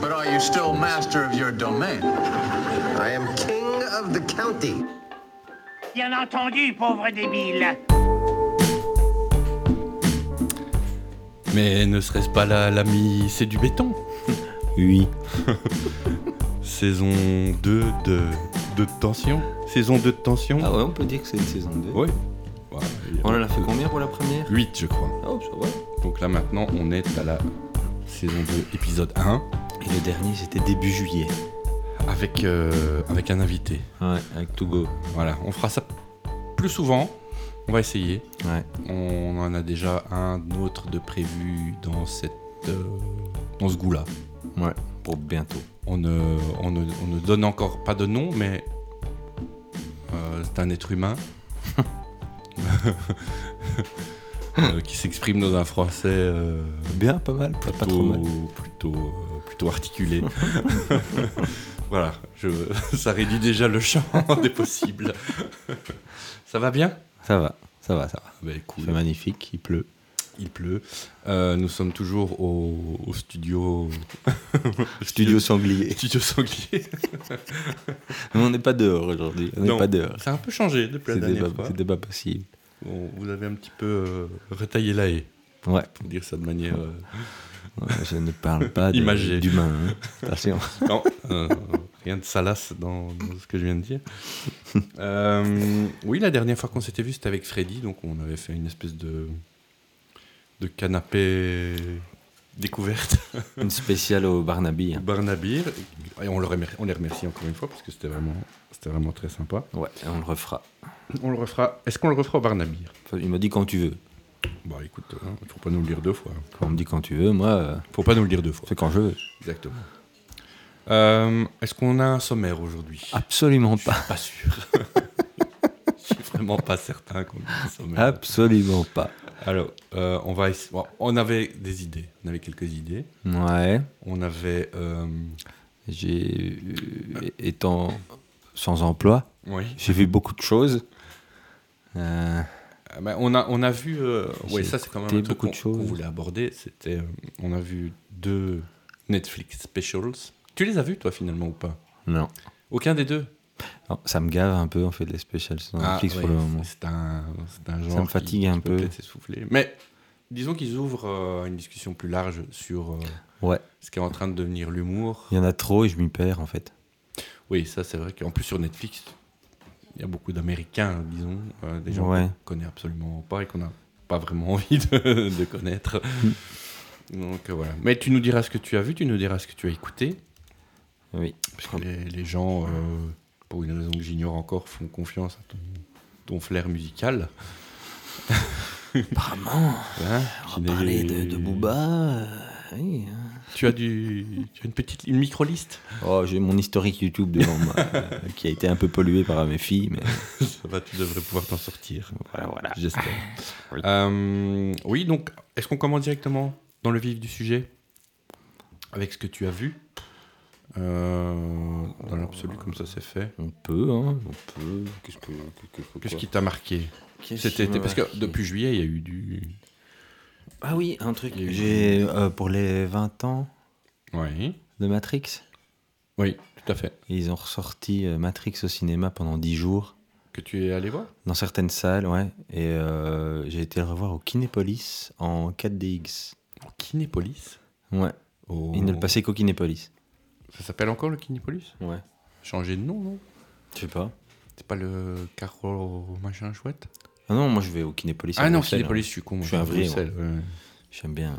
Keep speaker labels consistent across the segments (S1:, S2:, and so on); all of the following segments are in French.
S1: But are you still master of your domain?
S2: I am king of the county.
S3: Bien entendu, pauvre débile.
S4: Mais ne serait-ce pas la- l'ami C'est du béton
S5: Oui.
S4: Saison 2 de, de tension Saison 2 de tension
S5: Ah ouais, on peut dire que c'est une saison 2.
S4: Ouais.
S5: On en a fait combien pour la première
S4: 8 je crois.
S5: Oh, ça va.
S4: Donc là maintenant on est à la saison 2 épisode 1
S5: Et le dernier, c'était début juillet.
S4: avec, euh, avec un invité.
S5: Ouais, avec Togo.
S4: Voilà, on fera ça plus souvent. On va essayer.
S5: Ouais.
S4: On en a déjà un autre de prévu dans cette euh, dans ce goût-là.
S5: Ouais, pour bientôt.
S4: On ne, on ne- on ne donne encore pas de nom, mais euh, c'est un être humain Euh, qui s'exprime dans un français euh,
S5: Bien, pas mal, pas, trop
S4: plutôt,
S5: mal.
S4: plutôt, euh, plutôt articulé. voilà, je- ça réduit déjà le champ des possibles. ça va bien
S5: Ça va, ça va, ça va.
S4: Ah ben, cool.
S5: C'est magnifique, il pleut.
S4: Il pleut. Euh, nous sommes toujours au, au studio.
S5: Studio sanglier.
S4: Studio Sanglier.
S5: on n'est pas dehors aujourd'hui. On
S4: Non.
S5: n'est pas dehors.
S4: Ça a un peu changé depuis la
S5: C'était
S4: dernière
S5: pas,
S4: fois.
S5: c'était pas possible.
S4: On- vous avez un petit peu euh, retaillé la haie,
S5: Ouais,
S4: pour dire ça de manière. euh,
S5: ouais, je ne parle pas de-
S4: Imagé.
S5: d'humain. hein. Attention.
S4: non, euh, rien de salace dans, dans ce que je viens de dire. Euh, oui, la dernière fois qu'on s'était vu, c'était avec Freddy, donc on avait fait une espèce de, de canapé découverte.
S5: Une spéciale au Barnaby. hein.
S4: Barnabir. Et on, le remer- on les remercie encore une fois parce que c'était vraiment, c'était vraiment très sympa.
S5: Ouais, et on le refera.
S4: On le refera. Est-ce qu'on le refera au Barnabir
S5: Enfin, Il m'a dit quand tu veux.
S4: Bah écoute, il faut pas nous le dire deux fois.
S5: Quand on me dit quand tu veux, moi, euh,
S4: Faut pas nous le dire deux fois.
S5: c'est quand je veux.
S4: Exactement. Euh, Est-ce qu'on a un sommaire aujourd'hui
S5: Ah, Absolument
S4: Je
S5: pas.
S4: suis pas sûr. Je suis vraiment pas certain qu'on ait un sommaire.
S5: Absolument pas.
S4: Alors, euh, on va. ess- bon, on avait des idées. On avait quelques idées.
S5: Ouais.
S4: On avait. euh,
S5: J'ai euh, étant sans emploi,
S4: Oui.
S5: j'ai vu beaucoup de choses. Euh,
S4: Euh, bah, on a on a vu. euh,
S5: J'ai
S4: ouais, ça c'est quand même
S5: écouté
S4: un truc
S5: beaucoup
S4: qu'on
S5: de choses.
S4: qu'on voulait aborder. C'était. euh, on a vu deux Netflix specials. Tu les as vus toi finalement ou pas
S5: non.
S4: Aucun des deux.
S5: Non, ça me gave un peu en fait les spéciales sur
S4: Ah,
S5: Netflix pour
S4: ouais,
S5: le moment.
S4: C'est un, c'est un genre.
S5: me
S4: qui-
S5: fatigue
S4: qui
S5: un
S4: peut
S5: peu.
S4: peut-être s'essouffler. Mais disons qu'ils ouvrent euh, une discussion plus large sur euh,
S5: Ouais,
S4: ce qui est en train de devenir l'humour.
S5: il y en a trop et je m'y perds en fait.
S4: Oui, ça c'est vrai qu'en plus sur Netflix, il y a beaucoup d'Américains, disons, euh, des gens
S5: Ouais.
S4: qu'on connaît absolument pas et qu'on n'a pas vraiment envie de, de connaître.
S5: Hmm.
S4: Donc euh, voilà. Mais tu nous diras ce que tu as vu, tu nous diras ce que tu as écouté.
S5: Oui.
S4: Parce que les, les gens, euh, pour une raison que j'ignore encore, font confiance à ton, ton flair musical.
S5: Apparemment,
S4: Hein, qui n'est-
S5: euh, hein.
S4: Tu as du, tu as une petite, une micro liste.
S5: Oh, j'ai mon historique YouTube devant moi euh, qui a été un peu pollué par mes filles, mais
S4: Ça va, tu devrais pouvoir t'en sortir.
S5: voilà, voilà.
S4: J'espère. oui. Euh, oui, donc, est-ce qu'on commence directement dans le vif du sujet avec ce que tu as vu Euh, Dans l'absolu, comme ça, c'est fait.
S5: On peut, hein, on peut. Qu'est-ce que, qu'est-ce que-
S4: Qu'est-ce qui t'a marqué
S5: Qu'est-ce
S4: cet
S5: qui
S4: été
S5: m'a
S4: Parce que
S5: marqué
S4: depuis juillet, il y a eu du.
S5: Ah oui, un truc.
S4: Il y a eu-
S5: J'ai euh, pour les 20 ans
S4: Oui.
S5: de Matrix,
S4: Oui, tout à fait.
S5: ils ont ressorti euh, Matrix au cinéma pendant 10 jours
S4: Que tu es allé voir
S5: dans certaines salles, ouais. Et euh, j'ai été le revoir au Kinépolis en 4DX.
S4: Au Kinépolis.
S5: Ouais,
S4: Au-
S5: il ne le passait qu'au Kinépolis.
S4: Oh. Ça s'appelle encore le Kinépolis
S5: Ouais,
S4: Changer de nom, non
S5: je sais pas.
S4: C'est pas le Caro machin chouette
S5: Ah non, moi je vais au Kinépolis. à
S4: Ah non,
S5: Bruxelles, hein.
S4: Kinépolis, je suis con. moi,
S5: Je suis un vrai,
S4: Bruxelles, ouais.
S5: hein. J'aime bien.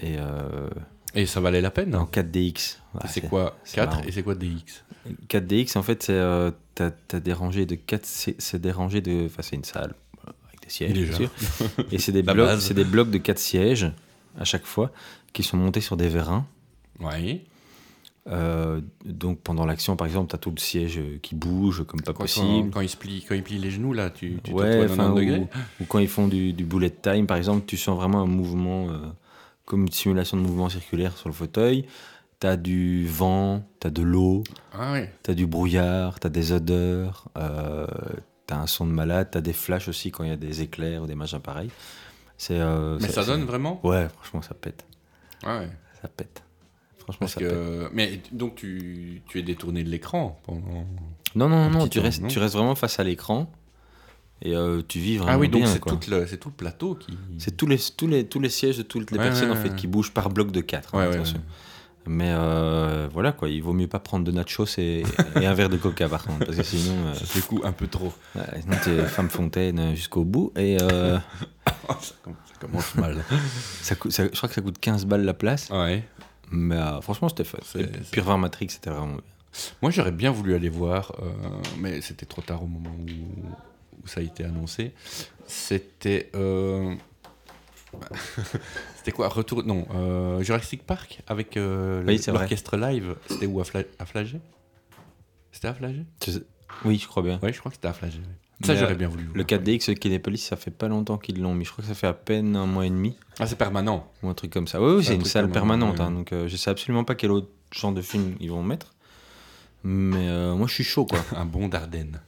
S5: Et euh,
S4: Et ça valait la peine
S5: en 4DX. ouais,
S4: Et c'est quoi
S5: Bah, c'est
S4: 4
S5: marrant.
S4: et c'est quoi DX
S5: 4DX, en fait, c'est euh, t'as t'as des rangées de 4 c'est c'est des rangées de enfin c'est une salle euh, avec des sièges
S4: Et déjà.
S5: bien sûr. Et c'est des
S4: La
S5: blocs,
S4: base.
S5: c'est des blocs de 4 sièges à chaque fois qui sont montés sur des vérins.
S4: Oui.
S5: Euh, donc pendant l'action, par exemple, t'as tout le siège euh, qui bouge comme pas
S4: Quand,
S5: possible.
S4: quand, quand il se plie, quand il plie les genoux, là, tu, tu te
S5: ouais,
S4: retrouves à
S5: enfin,
S4: 90 degrés.
S5: ou, ou quand ils font du, du bullet time, par exemple, tu sens vraiment un mouvement euh, comme une simulation de mouvement circulaire sur le fauteuil. T'as du vent, t'as de l'eau.
S4: Ah ouais.
S5: T'as du brouillard, t'as des odeurs, euh, t'as un son de malade, t'as des flashs aussi quand il y a des éclairs ou des machins pareils. C'est, euh,
S4: Mais
S5: c'est-
S4: ça
S5: c'est-
S4: donne vraiment
S5: Ouais, franchement, ça pète.
S4: Ah ouais.
S5: Ça pète. Franchement,
S4: Parce
S5: ça pète.
S4: que... Mais donc tu, tu es détourné de l'écran pendant...
S5: Non, non,
S4: Un
S5: non,
S4: petit
S5: tu
S4: temps,
S5: restes,
S4: non
S5: tu restes vraiment face à l'écran et euh, tu vis vraiment
S4: Ah oui, donc
S5: bien,
S4: c'est
S5: quoi.
S4: tout, le, c'est tout le plateau qui...
S5: C'est tous les, tous, les, tous les sièges de toutes les
S4: Ouais,
S5: personnes
S4: ouais,
S5: en fait,
S4: ouais.
S5: qui bougent par bloc de 4.
S4: Ouais, ouais, ouais.
S5: Mais euh, voilà, quoi, il vaut mieux pas prendre de nachos et, et un verre de coca par contre, parce que sinon, euh,
S4: Ça secoue un peu trop.
S5: ouais, sinon t'es femme fontaine jusqu'au bout. Et euh,
S4: Oh, ça, com- ça commence mal.
S5: ça coûte- ça- je crois que ça coûte 15 balles la place,
S4: ouais.
S5: mais euh, franchement c'était fun.
S4: C'est-
S5: Et puis, Pure Vin Matrix, c'était vraiment bien.
S4: Moi, j'aurais bien voulu aller voir, euh, mais c'était trop tard au moment où, où ça a été annoncé. C'était. euh, c'était quoi Retour. Non, euh, Jurassic Park avec euh, le-
S5: Oui, c'est vrai.
S4: l'orchestre live. C'était où À, Fla- à Flagey C'était à Flagey
S5: Je sais- Oui, je crois bien.
S4: Ouais, je crois que c'était à Flagey. ouais. Ça,
S5: Mais,
S4: j'aurais
S5: euh,
S4: bien voulu. voir.
S5: Le 4DX Kinépolis, ça fait pas longtemps qu'ils l'ont mis, je crois que ça fait à peine un mois et demi.
S4: Ah, c'est permanent.
S5: ou un truc comme ça. Oui, oui,
S4: un
S5: c'est une
S4: truc
S5: salle
S4: comme un-
S5: permanente.
S4: ouais.
S5: hein, donc, euh, je sais absolument pas quel autre genre de film ils vont mettre. Mais euh, moi, je suis chaud, quoi.
S4: Un bon Dardenne.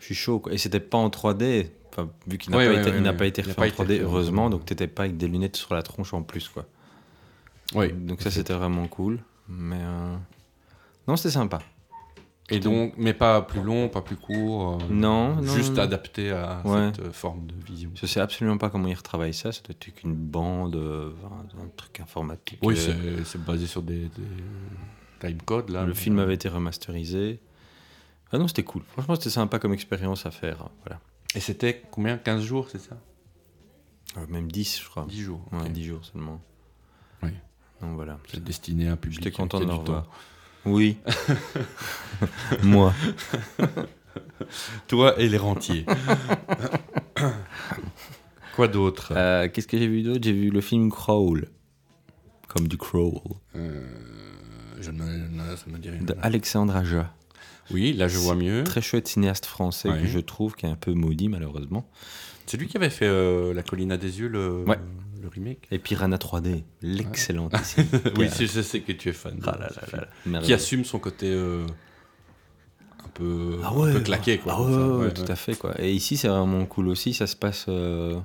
S5: Je suis chaud, quoi. Et c'était pas en 3D, enfin, vu qu'il n'a
S4: Ouais,
S5: pas,
S4: ouais,
S5: été-
S4: ouais,
S5: il n'a
S4: ouais.
S5: pas été
S4: Il n'a
S5: refait
S4: pas
S5: en
S4: été
S5: 3D,
S4: refait en
S5: heureusement.
S4: 3D.
S5: Donc, t'étais pas avec des lunettes sur la tronche en plus, quoi.
S4: Oui.
S5: Donc, ça, c'était vraiment cool. Mais euh, non, c'était sympa.
S4: Et donc, mais pas plus long, pas plus court. euh,
S5: Non, non.
S4: Juste
S5: non.
S4: adapté à
S5: Ouais.
S4: cette euh, forme de vision.
S5: Je sais absolument pas comment ils retravaillent ça. Ça doit être qu'une bande, euh, un, un truc informatique.
S4: Oui,
S5: euh,
S4: c'est- c'est basé sur des, des timecodes. là.
S5: Le film avait été remasterisé. Ah non, c'était cool. Franchement, c'était sympa comme expérience à faire. hein, Voilà.
S4: Et c'était combien 15 jours, c'est ça
S5: Euh, Même 10, je crois.
S4: 10 jours.
S5: Ouais,
S4: ok.
S5: 10 jours seulement.
S4: Oui.
S5: Donc voilà.
S4: C'est destiné à un public.
S5: J'étais content
S4: qui
S5: de
S4: a
S5: le
S4: du temps.
S5: revoir. Oui. Moi.
S4: Toi et les rentiers. Quoi d'autre
S5: Euh, Qu'est-ce que j'ai vu d'autre J'ai vu le film Crawl. Comme du Crawl.
S4: Euh, Je ne, non, ça me dit rien.
S5: De Alexandre Aja.
S4: Oui, là je vois mieux.
S5: Très chouette cinéaste français
S4: Ouais.
S5: que je trouve, qui est un peu maudit malheureusement.
S4: C'est lui qui avait fait euh, La colline à des yeux, le,
S5: Ouais.
S4: le remake.
S5: Et Piranha 3D. L'excellente ici.
S4: oui, si, je sais que tu es fan. de
S5: Ah là
S4: ce
S5: là
S4: film.
S5: là là.
S4: Qui assume son côté euh, un, peu,
S5: Ah
S4: un
S5: ouais,
S4: peu claqué. Quoi,
S5: Ah
S4: comme
S5: ouais,
S4: ça.
S5: ouais, ouais,
S4: Ouais,
S5: tout
S4: ouais.
S5: à fait quoi. Et ici c'est vraiment cool aussi, ça se passe, euh,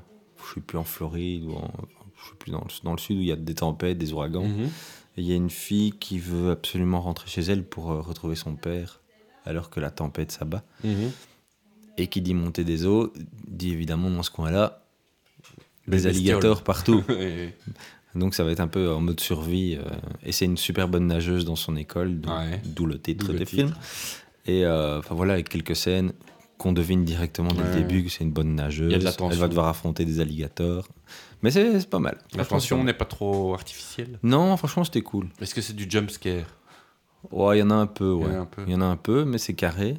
S5: je suis plus en Floride ou en- je suis plus dans le, dans le sud où il y a des tempêtes, des ouragans.
S4: Mhm.
S5: Et Il y a une fille qui veut absolument rentrer chez elle pour euh, retrouver son père alors que la tempête s'abat.
S4: Mhm.
S5: Et qui dit montée des eaux, dit évidemment dans ce coin-là des,
S4: Des
S5: alligators partout.
S4: Et-
S5: Donc ça va être un peu en mode survie. euh, et c'est une super bonne nageuse dans son école, d'où
S4: Ouais.
S5: d'où le titre
S4: D'où le
S5: des
S4: titre.
S5: films. Et euh, enfin voilà, avec quelques scènes qu'on devine directement dès
S4: Ouais.
S5: le début que c'est une bonne
S4: Il
S5: nageuse.
S4: y a de la
S5: Elle
S4: tension.
S5: va devoir affronter des alligators. Mais c'est c'est pas mal.
S4: La
S5: Franchement, c'est
S4: tension
S5: pas mal.
S4: n'est pas trop artificielle.
S5: Non, franchement, c'était cool.
S4: Est-ce que c'est du jump scare
S5: Ouais, il y en a un peu,
S4: Il y en a
S5: ouais.
S4: un peu.
S5: Il y en a un peu, mais c'est carré.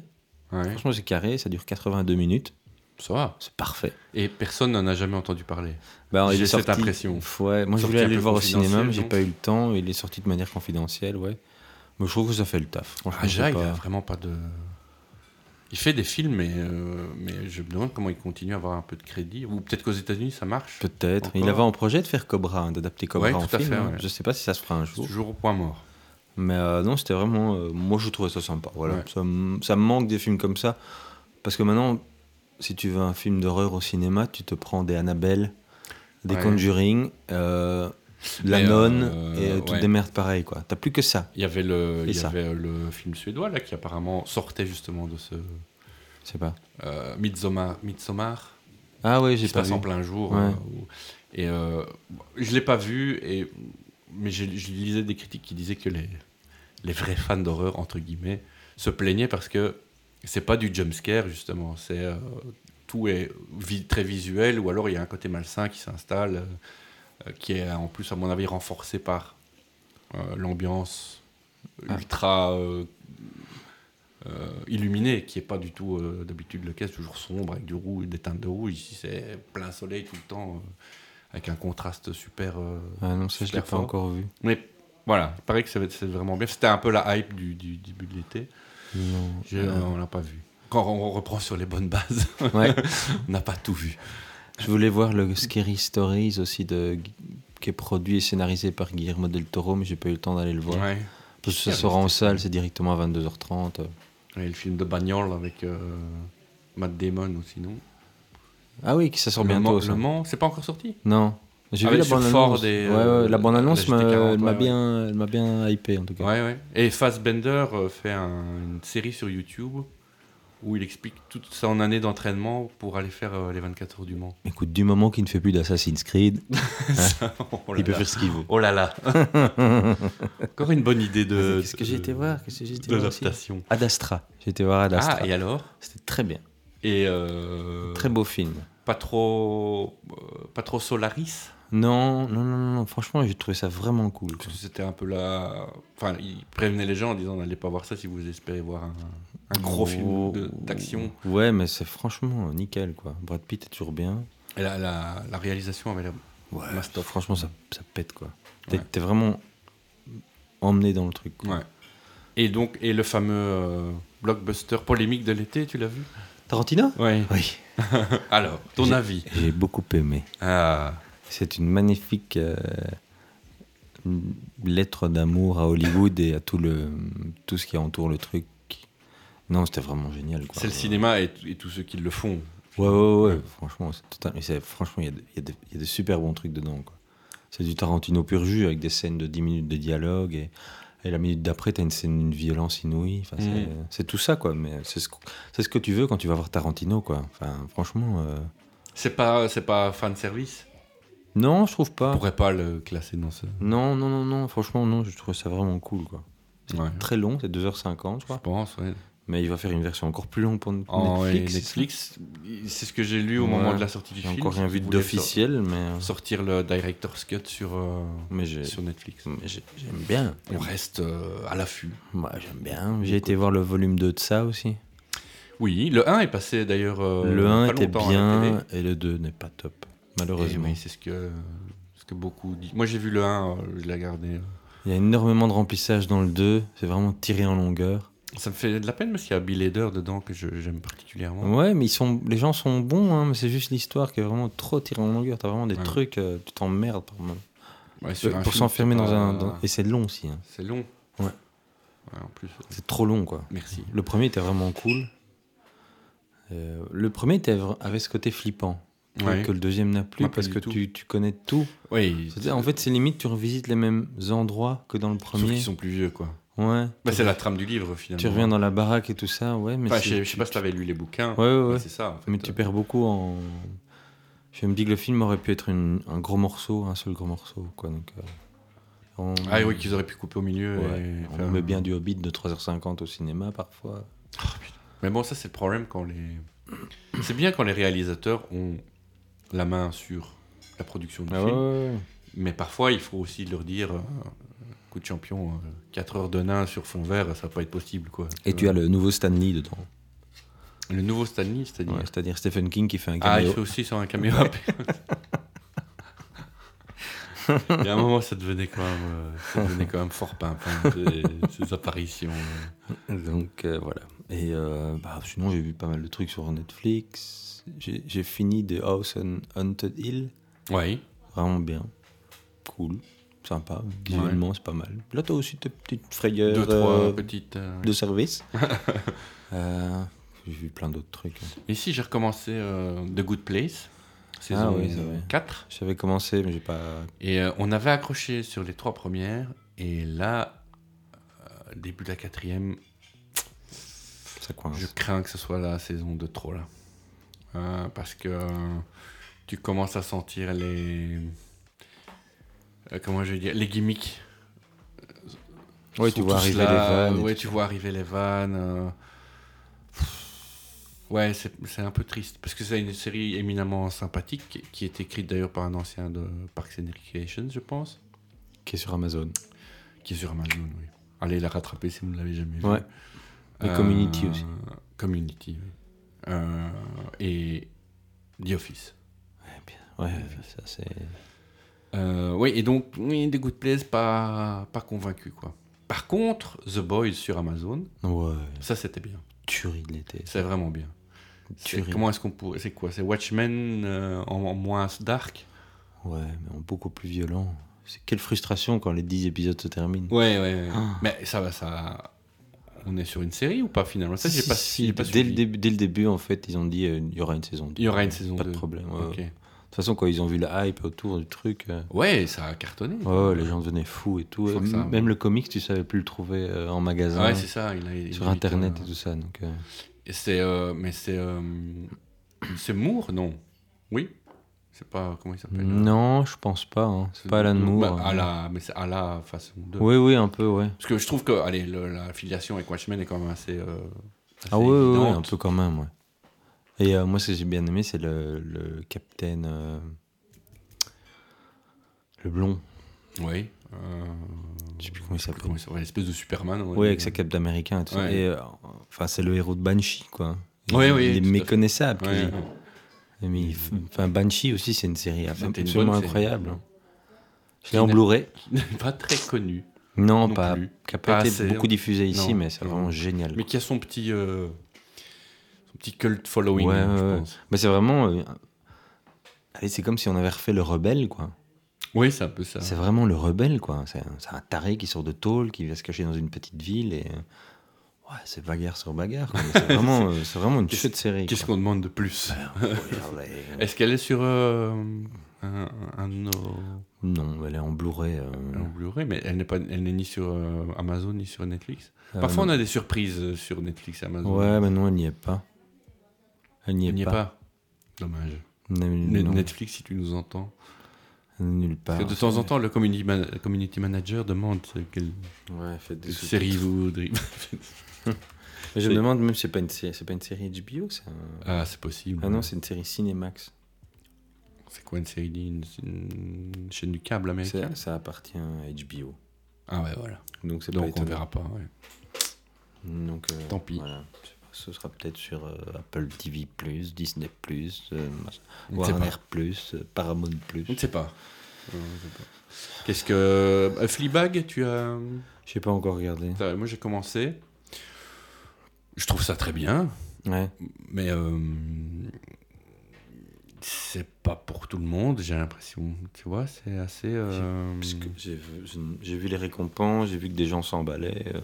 S4: Ouais.
S5: Franchement, c'est carré, ça dure 82 minutes.
S4: Ça va.
S5: C'est parfait.
S4: Et personne n'en a jamais entendu parler.
S5: Bah, alors, il
S4: J'ai
S5: est
S4: cette
S5: sorti-
S4: impression.
S5: Ouais, moi je
S4: Sorti
S5: voulais
S4: un
S5: aller
S4: peu
S5: le voir au cinéma,
S4: confidentiel,
S5: mais j'ai
S4: donc.
S5: pas eu le temps. Il est sorti de manière confidentielle, ouais. Mais je trouve que ça fait le taf. Franchement, c'est
S4: Aja, il
S5: Ah, pas-
S4: a vraiment pas de. Il fait des films, mais, euh, mais je me demande comment il continue à avoir un peu de crédit. Ou peut-être qu'aux États-Unis, ça marche.
S5: Peut-être.
S4: Encore.
S5: Il avait en projet de faire Cobra, hein, d'adapter Cobra
S4: Ouais,
S5: en
S4: tout à
S5: film.
S4: fait,
S5: hein.
S4: ouais.
S5: Je sais pas si ça se fera un
S4: C'est
S5: jour.
S4: toujours au point mort.
S5: Mais euh, non, c'était vraiment. euh, moi, je trouvais ça sympa. Voilà.
S4: Ouais.
S5: Ça, me- ça me manque des films comme ça. Parce que maintenant, si tu veux un film d'horreur au cinéma, tu te prends des Annabelle, des
S4: Ouais.
S5: Conjuring, euh, La
S4: Mais, euh,
S5: Nonne, et euh, toutes
S4: ouais.
S5: des merdes pareilles, quoi. T'as plus que ça.
S4: Il y avait le, il
S5: Et
S4: y
S5: ça.
S4: avait euh, le film suédois là, qui apparemment sortait justement de ce.
S5: Je sais pas.
S4: euh, Midsommar. Midsommar.
S5: Ah ouais, j'ai
S4: qui se
S5: pas
S4: passe
S5: vu.
S4: en plein jour.
S5: Ouais.
S4: euh, où- et euh, je l'ai pas vu, et, mais j'ai- je lisais des critiques qui disaient que les, les vrais fans d'horreur, entre guillemets, se plaignaient parce que c'est pas du jumpscare, justement. c'est euh, tout est vi- très visuel, ou alors il y a un côté malsain qui s'installe, euh, qui est en plus, à mon avis, renforcé par euh, l'ambiance ultra. euh, euh, illuminée, qui est pas du tout euh, d'habitude le cas, c'est toujours sombre avec du rouge, des teintes de rouge. Ici, c'est plein soleil tout le temps, euh, avec un contraste super. euh,
S5: Ah non, ça, je l'ai
S4: Super
S5: pas
S4: fort.
S5: encore vu.
S4: Mais voilà, il paraît que ça va être- c'est vraiment bien. C'était un peu la hype du, du début de l'été.
S5: Non.
S4: J'ai- euh, on l'a pas vu. Quand on reprend sur les bonnes bases,
S5: Ouais.
S4: on n'a pas tout vu.
S5: Je voulais voir le Scary Stories aussi de qui est produit et scénarisé par Guillermo del Toro, mais j'ai pas eu le temps d'aller le voir.
S4: Ouais. Ah,
S5: Parce que ça
S4: Scary
S5: sort en salle, c'est directement à 22h30.
S4: Et le film de Bagnol avec euh, Matt Damon aussi, non
S5: Ah oui, que ça sort
S4: Le Mans-
S5: bientôt. ça.
S4: Le Mans, c'est pas encore sorti
S5: Non, J'ai
S4: Ah
S5: vu
S4: oui,
S5: la
S4: sur
S5: bande
S4: Ford
S5: annonce.
S4: et,
S5: ouais,
S4: euh,
S5: ouais, la bande annonce
S4: la
S5: m'a
S4: GT40,
S5: elle m'a
S4: ouais,
S5: bien, elle m'a bien hypé en tout cas.
S4: Ouais, ouais. Et Fassbender euh, fait un- une série sur YouTube où il explique toute son année d'entraînement pour aller faire euh, les 24 heures du Mans.
S5: Écoute, du moment qu'il ne fait plus d'Assassin's Creed,
S4: oh, là
S5: il peut
S4: là.
S5: faire ce qu'il veut.
S4: Oh là là Encore une bonne idée de.
S5: Qu'est-ce que j'ai été voir Qu'est-ce que j'ai été voir aussi
S4: D'adaptation.
S5: Ad Astra. J'ai été voir Ad Astra.
S4: Ah, et alors
S5: C'était très bien.
S4: Et. euh,
S5: Très beau film.
S4: Pas trop. euh, pas trop Solaris
S5: Non, non, non, non, non, franchement, j'ai trouvé ça vraiment cool. quoi.
S4: Parce que c'était un peu la. Enfin, il prévenait les gens en disant n'allez pas voir ça si vous espérez voir un, un gros film de- d'action.
S5: Ouais, mais c'est franchement nickel, quoi. Brad Pitt est toujours bien.
S4: Et la, la, la réalisation avait la.
S5: Ouais,
S4: Mastop.
S5: franchement, ça, ça pète, quoi. T'es
S4: Ouais.
S5: t'es vraiment emmené dans le truc. quoi.
S4: Ouais. Et donc, et le fameux euh, blockbuster polémique de l'été, tu l'as vu
S5: Tarantino
S4: Oui.
S5: Oui.
S4: Alors, ton avis
S5: J'ai beaucoup aimé.
S4: Ah,
S5: C'est une magnifique euh, une lettre d'amour à Hollywood et à tout, le, tout ce qui entoure le truc. Non, c'était vraiment génial. quoi.
S4: c'est le cinéma et, et tous ceux qui le font.
S5: Ouais, ouais, ouais, franchement, c'est total- mais c'est- franchement, il y a de- il y, a de- il y a des super bons trucs dedans. quoi. C'est du Tarantino pur jus avec des scènes de 10 minutes de dialogue et, et la minute d'après, t'as une scène d'une violence inouïe. Enfin, c'est-
S4: Mhm.
S5: C'est tout ça, quoi. Mais c'est ce, qu- c'est ce que tu veux quand tu vas voir Tarantino, quoi. Enfin, franchement, euh,
S4: C'est pas, c'est pas fan service.
S5: non, je trouve
S4: On
S5: pas.
S4: pourrait pas le classer dans ce.
S5: Non, non, non, non, franchement, non, je trouve ça vraiment cool, quoi. C'est
S4: Ouais.
S5: très long, c'est 2h50, je
S4: Je
S5: crois.
S4: pense. ouais.
S5: Mais il va faire une version encore plus longue pour Netflix.
S4: En ouais,
S5: c'est ça
S4: Netflix, c'est ce que j'ai lu au
S5: Ouais.
S4: moment de la sortie du
S5: J'ai
S4: film.
S5: encore rien
S4: qu'ils
S5: vu
S4: voulaient
S5: d'officiel, mais, euh,
S4: sor- Sortir le director's cut sur, euh,
S5: mais j'ai-
S4: sur Netflix.
S5: mais j'ai- j'aime bien.
S4: On reste euh, à l'affût.
S5: Moi, j'aime bien. J'ai été voir le volume 2 de ça aussi.
S4: Oui, le 1 est passé d'ailleurs. euh,
S5: le 1
S4: pas
S5: était
S4: longtemps à la télé.
S5: bien et le 2 n'est pas top,
S4: Et
S5: malheureusement.
S4: oui, c'est ce que, ce que beaucoup disent. Moi, j'ai vu le 1, euh, je l'ai gardé. euh.
S5: Il y a énormément de remplissage dans le 2, c'est vraiment tiré en longueur.
S4: Ça me fait de la peine parce qu'il y a Bill Hader dedans que je- j'aime particulièrement.
S5: Ouais, mais ils sont, les gens sont bons, hein, mais c'est juste l'histoire qui est vraiment trop tirée en longueur. T'as vraiment des
S4: Ouais.
S5: trucs, euh, tu t'emmerdes par moment.
S4: Ouais, sur un
S5: Euh, pour
S4: film,
S5: s'enfermer
S4: c'est
S5: dans un.
S4: pas-
S5: dans- Et c'est long aussi, hein.
S4: C'est long.
S5: Ouais.
S4: Ouais, en plus,
S5: c'est trop long quoi.
S4: merci.
S5: Le premier était vraiment cool. Euh, le premier était vra- avait ce côté flippant
S4: Ouais.
S5: que le deuxième n'a plus
S4: Moi, pas
S5: parce
S4: du
S5: que
S4: tout.
S5: tu, tu connais tout.
S4: Oui,
S5: C'est-à-dire, En fait, c'est limite, tu revisites les mêmes endroits que dans le
S4: sauf
S5: premier.
S4: qu'ils sont plus vieux, quoi.
S5: Ouais.
S4: Bah, c'est la trame du livre, finalement.
S5: Tu reviens dans la baraque et tout ça, ouais, mais
S4: Enfin,
S5: c'est-
S4: je sais- je sais pas si t'avais lu les bouquins.
S5: Ouais, ouais,
S4: mais
S5: ouais.
S4: C'est ça, en fait.
S5: Mais tu perds beaucoup en. Je me dis que le film aurait pu être une- un gros morceau, un seul gros morceau, quoi. Donc, euh, on...
S4: Ah oui, qu'ils auraient pu couper au milieu.
S5: Ouais,
S4: et
S5: on
S4: faire
S5: met
S4: un-
S5: bien du Hobbit de 3h50 au cinéma parfois.
S4: Mais bon, ça, c'est le problème quand les. C'est bien quand les réalisateurs ont la main sur la production
S5: Ah
S4: du film. Mais parfois, il faut aussi leur dire euh, coup de champion, 4 heures de nain sur fond vert, ça va pas être possible. Quoi.
S5: Et tu as le nouveau Stanley dedans.
S4: Le nouveau Stanley, c'est-à-dire.
S5: Ouais, C'est-à-dire Stephen King qui fait un
S4: ah, il
S5: caméo.
S4: fait aussi sur un caméra. Il y a un moment, ça devenait quand même, euh, ça devenait quand même fort pimpant, ces, ces apparitions. euh.
S5: Donc euh, voilà. Et euh, bah, sinon, j'ai vu pas mal de trucs sur Netflix. J'ai j'ai fini The House on Haunted Hill.
S4: Oui.
S5: Vraiment bien. Cool. Sympa. Visuellement, c'est pas mal. Là, t'as aussi tes petites frayeurs
S4: Deux,
S5: euh,
S4: trois petites. euh,
S5: de service. Euh, J'ai vu plein d'autres trucs.
S4: Ici, j'ai recommencé euh, The Good Place,
S5: Ah
S4: saison
S5: oui, c'est vrai.
S4: 4.
S5: J'avais commencé, mais j'ai pas.
S4: Et euh, on avait accroché sur les trois premières. Et là, euh, début de la quatrième,
S5: Ça coince.
S4: je crains que ce soit la saison de trop là. Euh, parce que euh, tu commences à sentir les. euh, comment je vais dire Les gimmicks.
S5: Ouais,
S4: Sont
S5: tu vois
S4: tous
S5: arriver
S4: là,
S5: les vannes. et
S4: Ouais,
S5: tout
S4: tu
S5: ça.
S4: vois arriver les vannes. euh, Ouais, c'est c'est un peu triste. Parce que c'est une série éminemment sympathique qui est écrite d'ailleurs par un ancien de Parks and Recreation, je pense.
S5: Qui est sur Amazon.
S4: qui est sur Amazon, oui. Allez la rattraper si vous ne l'avez jamais vue.
S5: Ouais. Et Community
S4: Euh,
S5: aussi.
S4: Community, oui. Euh, et The Office.
S5: Ouais, ça c'est.
S4: Euh, oui, et donc, oui, des Good Place, pas, pas convaincu, quoi. Par contre, The Boys sur Amazon,
S5: Ouais,
S4: ça c'était bien.
S5: tuerie de l'été.
S4: C'est vraiment bien. C'est-
S5: Tuerie.
S4: Comment est-ce qu'on pourrait. C'est quoi C'est Watchmen euh, en, en moins dark
S5: Ouais, mais en beaucoup plus violent. C'est- Quelle frustration quand les 10 épisodes se terminent.
S4: Ouais, ouais, ouais.
S5: Ah.
S4: Mais ça va, ça. On est sur une série ou pas finalement Ça, j'ai
S5: Si,
S4: pas,
S5: si,
S4: j'ai pas
S5: dès,
S4: suivi.
S5: le début, dès le début, en fait, ils ont dit euh, il y aura une saison 2.
S4: Il y aura une saison
S5: Pas de
S4: 2.
S5: problème. ouais.
S4: Ok.
S5: De toute façon, quand ils ont vu la hype autour du truc, euh,
S4: Ouais, ça a cartonné.
S5: ouais, ouais, les gens devenaient fous et tout.
S4: Je crois
S5: Et
S4: que ça-
S5: même le comics, tu savais plus le trouver euh, en magasin,
S4: Ouais, c'est ça. il a- il
S5: sur
S4: a-
S5: internet et tout ça. Donc, euh,
S4: Et c'est. euh, mais c'est. euh, c'est Moore, non Oui C'est pas. Comment il s'appelle
S5: non, je pense pas. hein. C'est pas Alan
S4: Bah,
S5: Moore.
S4: à
S5: hein.
S4: la, mais c'est à la façon de.
S5: Oui, oui, un peu, ouais.
S4: Parce que je trouve que allez, le- la filiation avec Watchmen est quand même assez. euh, assez
S5: Ah ouais, ouais, ouais, un
S4: évidente.
S5: peu quand même, ouais. Et euh, moi, ce que j'ai bien aimé, c'est le, le capitaine... euh, le blond,
S4: Oui. euh,
S5: je sais plus comment il
S4: je sais plus comment
S5: s'appelle.
S4: il s'appelle, l'espèce de Superman. on va
S5: Oui,
S4: dire.
S5: avec sa cape d'américain et tout ça.
S4: Ouais.
S5: Et, euh, enfin, c'est le héros de Banshee, quoi. Il,
S4: Ouais, ouais,
S5: il est
S4: tout à fait.
S5: méconnaissable.
S4: Ouais,
S5: quasi.
S4: ouais.
S5: Mais il- enfin, Banshee aussi, c'est une série
S4: C'était une
S5: absolument
S4: bonne série.
S5: incroyable.
S4: Ouais.
S5: Je l'ai en Blu-ray.
S4: pas très connu,
S5: Non,
S4: Non
S5: pas,
S4: plus.
S5: qui a pas,
S4: Pas
S5: été
S4: assez,
S5: beaucoup
S4: hein.
S5: diffusé ici,
S4: Non.
S5: mais c'est
S4: Non.
S5: vraiment génial.
S4: mais qui a son petit, euh, son petit cult following,
S5: Ouais,
S4: hein, je
S5: ouais, ouais.
S4: pense.
S5: Mais c'est vraiment. euh, Allez, c'est comme si on avait refait le rebelle, quoi.
S4: Oui, c'est un peu ça.
S5: C'est vraiment le rebelle, quoi. C'est un, c'est un taré qui sort de tôle, qui va se cacher dans une petite ville et. euh, Ouais, c'est bagarre sur bagarre. quoi. Mais C'est vraiment, euh, c'est vraiment une
S4: Qu'est-ce-
S5: chute série.
S4: Qu'est-ce
S5: quoi. Ben,
S4: qu'on demande de plus
S5: Regardez, euh,
S4: Est-ce qu'elle est sur euh, un, un de nos
S5: Non, elle est en Blu-ray. euh,
S4: en Blu-ray, mais elle n'est pas, elle n'est ni sur euh, Amazon ni sur Netflix.
S5: euh,
S4: Parfois,
S5: non.
S4: on a des surprises euh, sur Netflix, et Amazon.
S5: Ouais, mais non, elle n'y est pas. Elle n'y est,
S4: il n'y est
S5: pas.
S4: pas. Dommage.
S5: Non, Ah,
S4: Ne-
S5: non,
S4: Netflix, si tu nous entends.
S5: elle n'est Nulle part.
S4: Parce que de temps en temps, le community, man- community manager demande euh, quelle
S5: Ouais, faites des
S4: série vous voudriez.
S5: Mais je
S4: C'est-
S5: me demande même, c'est pas une série, c'est pas une série HBO, c'est un-
S4: ah, c'est possible.
S5: euh, Ah non, c'est une série Cinemax.
S4: C'est quoi une série une, une chaîne du câble américaine
S5: Ça, ça appartient à HBO.
S4: Ah ouais, voilà.
S5: Donc c'est pas
S4: Donc on
S5: étonnant.
S4: verra pas. ouais.
S5: Donc euh,
S4: Tant pis.
S5: voilà. Je sais pas, Ce sera peut-être sur euh, Apple TV+, Disney+, euh,
S4: On ne sait
S5: Warner+, euh, Paramount+.
S4: On ne sait pas. Euh, on sait pas. Qu'est-ce que euh, Fleabag Tu as
S5: Je sais pas encore regardé.
S4: T'as- Moi j'ai commencé. Je trouve ça très bien,
S5: Ouais.
S4: mais euh, c'est pas pour tout le monde. J'ai l'impression, tu vois, c'est assez. euh,
S5: Parce que j'ai vu, je- j'ai vu les récompenses, j'ai vu que des gens s'emballaient. euh,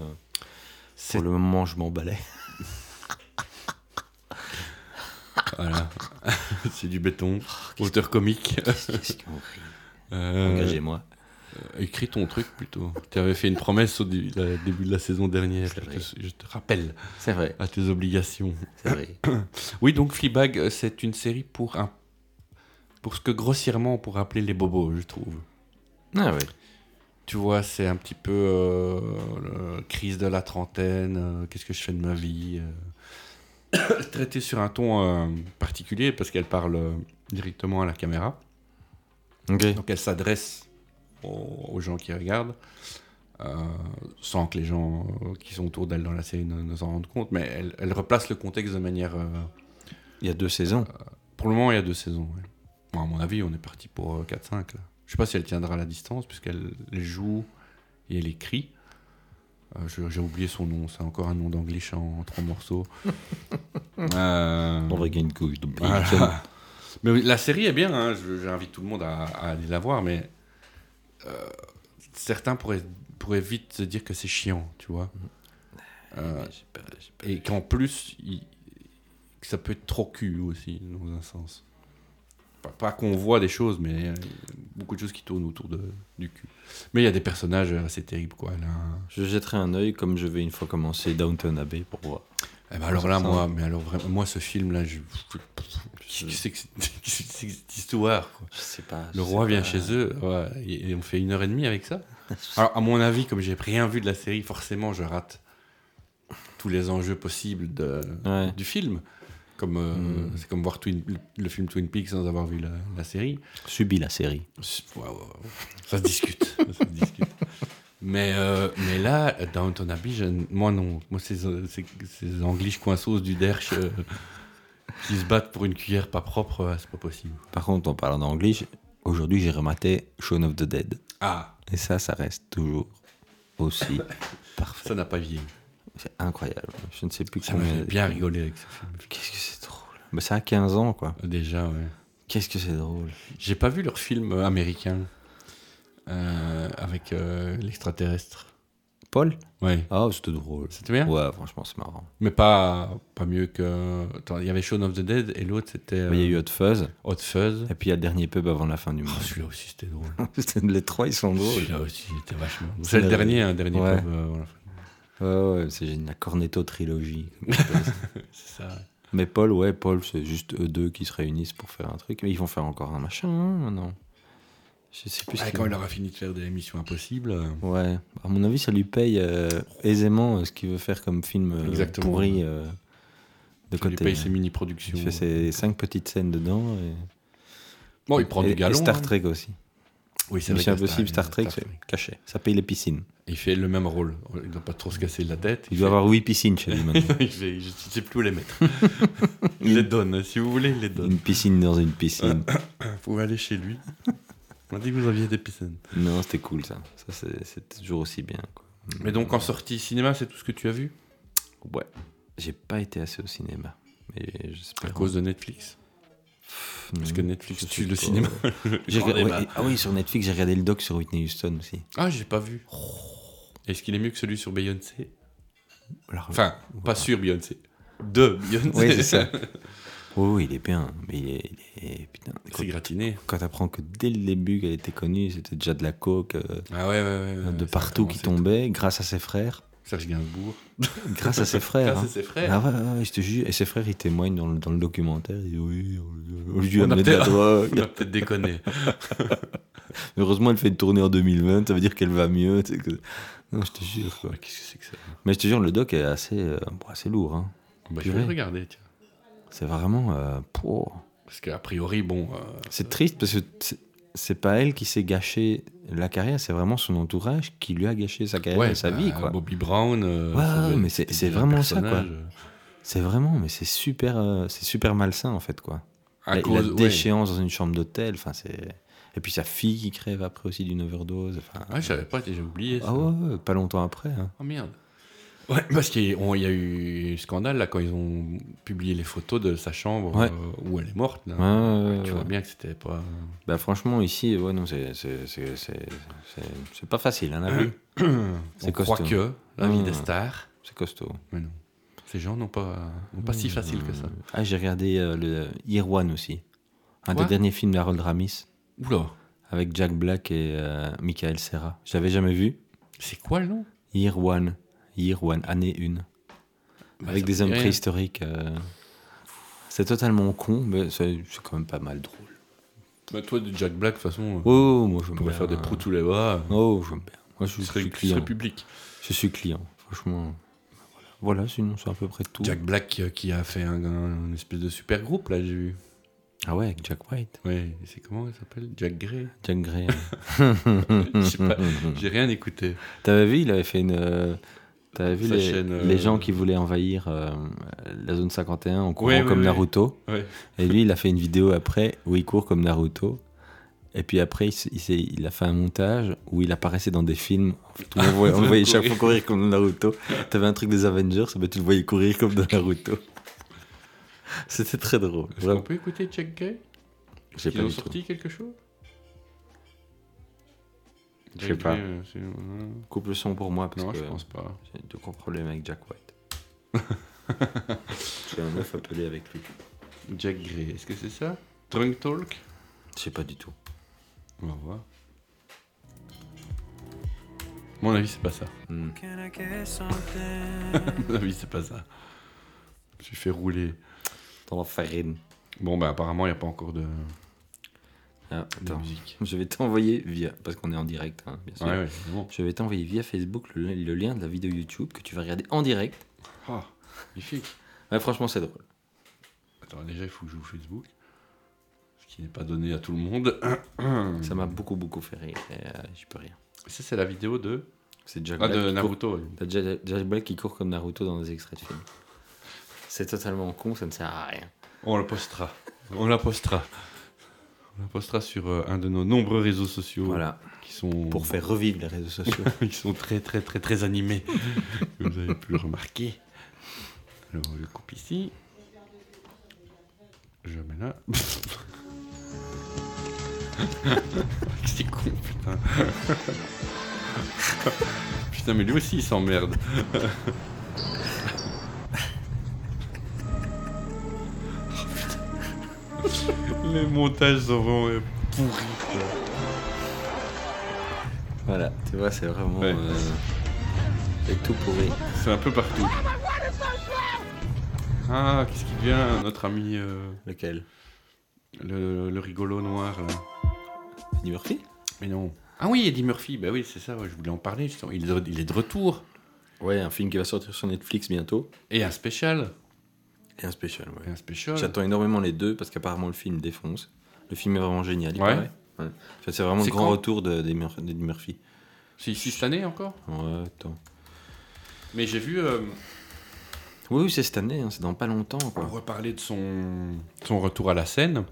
S4: c'est-
S5: pour le moment, je m'emballais.
S4: voilà. c'est du béton. Auteur comique.
S5: Qu'est-ce qu'on rit
S4: Euh,
S5: Engagez-moi.
S4: Écris ton truc plutôt. tu avais fait une promesse au dé- la- début de la saison dernière.
S5: C'est vrai.
S4: Je te, je te rappelle
S5: C'est vrai,
S4: à tes obligations.
S5: c'est vrai.
S4: Oui, donc Fleabag, euh, c'est une série pour un pour ce que grossièrement on pourrait appeler les bobos, je trouve.
S5: ah ouais.
S4: Tu vois, c'est un petit peu euh, le- crise de la trentaine, euh, qu'est-ce que je fais de ma vie euh. Traité sur un ton euh, particulier parce qu'elle parle euh, directement à la caméra.
S5: Ok.
S4: Donc elle s'adresse aux, aux gens qui regardent, euh, sans que les gens euh, qui sont autour d'elle dans la série ne, ne s'en rendent compte, mais elle, elle replace le contexte de manière... euh,
S5: Il y a deux saisons.
S4: pour le moment, il y a deux saisons. ouais. Bon, à mon avis, on est parti pour euh, 4-5. là. Je sais pas si elle tiendra la distance, puisqu'elle elle joue et elle écrit. Euh, je- J'ai oublié son nom, c'est encore un nom d'anglais en, en trois morceaux. Euh,
S5: On va gagner une couille. de
S4: Voilà.
S5: Bacon.
S4: Mais oui, la série est bien, hein, je- j'invite tout le monde à, à aller la voir, mais euh, certains pourraient, pourraient vite se dire que c'est chiant, tu vois. Euh,
S5: Ouais, j'ai pas- j'ai pas-
S4: et qu'en plus, il- que ça peut être trop cul aussi, dans un sens. Pas, pas qu'on voit des choses, mais euh, beaucoup de choses qui tournent autour de, du cul. Mais il y a des personnages assez terribles, quoi. Elle a un-
S5: Je jetterai un œil comme je vais une fois commencer Downton Abbey pour voir.
S4: Eh ben alors là,
S5: Ça-
S4: moi, mais alors vraiment, moi, ce film-là, je. Qu'est-ce que c'est que c'est- c'est que cette histoire, quoi
S5: Je sais pas. je
S4: Le
S5: sais
S4: roi
S5: pas.
S4: vient chez eux, ouais, et et on fait une heure et demie avec ça. Alors, à mon avis, comme j'ai rien vu de la série, forcément, je rate tous les enjeux possibles de,
S5: Ouais.
S4: du film. Comme euh,
S5: Mm.
S4: c'est comme voir Twin- le, le film Twin Peaks sans avoir vu la, la série.
S5: Subit la série.
S4: Ouais, ouais, ouais. Ça se discute, ça se discute. Mais euh, mais là, Downton Abbey, je- moi non, moi ces euh, ces, ces Anglish coinsos du derche euh, qui se battent pour une cuillère pas propre, euh, c'est pas possible.
S5: Par contre, en parlant d'anglais, j'ai- aujourd'hui j'ai rematé Shaun of the Dead.
S4: Ah,
S5: Et ça, ça reste toujours aussi parfait.
S4: ça n'a pas vieilli.
S5: C'est incroyable. Je ne sais plus
S4: Ça m'a fait
S5: combien-
S4: bien rigoler avec ce film.
S5: Qu'est-ce que c'est drôle. Mais ça a 15 ans, quoi.
S4: Déjà, ouais.
S5: Qu'est-ce que c'est drôle.
S4: J'ai pas vu leur film euh, américain euh, avec euh, l'extraterrestre.
S5: Paul
S4: Ouais.
S5: Ah, c'était drôle.
S4: C'était bien
S5: Ouais, franchement, c'est marrant.
S4: Mais pas, pas mieux que. Attends, il y avait Shaun of the Dead et l'autre c'était
S5: Il
S4: euh,
S5: y a eu Hot Fuzz,
S4: Hot Fuzz.
S5: et puis il y a le dernier pub avant la fin du mois.
S4: Oh, celui-là aussi c'était drôle.
S5: les trois, ils sont drôles.
S4: celui-là aussi il était vachement. drôle.
S5: C'est
S4: C'est le
S5: la-
S4: dernier, hein, dernier
S5: Ouais.
S4: pauvre, euh, voilà.
S5: Ouais, ouais, c'est génial. La Cornetto trilogie.
S4: C'est ça. ouais.
S5: Mais Paul, ouais, Paul, c'est juste eux deux qui se réunissent pour faire un truc. Mais ils vont faire encore un machin, hein, maintenant. Je sais plus ce
S4: Ah,
S5: qu'ils
S4: quand
S5: vont-
S4: il aura fini de faire des missions impossibles. euh,
S5: Ouais, à mon avis, ça lui paye euh, aisément euh, ce qu'il veut faire comme film euh,
S4: Exactement.
S5: pourri euh, de
S4: il
S5: côté. hein. euh,
S4: paye ses mini-productions.
S5: Il fait ses cinq petites scènes dedans. Et...
S4: Bon, il prend
S5: et-
S4: du galon.
S5: Et Star
S4: hein.
S5: Trek aussi.
S4: Oui, c'est vrai
S5: Mission
S4: qu'il y a
S5: Impossible, Star Trek,
S4: Trek.
S5: c'est caché. Ça paye les piscines.
S4: Il fait le même rôle. Il doit pas trop se casser la tête.
S5: Il doit avoir huit piscines chez lui maintenant.
S4: il fait- je ne sais plus où les mettre. il les donne. Si vous voulez, il les donne.
S5: une piscine dans une piscine.
S4: Vous pouvez aller chez lui. On a dit que vous aviez des piscines.
S5: non, c'était cool ça. Ça, c'est- c'est toujours aussi bien. quoi.
S4: Mais donc, en sortie cinéma, c'est tout ce que tu as vu
S5: Ouais. J'ai pas été assez au cinéma. Mais j'espère.
S4: À cause de Netflix.
S5: Hmm,
S4: Parce que Netflix
S5: je
S4: tue
S5: sais
S4: le
S5: pas.
S4: cinéma.
S5: J'ai
S4: Grand
S5: regardé-
S4: débat.
S5: ouais, et- ah oui, sur Netflix, j'ai regardé le doc sur Whitney Houston aussi.
S4: Ah, j'ai pas vu. Est-ce qu'il est mieux que celui sur Beyoncé
S5: Alors,
S4: Enfin, pas sur Beyoncé. De Beyoncé.
S5: Oui, c'est ça. Oui, oui, il est bien. Mais il est. il est- putain, quand,
S4: C'est gratiné.
S5: quand t'apprends que dès le début qu'elle était connue, c'était déjà de la coke euh,
S4: Ah ouais, ouais, ouais. ouais,
S5: de
S4: ça a
S5: partout qui
S4: commencé.
S5: tombait, grâce à ses frères.
S4: Serge Gainsbourg.
S5: Grâce à ses frères.
S4: Grâce à
S5: hein.
S4: ses frères.
S5: Ah ouais, ouais, je te jure. Et ses frères, ils témoignent dans le, dans le documentaire. Ils disent oui, euh, on, on lui
S4: On
S5: a
S4: a
S5: amené de la
S4: peut-être-
S5: drogue.
S4: Il a peut-être déconné.
S5: Heureusement, elle fait une tournée en 2020, ça veut dire qu'elle va mieux. tu sais que- Non, je te jure. quoi.
S4: Ouais, Qu'est-ce que c'est que ça
S5: Mais je te jure, le doc est assez, euh, bon, assez lourd. hein.
S4: bah, Je
S5: Purée.
S4: vais le regarder, tiens.
S5: C'est vraiment. euh, pouah.
S4: Parce qu'a priori, bon. euh,
S5: C'est triste parce que c'est- c'est pas elle qui s'est gâchée la carrière, c'est vraiment son entourage qui lui a gâché sa carrière et sa
S4: bah,
S5: vie. quoi.
S4: Bobby Brown. euh,
S5: Ouais,
S4: ça
S5: ouais,
S4: doit-
S5: mais c'est-
S4: c'était
S5: c'est
S4: déjà un
S5: vraiment ça, quoi.
S4: personnage.
S5: C'est vraiment, mais c'est super, euh, c'est super malsain en fait. quoi.
S4: À
S5: la,
S4: cause,
S5: la
S4: ouais.
S5: déchéance dans une chambre d'hôtel, enfin, c'est- et puis sa fille qui crève après aussi d'une overdose. enfin,
S4: Ah, je savais pas, j'ai oublié ça.
S5: ah ouais, ouais, pas longtemps après. hein.
S4: Oh merde. Ouais, parce qu'il y a on- il y a eu scandale là quand ils ont publié les photos de sa chambre
S5: Ouais.
S4: euh, où elle est morte. là.
S5: Ouais, ouais,
S4: tu
S5: ouais.
S4: vois bien que c'était pas.
S5: Bah franchement ici ouais non c'est c'est- c'est- c'est- c'est- c'est pas facile hein, la vie.
S4: On
S5: C'est
S4: croit
S5: costaud.
S4: que la vie
S5: Mmh.
S4: des stars,
S5: C'est costaud.
S4: mais non. Ces gens n'ont pas, n'ont pas si facile que ça.
S5: Ah j'ai regardé euh, le Irwan aussi. Un
S4: Quoi
S5: des derniers films d'Harold Ramis
S4: Oula,
S5: avec Jack Black et euh, Michael Serra. Je l'avais jamais vu.
S4: c'est quoi le nom
S5: Irwan. Irwan, année 1.
S4: Bah,
S5: avec
S4: ça
S5: des
S4: me
S5: hommes
S4: dit rien.
S5: préhistoriques. euh. C'est totalement con, mais c'est c'est quand même pas mal drôle.
S4: Bah, toi, de Jack Black, de toute façon, on
S5: Oh, moi j'aime bien.
S4: pourrait faire des proutes tous les bras.
S5: Oh, j'aime bien. Moi je
S4: Tu
S5: suis, je
S4: serais,
S5: suis
S4: tu serais
S5: client.
S4: public.
S5: Je suis client, franchement. Voilà, sinon c'est à peu près tout.
S4: Jack Black euh, qui a fait un, un- un espèce de super groupe, là, j'ai vu.
S5: Ah ouais, avec Jack White.
S4: Ouais, et c'est comment il s'appelle Jack Gray
S5: Jack Gray.
S4: Je sais pas, j'ai rien écouté.
S5: T'avais vu, il avait fait une. euh, T'avais vu
S4: Sa
S5: les,
S4: chaîne, euh,
S5: les gens qui voulaient envahir euh, la zone 51 en courant
S4: Ouais, ouais,
S5: comme
S4: ouais.
S5: Naruto.
S4: Ouais.
S5: Et lui, il a fait une vidéo après où il court comme Naruto. Et puis après, il, s- il, s'est- il a fait un montage où il apparaissait dans des films. Tout le monde voyait- on le voyait chaque fois courir comme Naruto. T'avais un truc des Avengers, mais tu le voyais courir comme dans Naruto. C'était très drôle.
S4: Est-ce qu'on
S5: Vraiment.
S4: peut écouter Jack Gray
S5: J'ai
S4: Ils
S5: pas
S4: ont
S5: du tout.
S4: sorti quelque chose
S5: Je sais pas.
S4: Gray, euh, c'est- non,
S5: Coupe le son pour moi parce
S4: non,
S5: que
S4: je pense pas.
S5: j'ai de gros problèmes avec Jack White. J'ai un meuf appelé avec lui.
S4: Jack Gray, est-ce que c'est ça Drunk Talk
S5: Je sais pas du tout.
S4: On va voir. Mon avis, c'est pas ça.
S5: Hmm.
S6: Can I get something?
S4: Mon avis, c'est pas ça. Je suis fait rouler.
S5: Dans la farine.
S4: Bon, bah, apparemment, il n'y a pas encore de, de
S5: Ah, attends.
S4: musique.
S5: Je vais t'envoyer via. Parce qu'on est en direct, hein, bien sûr.
S4: Ouais, ouais, évidemment.
S5: Je vais t'envoyer via Facebook le, le lien de la vidéo YouTube que tu vas regarder en direct.
S4: Ah, magnifique.
S5: Ouais, franchement, c'est drôle.
S4: Attends, déjà, il faut que je joue Facebook. Ce qui n'est pas donné à tout le monde.
S5: Ça m'a beaucoup, beaucoup fait rire. et, euh, J'y peux rien.
S4: Ça, c'est la vidéo de.
S5: C'est Jack
S4: Ah,
S5: Black.
S4: de
S5: qui court-
S4: Naruto. ouais.
S5: T'as Jack, Jack Black qui court comme Naruto dans des extraits de films. C'est totalement con, ça ne sert à rien.
S4: On la postera. On la postera. On la postera sur euh, un de nos nombreux réseaux sociaux
S5: Voilà.
S4: qui sont
S5: Pour faire revivre les réseaux sociaux.
S4: qui sont très très très très animés. Vous avez pu le remarquer. Alors je coupe ici. Je mets là. C'est con putain. Putain, mais lui aussi, il s'emmerde. Oh, putain. Les montages sont vraiment euh, pourris. quoi.
S5: Voilà, tu vois, c'est vraiment.
S4: Ouais.
S5: euh, c'est tout pourri.
S4: C'est un peu partout. Ah, qu'est-ce qui devient notre ami euh,
S5: Lequel
S4: le, le rigolo noir là
S5: Eddie Murphy
S4: Mais non. Ah oui, Eddie Murphy, bah oui, c'est ça, ouais, je voulais en parler justement. Il, est de- il est de retour.
S5: Ouais, un film qui va sortir sur Netflix bientôt.
S4: Et un spécial.
S5: Et un spécial,
S4: Et
S5: ouais.
S4: un spécial.
S5: J'attends énormément les deux parce qu'apparemment le film défonce. Le film est vraiment génial. il
S4: Ouais.
S5: paraît. Ouais. Ça, C'est vraiment
S4: C'est
S5: le grand
S4: quand
S5: retour de- d'Eddie Mur- d'Eddie Murphy.
S4: C'est ici cette année encore
S5: Ouais, attends.
S4: Mais j'ai vu. euh,
S5: Oui, oui, c'est cette année, hein, c'est dans pas longtemps.
S4: On
S5: Quoi.
S4: reparler de son, son retour à la scène.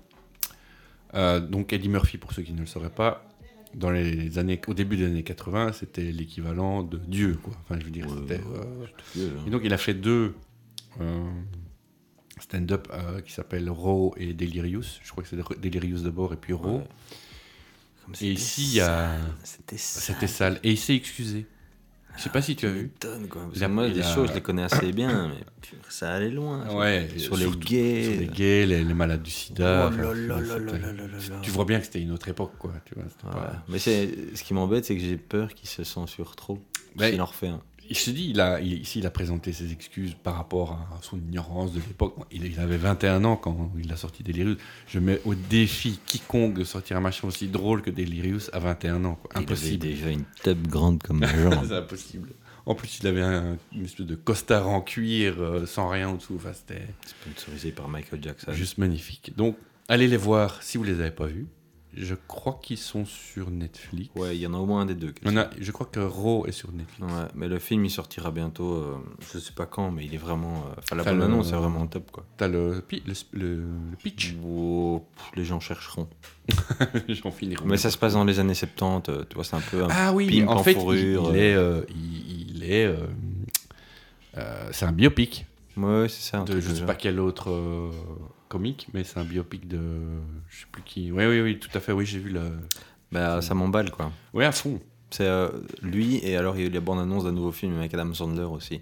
S4: Euh, donc Eddie Murphy, pour ceux qui ne le sauraient pas, dans les années, au début des années 80, c'était l'équivalent de Dieu. Quoi. Enfin, je veux dire, c'était, euh, Et donc il a fait deux euh, stand-up euh, qui s'appellent Raw et Delirious. Je crois que c'est Ra- Delirious d'abord et puis Raw.
S5: Ouais. Comme
S4: et
S5: c'était
S4: ici, il y a... Bah,
S5: sale, C'était ça.
S4: c'était sale. Et il s'est excusé. Je sais pas si tu as vu.
S5: quoi. Parce
S4: Il a-
S5: que moi,
S4: il
S5: les
S4: a-
S5: choses, je les connais assez bien, mais purée, ça allait loin.
S4: Ouais,
S5: Ah, sur, les
S4: surtout-
S5: gays.
S4: Sur les gays, les, les malades du sida.
S5: Oh
S4: enfin,
S5: là là
S4: c'était-
S5: là là là là là.
S4: Tu vois bien que c'était une autre époque, quoi. Tu vois, c'était
S5: Ouais.
S4: pas-
S5: Mais c'est- ce qui m'embête, c'est que j'ai peur qu'il se censure trop.
S4: Ouais.
S5: S'il en refait un.
S4: Il se dit, il a, il, ici, il a présenté ses excuses par rapport à son ignorance de l'époque. Il, il avait 21 ans quand il a sorti Delirious. Je mets au défi quiconque de sortir un machin aussi drôle que Delirious à 21 ans. quoi. Impossible.
S5: Il avait déjà une tête grande comme ma jambe.
S4: C'est impossible. En plus, il avait un, une espèce de costard en cuir euh, sans rien en dessous. Enfin, c'était
S5: Sponsorisé par Michael Jackson.
S4: juste magnifique. Donc, allez les voir si vous les avez pas vus. Je crois qu'ils sont sur Netflix.
S5: Ouais, il y en a au moins un des deux.
S4: Il y en a- je crois que Raw est sur Netflix.
S5: Ouais, mais le film il sortira bientôt, euh, je sais pas quand, mais il est vraiment. euh, Enfin, la
S4: Enfin,
S5: bande
S4: le-
S5: annonce est vraiment top quoi.
S4: T'as le, pi- le, sp- le- le pitch.
S5: Wow, pff, les gens chercheront. Mm.
S4: J'en finirai.
S5: Mais ça se passe dans les années 70, euh, tu vois, c'est un peu. un-
S4: Ah oui,
S5: Pimp
S4: mais en
S5: en
S4: fait, il-
S5: fourrure,
S4: il,
S5: euh.
S4: est, euh, il, il est, euh, euh, c'est un biopic
S5: Ouais, c'est ça. un
S4: de
S5: truc
S4: je
S5: du
S4: sais
S5: genre.
S4: pas quel autre euh, comique, mais c'est un biopic de, je sais plus qui. Oui, oui, oui, tout à fait. Oui, j'ai vu le.
S5: Bah, ça m'emballe quoi.
S4: Oui, à fond.
S5: C'est euh, lui, et alors il y a eu la bande annonce d'un nouveau film avec Adam Sandler aussi.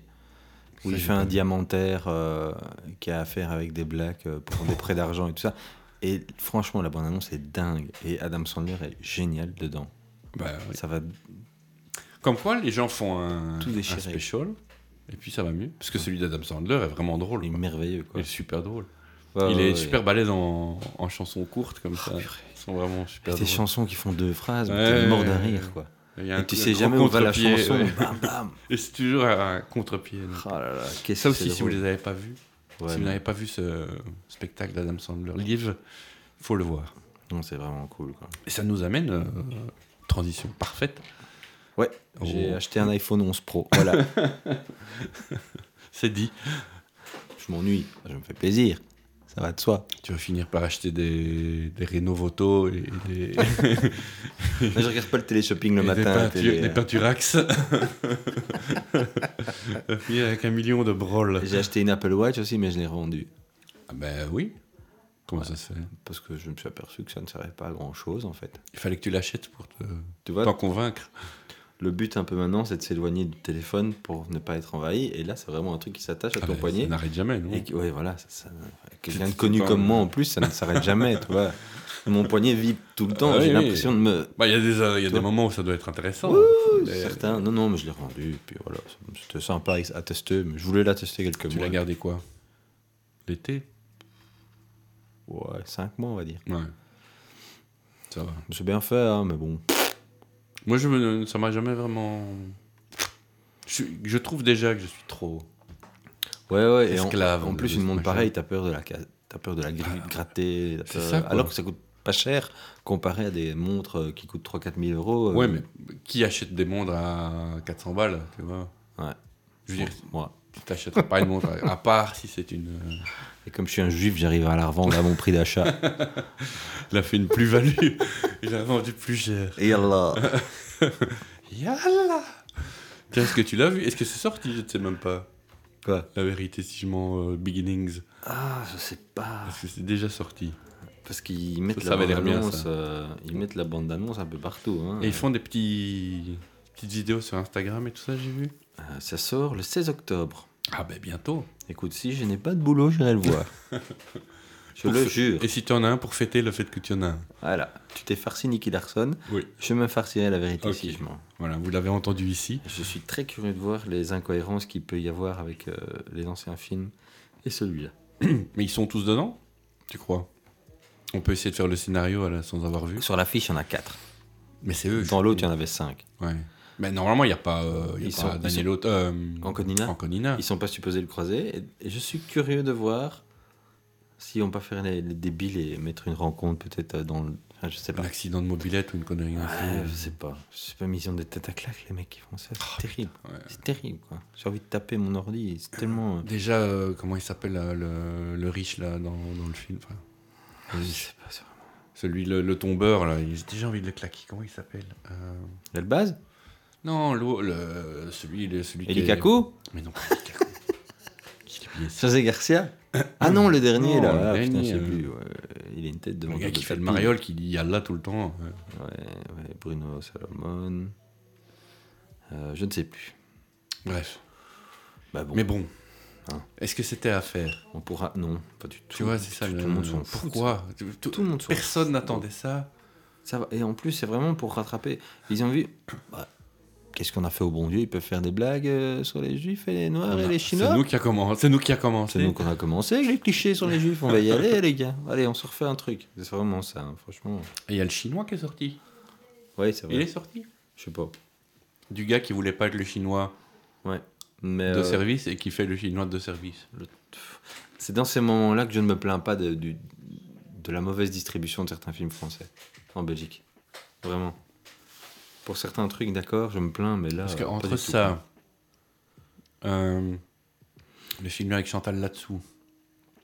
S4: Ça,
S5: Où il
S4: j'ai
S5: fait
S4: pas
S5: un
S4: vu.
S5: diamantaire euh, qui a affaire avec des blacks euh, pour des prêts d'argent et tout ça. Et franchement, la bande annonce est dingue. Et Adam Sandler est génial dedans.
S4: Bah, oui.
S5: Ça va.
S4: Comme quoi, les gens font un,
S5: Tout
S4: un
S5: déchiré.
S4: special, et puis ça va mieux, parce que celui d'Adam Sandler est vraiment drôle.
S5: Il est
S4: quoi.
S5: merveilleux
S4: Il
S5: quoi.
S4: est super drôle.
S5: Ouais,
S4: il
S5: ouais,
S4: est
S5: ouais. Oh,
S4: super balèze en, en chansons courtes comme ça.
S5: purée.
S4: Ils sont vraiment
S5: Des
S4: super drôles.
S5: chansons qui font deux phrases, mais
S4: Ouais,
S5: t'es mort
S4: ouais,
S5: d'un
S4: ouais.
S5: rire, quoi.
S4: Il y a un-
S5: Et tu
S4: un
S5: sais
S4: gros
S5: jamais où va la
S4: contre-pied,
S5: chanson.
S4: ouais.
S5: Bam, bam.
S4: Et c'est toujours un contre-pied. donc.
S5: Oh là là, qu'est-ce
S4: Ça
S5: que
S4: aussi,
S5: c'est
S4: si vous
S5: drôle.
S4: les avez pas vus,
S5: Ouais,
S4: si vous
S5: non.
S4: n'avez pas vu ce spectacle d'Adam Sandler, live, faut le voir.
S5: Non, c'est vraiment cool, quoi.
S4: Et ça nous amène, euh, transition parfaite,
S5: Ouais,
S4: Oh.
S5: j'ai acheté un iPhone 11 Pro. Voilà,
S4: c'est dit.
S5: je m'ennuie, je me fais plaisir. Ça va de soi.
S4: Tu vas finir par acheter des, des Renault Voto et des,
S5: Mais je regarde pas le télé-shopping le
S4: et des
S5: matin. la
S4: peintures,
S5: télé,
S4: des
S5: euh.
S4: peintures Axe. Va finir avec un million de brolles.
S5: J'ai acheté une Apple Watch aussi, mais je l'ai rendue.
S4: Ah ben oui. Comment ça se fait
S5: Parce que je me suis aperçu que ça ne servait pas à grand-chose, en fait.
S4: Il fallait que tu l'achètes pour te- t'en
S5: Tu vois,
S4: convaincre.
S5: le but un peu maintenant, c'est de s'éloigner du téléphone pour ne pas être envahi. Et là, c'est vraiment un truc qui s'attache à
S4: Ah
S5: ton
S4: ben,
S5: poignet.
S4: Ça n'arrête jamais, non
S5: Et que- ouais, voilà, ça- ça- quelqu'un de
S4: c'est
S5: connu
S4: pas-
S5: comme moi en plus, ça ne s'arrête jamais, tu vois. Mon poignet vibre tout le temps,
S4: Ah
S5: j'ai
S4: oui, oui.
S5: l'impression de me.
S4: Bah, Il y a, des, euh, il y a
S5: Toi-
S4: des moments où ça doit être intéressant. Mais-
S5: Certains, non, non, mais je l'ai rendu, puis voilà, c'était sympa à tester, mais je voulais la tester quelques
S4: Tu
S5: mois.
S4: l'as gardé quoi L'été
S5: Ouais, 5 mois, on va dire.
S4: Ouais. Ça va.
S5: C'est bien fait, hein, mais bon.
S4: Moi, je me- ça m'a jamais vraiment. Je, suis- je trouve déjà que je suis trop.
S5: Ouais, ouais, et en,
S4: Esclave, on
S5: en plus,
S4: devait
S5: une
S4: se
S5: montre
S4: mâcher.
S5: pareille, t'as peur de la, ca- t'as peur de la gri- gratter, t'as
S4: Ah, c'est
S5: peur-
S4: ça, quoi.
S5: alors que ça coûte pas cher comparé à des montres euh, qui coûtent 3-4 000 euros. euh,
S4: Ouais, mais qui achète des montres à 400 balles, tu vois
S5: Ouais.
S4: Je veux dire,
S5: Moi.
S4: tu t'achèteras pas une montre, à à part si c'est une. euh,
S5: Et comme je suis un juif, j'arrive à la revendre à mon prix d'achat.
S4: Il a fait une plus-value. Il a vendu plus cher.
S5: Et là.
S4: Yallah Tiens, est-ce que tu l'as vu Est-ce que c'est sorti Je ne sais même pas.
S5: Quoi
S4: La vérité, si je mens, euh, Beginnings.
S5: Ah, je sais pas.
S4: Parce que c'est déjà sorti.
S5: Parce qu'ils mettent
S4: Ça, ça
S5: la
S4: avait
S5: bande
S4: l'air bien,
S5: annonce,
S4: ça.
S5: euh, ils mettent la bande annonce un peu partout. hein.
S4: Et ils font des petits. petites vidéos sur Instagram et tout ça, j'ai vu.
S5: Euh, ça sort le 16 octobre.
S4: Ah ben bientôt.
S5: Écoute, si je n'ai pas de boulot, j'irai le voir. je
S4: Pour
S5: le
S4: fe-
S5: jure.
S4: Et si tu en as un pour fêter le fait que tu en as un.
S5: Voilà, tu t'es farci Nicky Larson.
S4: Oui.
S5: Je me farcirai la vérité
S4: Ok.
S5: si je mens.
S4: Voilà, vous l'avez entendu ici.
S5: Je suis très curieux de voir les incohérences qu'il peut y avoir avec euh, les anciens films et celui-là.
S4: Mais ils sont tous dedans Tu crois On peut essayer de faire le scénario à la- sans avoir vu.
S5: Sur l'affiche, il y en a 4.
S4: Mais c'est eux.
S5: Dans l'autre, il y en avait 5.
S4: Ouais. Mais normalement, il n'y a pas, euh, il y a
S5: Ils
S4: pas
S5: sont- ils
S4: Daniel
S5: sont-
S4: Aut- euh,
S5: Anconina
S4: Anconina.
S5: Ils sont pas supposés le croiser. Et, et je suis curieux de voir si on peut faire les, les débiles et mettre une rencontre peut-être euh, dans le. enfin, je sais pas.
S4: Un accident de mobilette ou une connerie. comme ça.
S5: Ouais, je sais pas. Je sais pas, mais ils ont des têtes à claque, les mecs qui font ça. C'est terrible.
S4: Oh, ouais.
S5: C'est terrible, quoi. J'ai envie de taper mon ordi. C'est tellement. euh,
S4: Déjà, euh, comment il s'appelle euh, le, le riche là dans, dans le film enfin, Ah,
S5: je sais pas, c'est vraiment.
S4: Celui, le, le tombeur là, il- j'ai déjà envie de le claquer. Comment il s'appelle Euh,
S5: Là, le base
S4: Non, l'au- le, celui, le, celui
S5: Et
S4: qui est-
S5: Lukaku
S4: Mais non, pas Lukaku. Qui est biaisé.
S5: José Garcia Ah non, le dernier,
S4: Non,
S5: là.
S4: le
S5: Ah, putain,
S4: dernier,
S5: je sais
S4: euh,
S5: plus, ouais. Il a une tête de
S4: le gars
S5: vendeur
S4: qui
S5: de
S4: fait le
S5: tapis.
S4: mariole qui dit Allah tout le temps. hein. ouais.
S5: Ouais, ouais, Bruno Salomon. Euh, je ne sais plus.
S4: Bref.
S5: Bah bon,
S4: Mais bon.
S5: Hein.
S4: Est-ce que c'était à faire
S5: on pourra. Non, pas du tout.
S4: Tu vois, c'est ça.
S5: Tout, tout le monde s'en fout. de ça.
S4: Pourquoi Tout- tout-
S5: Tout le monde s'en
S4: Personne
S5: fout.
S4: n'attendait ça.
S5: Ça va. Et en plus, c'est vraiment pour rattraper. Ils ont vu. bah, Qu'est-ce qu'on a fait au bon Dieu Ils peuvent faire des blagues euh, sur les Juifs et les Noirs et les Chinois.
S4: C'est nous qui a commencé. C'est nous qui a
S5: C'est
S4: commencé.
S5: nous qu'on a commencé avec les clichés sur les Juifs. On va y aller, les gars. Allez, on se refait un truc. C'est vraiment ça, hein, franchement.
S4: Et il y a le chinois qui est sorti.
S5: Ouais, c'est
S4: Il est
S5: vrai.
S4: sorti.
S5: Je sais pas.
S4: Du gars qui voulait pas être le chinois
S5: Ouais. Mais
S4: de
S5: euh,
S4: service et qui fait le chinois de service.
S5: c'est dans ces moments-là que je ne me plains pas de, du- de la mauvaise distribution de certains films français en Belgique. Vraiment. Pour certains trucs, d'accord, je me plains, mais là.
S4: Parce
S5: euh, pas du
S4: qu'entre
S5: tout,
S4: ça, euh, le film avec Chantal là-dessous,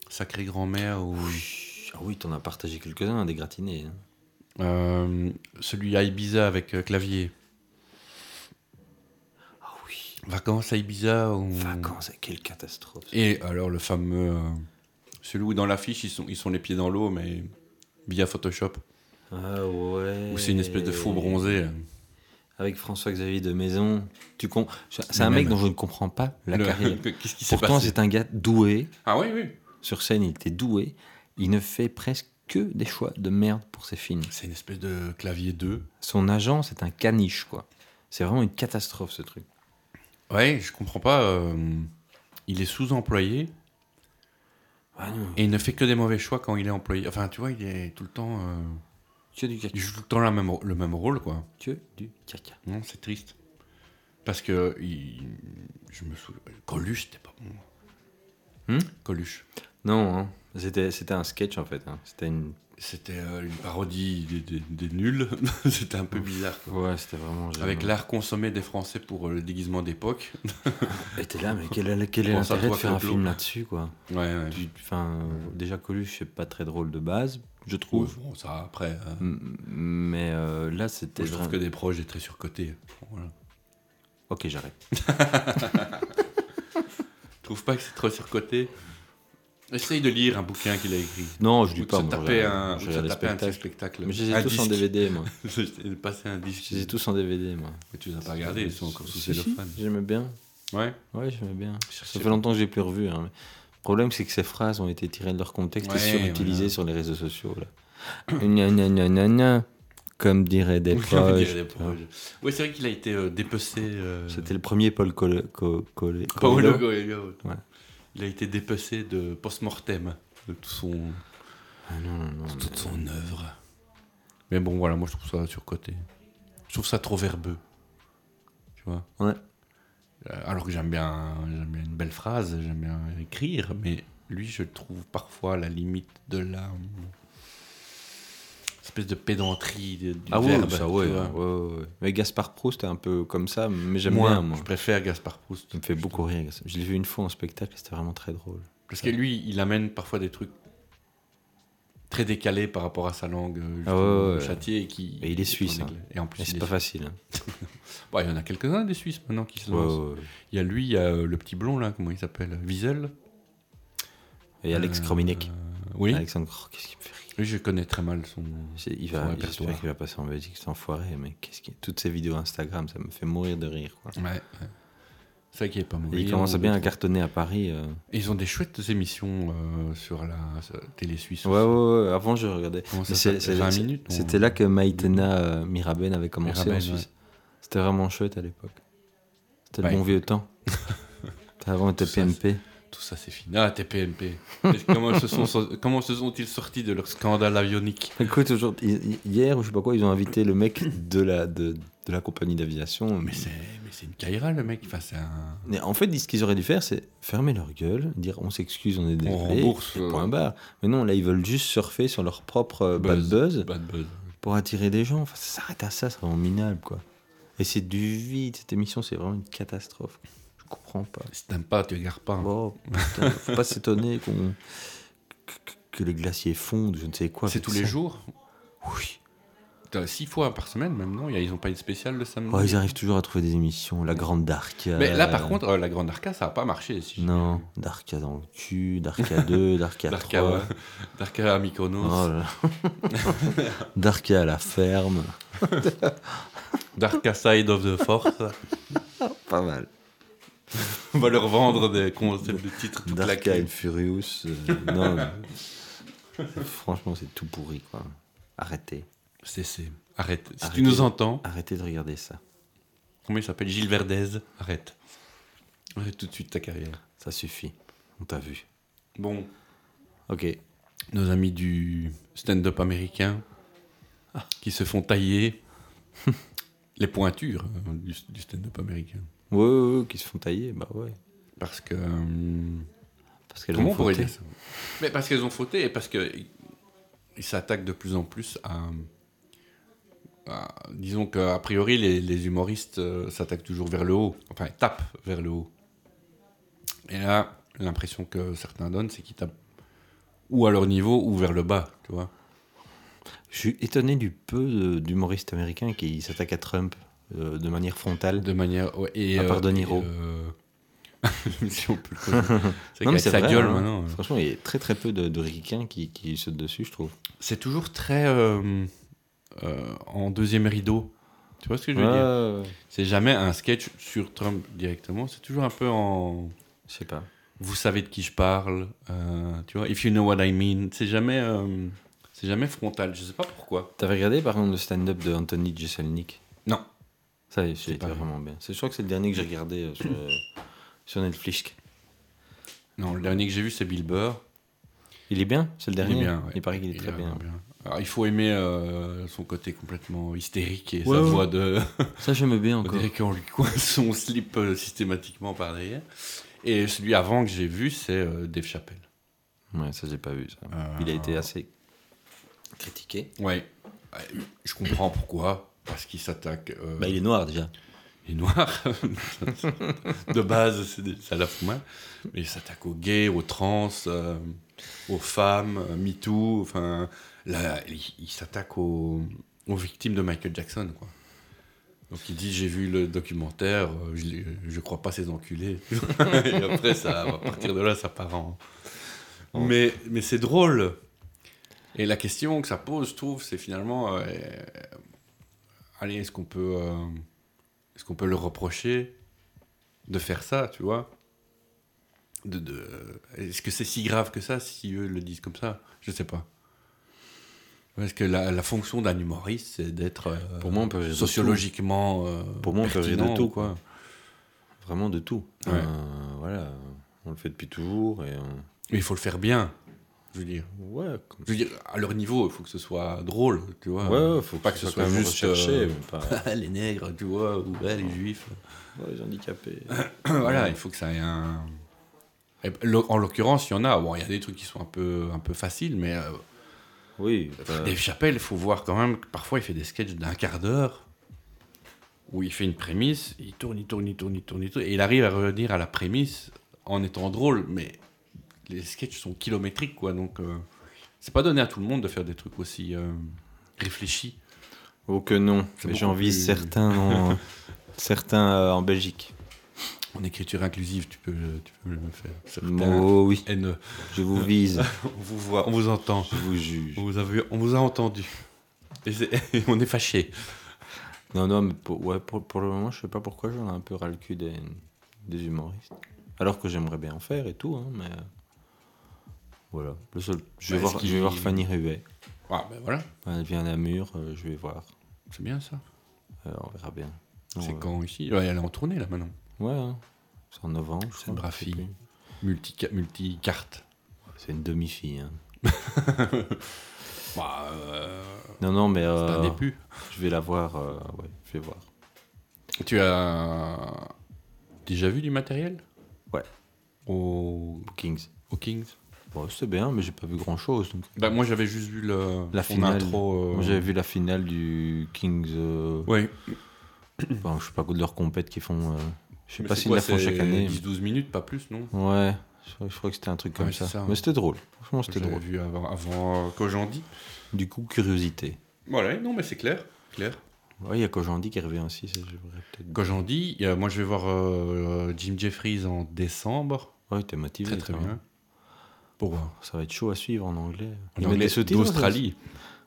S4: Sacrée Grand-mère ou
S5: Ah oui, t'en as partagé quelques-uns, des gratinés. hein.
S4: euh, celui à Ibiza avec euh, Clavier,
S5: Ah oui.
S4: Vacances à Ibiza ou...
S5: Mmh. Vacances, eh, quelle catastrophe.
S4: Et alors le fameux, euh, celui où dans l'affiche ils sont, ils sont les pieds dans l'eau mais via Photoshop,
S5: Ah ouais.
S4: où c'est une espèce de faux bronzé. là.
S5: Avec François-Xavier de Maison. Tu con... C'est
S4: Mais
S5: un mec
S4: même-
S5: dont je ne comprends pas la
S4: Le-
S5: carrière.
S4: Qu'est-ce qui s'est
S5: Pourtant,
S4: passé
S5: c'est un gars doué.
S4: Ah oui, oui.
S5: Sur scène, il était doué. Il ne fait presque que des choix de merde pour ses films.
S4: C'est une espèce de clavier 2.
S5: Son agent, c'est un caniche, quoi. C'est vraiment une catastrophe, ce truc.
S4: Ouais, je comprends pas. euh, il est sous-employé.
S5: Ah non,
S4: Et il ne fait que des mauvais choix quand il est employé. Enfin, tu vois, il est tout le temps. euh,
S5: que du caca.
S4: il joue tout le temps la même, le même rôle, quoi.
S5: Que du caca.
S4: Non, c'est triste. Parce que. il- je me souviens. Coluche, c'était pas bon.
S5: Hmm
S4: Coluche.
S5: Non, hein. c'était c'était un sketch, en fait. hein. C'était une...
S4: C'était euh, une parodie des, des- des nuls. c'était un peu bizarre.
S5: Ouais, c'était vraiment...
S4: Avec
S5: gênant.
S4: l'art consommé des Français pour euh, le déguisement d'époque.
S5: Et t'es là, mais quel, est- quel est
S4: Pense à
S5: l'intérêt de
S4: toi,
S5: faire un
S4: Claude
S5: film
S4: Blanc.
S5: là-dessus, quoi
S4: Ouais, ouais.
S5: Tu- Enfin, euh, déjà Coluche, c'est pas très drôle de base, je
S4: Ouais,
S5: trouve.
S4: bon, ça, après. euh, moi,
S5: M- Mais euh, là, c'était.
S4: je trouve
S5: vraiment-
S4: que des proches est très surcoté. Voilà.
S5: Ok, j'arrête.
S4: Je trouve pas que c'est trop surcoté. Essaye de lire un bouquin qu'il a écrit.
S5: Non, Oh, je
S4: Ou
S5: dis
S4: de
S5: pas.
S4: se
S5: moi,
S4: taper
S5: j'ai-
S4: un, ou
S5: j'ai
S4: de se
S5: regardé
S4: taper un petit
S5: spectacle.
S4: spectacle.
S5: Mais je les
S4: Un
S5: ai tous en
S4: disque.
S5: DVD, moi.
S4: J'ai passé un disque.
S5: Je les ai tous en DVD, moi.
S4: Mais tu les as pas regardés, ils sont encore sous cellophane.
S5: J'aimais bien.
S4: Ouais.
S5: Ouais, j'aimais bien.
S4: cherchais
S5: Ça fait longtemps que j'ai plus revu. hein, mais Le problème, c'est que ces phrases ont été tirées de leur contexte
S4: Ouais,
S5: et surutilisées
S4: voilà.
S5: sur les réseaux sociaux. Là. gna gna gna gna gna, comme diraient des proches.
S4: Des
S5: tu vois.
S4: proches. Ouais, c'est vrai qu'il a été euh, dépecé. euh,
S5: C'était le premier Paul Cole- Co- Cole-
S4: Paolo
S5: Coelho.
S4: Coelho.
S5: Ouais.
S4: Il a été dépecé de post-mortem, de tout son,
S5: Ah non, non, non.
S4: de toute son œuvre. Mais bon, voilà, moi je trouve ça surcoté. Je trouve ça trop verbeux. Tu vois
S5: Ouais.
S4: Euh, Alors que j'aime bien, j'aime bien une belle phrase, j'aime bien écrire, mais lui, je le trouve parfois à la limite de la. espèce de pédanterie de- du
S5: Ah ouais,
S4: verbe.
S5: ça
S4: tu
S5: ouais,
S4: vois.
S5: ouais, ouais. Mais Gaspard Proust est un peu comme ça, mais j'aime
S4: Moi,
S5: bien moi.
S4: Je préfère Gaspard Proust.
S5: Il me fait beaucoup rire. Gaspard. Je l'ai vu une fois en spectacle, et c'était vraiment très drôle.
S4: Parce que lui, il amène parfois des trucs très décalés par rapport à sa langue euh,
S5: Ah ouais,
S4: justement,
S5: ouais.
S4: châtiée et qui
S5: Et il est suisse, hein.
S4: et en
S5: Mais
S4: plus il
S5: c'est
S4: est
S5: pas
S4: suisse.
S5: facile. hein.
S4: Bon, il y en a quelques-uns des Suisses maintenant qui se
S5: Ouais,
S4: lancent
S5: ouais, ouais.
S4: il y a lui il y a euh, le petit blond là comment il s'appelle Wiesel
S5: Et Alex Krominek.
S4: Euh, Oui.
S5: Alexandre Croc, qu'est-ce qu'il me fait rire
S4: Oui, je connais très mal son.
S5: C'est- Il
S4: Son
S5: va,
S4: répertoire.
S5: j'espère qu'il va passer en Belgique, cet enfoiré, mais qu'est-ce qui... toutes ces vidéos Instagram, ça me fait mourir de rire. Quoi.
S4: Ouais. ouais. C'est vrai qu'il est pas
S5: Et
S4: mauvais.
S5: il commence
S4: On-
S5: à bien à cartonner à Paris. euh.
S4: Ils ont des chouettes émissions euh, sur la sur la télé suisse.
S5: Ouais, ouais, ouais, avant je regardais.
S4: Comment ça
S5: Mais c'est-
S4: s'appelle
S5: c'est-
S4: 20
S5: c'est-
S4: minutes, non
S5: C'était là que Maïtena euh, Miraben avait commencé
S4: Miraben,
S5: en Suisse. C'était vraiment chouette à l'époque. C'était
S4: Ouais.
S5: le bon vieux temps. avant, on était
S4: Tout ça,
S5: PMP.
S4: Tout ça, c'est fini. Ah, TPMP. Mais comment, se sont, comment se sont-ils sortis de leur scandale avionique
S5: Écoute, aujourd'hui- hi- hier, ou je sais pas quoi, ils ont invité le mec de la, de, de la compagnie d'aviation.
S4: Mais c'est mais c'est une caïra, le mec. Enfin, c'est un.
S5: Mais en fait, ce qu'ils auraient dû faire, c'est fermer leur gueule, dire on s'excuse, on est désolé.
S4: rembourse,
S5: et
S4: euh.
S5: Point barre. Mais non, là, ils veulent juste surfer sur leur propre euh, bad buzz
S4: Bad buzz.
S5: pour attirer des gens. Enfin, ça s'arrête à ça, c'est vraiment minable, quoi. Et c'est du vide, cette émission, c'est vraiment une catastrophe. Je comprends pas.
S4: Si t'aimes pas, tu regardes pas. hein.
S5: Oh, putain, faut pas s'étonner qu'on- que, que les glaciers fondent, je ne sais quoi.
S4: c'est
S5: avec
S4: tous les
S5: ça.
S4: jours
S5: Oui.
S4: T'as Six fois par semaine, même, non Il y a- Ils ont pas une spéciale le samedi
S5: Oh, ils arrivent toujours à trouver des émissions. La Grande Darka.
S4: Mais là, par contre, euh, la Grande Arca, ça a pas marché. Si j'ai
S5: Non,
S4: bien
S5: Darka dans le cul, Darka 2, Darka
S4: vu.
S5: 3.
S4: D'Arca, ouais. D'Arca à euh, Mykonos.
S5: Oh là là. Darka à la ferme.
S4: D'Arca Side of the Force.
S5: Pas mal.
S4: On va leur vendre des concepts de titres toute la
S5: Darka and Furious. euh, non. mais- Franchement, c'est tout pourri, quoi. Arrêtez.
S4: Cessez. Arrête. Si
S5: Arrêtez.
S4: tu nous entends,
S5: Arrêtez de regarder ça.
S4: comment il s'appelle Gilles Verdez Arrête. Arrête tout de suite ta carrière.
S5: Ça suffit. On t'a vu.
S4: Bon,
S5: Ok.
S4: nos amis du stand-up américain qui se font tailler les pointures euh, du, du stand-up américain.
S5: Ouais, ouais, ouais, qui se font tailler, bah ouais.
S4: Parce que. euh,
S5: Parce qu'elles
S4: Comment
S5: ont
S4: on pourrait
S5: fauté.
S4: dire ça Mais parce qu'elles ont fauté et parce que ils s'attaquent de plus en plus à. à- disons qu'a priori, les, les humoristes euh, s'attaquent toujours vers le haut, enfin, ils tapent vers le haut. Et là, l'impression que certains donnent, c'est qu'ils tapent ou à leur niveau ou vers le bas, tu vois.
S5: Je suis étonné du peu de- d'humoristes américains qui s'attaquent à Trump euh, de manière frontale.
S4: De manière. ouais, et,
S5: À part De Niro.
S4: et, euh, si on peut le dire. C'est
S5: Non,
S4: qu'avec
S5: mais
S4: sa
S5: vrai,
S4: gueule
S5: hein.
S4: maintenant. euh,
S5: Franchement, il y a très très peu de, de ricains qui, qui sautent dessus, je trouve.
S4: C'est toujours très. euh, euh, en deuxième rideau. Tu vois ce que je veux dire
S5: Ouais,
S4: C'est jamais un sketch sur Trump directement, c'est toujours un peu en
S5: Je sais pas.
S4: vous savez de qui je parle, euh, tu vois, if you know what I mean. C'est jamais, euh, c'est jamais frontal, je sais pas pourquoi.
S5: T'avais regardé par exemple le stand-up de Anthony Jeselnik
S4: Non.
S5: Ça, c'est
S4: pas vu.
S5: vraiment bien. C'est- Je crois que c'est le dernier que j'ai regardé euh, sur, euh, sur Netflix.
S4: Non, le dernier que j'ai vu c'est Bill Burr.
S5: Il est bien C'est le dernier
S4: Il est bien. ouais.
S5: Il paraît qu'il est très bien.
S4: vraiment Alors, il faut aimer euh, son côté complètement hystérique et
S5: Ouais,
S4: sa
S5: ouais.
S4: voix de.
S5: Ça, j'aime bien
S4: On
S5: encore.
S4: dirait qu'on lui coince son slip euh, systématiquement par derrière. Et celui avant que j'ai vu, c'est euh, Dave Chappelle.
S5: Ouais, ça, j'ai pas vu. ça.
S4: Euh,
S5: Il a été assez critiqué.
S4: Ouais. Euh, Je comprends pourquoi. Parce qu'il s'attaque. euh,
S5: Bah, il est noir déjà.
S4: les noirs, de base, c'est des- ça la fout mal. Mais ils s'attaquent aux gays, aux trans, euh, aux femmes, euh, MeToo. Enfin, là, ils il s'attaquent aux, aux victimes de Michael Jackson, quoi. Donc il dit j'ai vu le documentaire, euh, je, l'ai- je crois pas ces enculés. Et après ça, à partir de là, ça part en. Mais mais c'est drôle. Et la question que ça pose, je trouve, c'est finalement, euh, allez, est-ce qu'on peut euh, est-ce qu'on peut le reprocher de faire ça, tu vois de, de- Est-ce que c'est si grave que ça si eux le disent comme ça Je sais pas. Parce que la, la fonction d'un humoriste, c'est d'être euh,
S5: Pour moi, on peut rire de
S4: sociologiquement. euh,
S5: Pour moi, on peut rire de
S4: pertinent,
S5: tout, quoi. Vraiment de tout.
S4: Ouais.
S5: Euh, voilà. On le fait depuis toujours. Et on-
S4: Mais il faut le faire bien. Je veux dire,
S5: Ouais, comme-
S4: je veux dire à leur niveau, il faut que ce soit drôle, tu vois.
S5: Ouais, ouais, faut
S4: pas que ce soit juste
S5: cherché.
S4: euh, les nègres, tu vois, ou ouais, les juifs.
S5: les handicapés.
S4: voilà, il faut que ça ait un. Et lo- En l'occurrence, il y en a. Bon, il y a des trucs qui sont un peu, un peu faciles, mais euh,
S5: oui. bah,
S4: Dave Chappelle, il faut voir quand même que parfois il fait des sketchs d'un quart d'heure où il fait une prémisse, il tourne, il tourne, il tourne, il tourne, il tourne, et il arrive à revenir à la prémisse en étant drôle, mais les sketchs sont kilométriques, quoi. Donc, euh, c'est pas donné à tout le monde de faire des trucs aussi euh, réfléchis.
S5: Oh que non.
S4: C'est
S5: Mais
S4: beaucoup
S5: j'en vis
S4: plus-
S5: certains, en... certains euh, en Belgique.
S4: En écriture inclusive, tu peux, tu peux le faire. Certains
S5: Oh oui,
S4: haineux.
S5: je vous vise,
S4: On vous voit, on vous entend.
S5: je vous juge.
S4: On vous a, vu- on vous a entendu. Et c'est- et on est fâché.
S5: Non, non, mais pour, ouais, pour, pour le moment, je sais pas pourquoi j'en ai un peu ras le cul des, des humoristes. Alors que j'aimerais bien en faire et tout, hein, mais. euh, Voilà. Le seul, je, vais
S4: Bah, est-ce
S5: voir, je vais
S4: qu'il-
S5: voir Fanny Ruet.
S4: Ah ben voilà,
S5: Elle vient à Namur, euh, je vais voir.
S4: c'est bien ça.
S5: Euh, on verra bien.
S4: C'est
S5: Ouais.
S4: quand ici Ouais, Elle est en tournée là maintenant.
S5: Ouais, hein. c'est en novembre. je
S4: C'est
S5: crois,
S4: une brave
S5: je sais
S4: fille.
S5: plus.
S4: Multi- Multi-carte.
S5: C'est une demi-fille. hein.
S4: bah, euh,
S5: Non, non, mais
S4: c'est un
S5: euh,
S4: début.
S5: je vais la voir. euh, ouais, je vais voir.
S4: Tu as déjà vu du matériel
S5: Ouais.
S4: Au,
S5: Kings.
S4: au Kings
S5: Bon, c'est bien, mais j'ai pas vu grand chose. Donc.
S4: Bah, moi j'avais juste vu le,
S5: La
S4: son
S5: finale.
S4: intro. euh,
S5: Moi, J'avais vu la finale du Kings. euh,
S4: Ouais.
S5: enfin, je sais pas quoi de leur compète qu'ils font. euh, je sais
S4: Mais
S5: pas
S4: c'est
S5: s'ils
S4: quoi,
S5: la font
S4: c'est
S5: chaque année.
S4: 10-12 minutes, pas plus, non
S5: Ouais, je, crois- je crois que c'était un truc comme
S4: Ouais,
S5: ça.
S4: c'est ça,
S5: Mais
S4: ouais.
S5: c'était drôle. Franchement, c'était
S4: J'avais
S5: drôle.
S4: vu avant, avant euh, Kojandi.
S5: Du coup, curiosité.
S4: Voilà, non mais c'est clair. Clair.
S5: Ouais, il y a Kojandi qui revient aussi. Ça, j'aimerais peut-être.
S4: Kojandi, euh, moi je vais voir euh, Jim Jeffries en décembre.
S5: Ouais, t'es motivé.
S4: Très très
S5: toi, hein.
S4: bien. Pour voir.
S5: Ça va être chaud à suivre en
S4: En
S5: anglais. Ils mettent
S4: anglais,
S5: des sous-titres,
S4: d'Australie.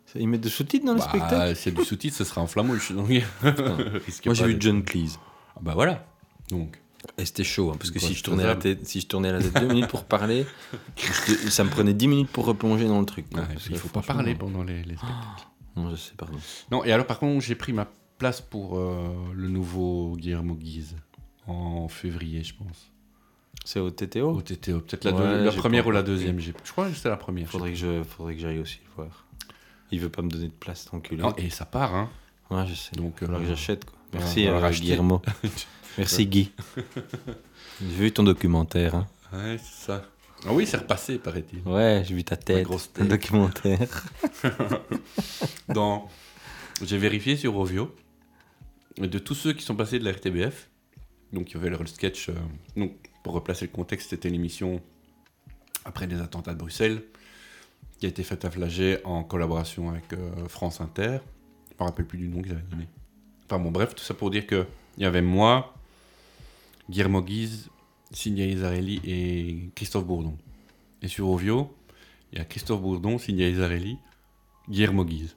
S5: ça Ils mettent des sous-titres dans le
S4: Bah,
S5: spectacle.
S4: c'est du sous-titre, ce sera en flamand. Je suis dans le- Risque
S5: Moi j'ai
S4: pas
S5: vu
S4: de-
S5: John Cleese.
S4: Ah, Bah voilà. Donc,
S5: Et c'était chaud, hein, parce que
S4: Quoi,
S5: si je,
S4: c'est
S5: tournais la
S4: faisable.
S5: tête, si je tournais la tête deux minutes pour parler, je- ça me prenait dix minutes pour replonger dans le truc. quoi.
S4: ouais,
S5: Parce
S4: il
S5: que
S4: faut pas
S5: franchement, Ah.
S4: parler pendant les, les spectacles.
S5: Non, je sais, pardon.
S4: Non, et alors par contre, j'ai pris ma place pour euh, le nouveau Guillermo Guise en février, je pense.
S5: C'est au
S4: Au
S5: TTO
S4: TTO, peut-être la,
S5: Oh. Ouais,
S4: deux- la
S5: j'ai
S4: première
S5: pas
S4: ou la
S5: compris.
S4: deuxième. j'ai- Je crois que c'était la première.
S5: Faudrait que je, faudrait que j'aille aussi le voir. Il veut pas me donner de place, tant qu'il
S4: Non, et ça part, hein.
S5: Ouais, je sais.
S4: Donc,
S5: Faudra
S4: euh,
S5: que j'achète. quoi.
S4: on va
S5: Merci
S4: le
S5: euh,
S4: racheter.
S5: Guillermo. Merci Guy. j'ai vu ton documentaire. hein.
S4: Ouais, c'est ça. Ah oui, c'est repassé, paraît-il.
S5: Ouais, j'ai vu ta tête.
S4: grosse
S5: Ton
S4: tête.
S5: documentaire.
S4: Dans... J'ai vérifié sur Rovio, de tous ceux qui sont passés de la RTBF, donc il y avait le sketch, euh, donc pour replacer le contexte, c'était l'émission après les attentats de Bruxelles, qui a été faite à Flagey en collaboration avec euh, France Inter. Je me rappelle plus du nom qu'ils avaient donné. Enfin bon, bref, tout ça pour dire que il y avait moi, Guillermo Guise, Signé Isarelli et Christophe Bourdon. Et sur Ovio, il y a Christophe Bourdon, Signé Isarelli, Guillermo Guise.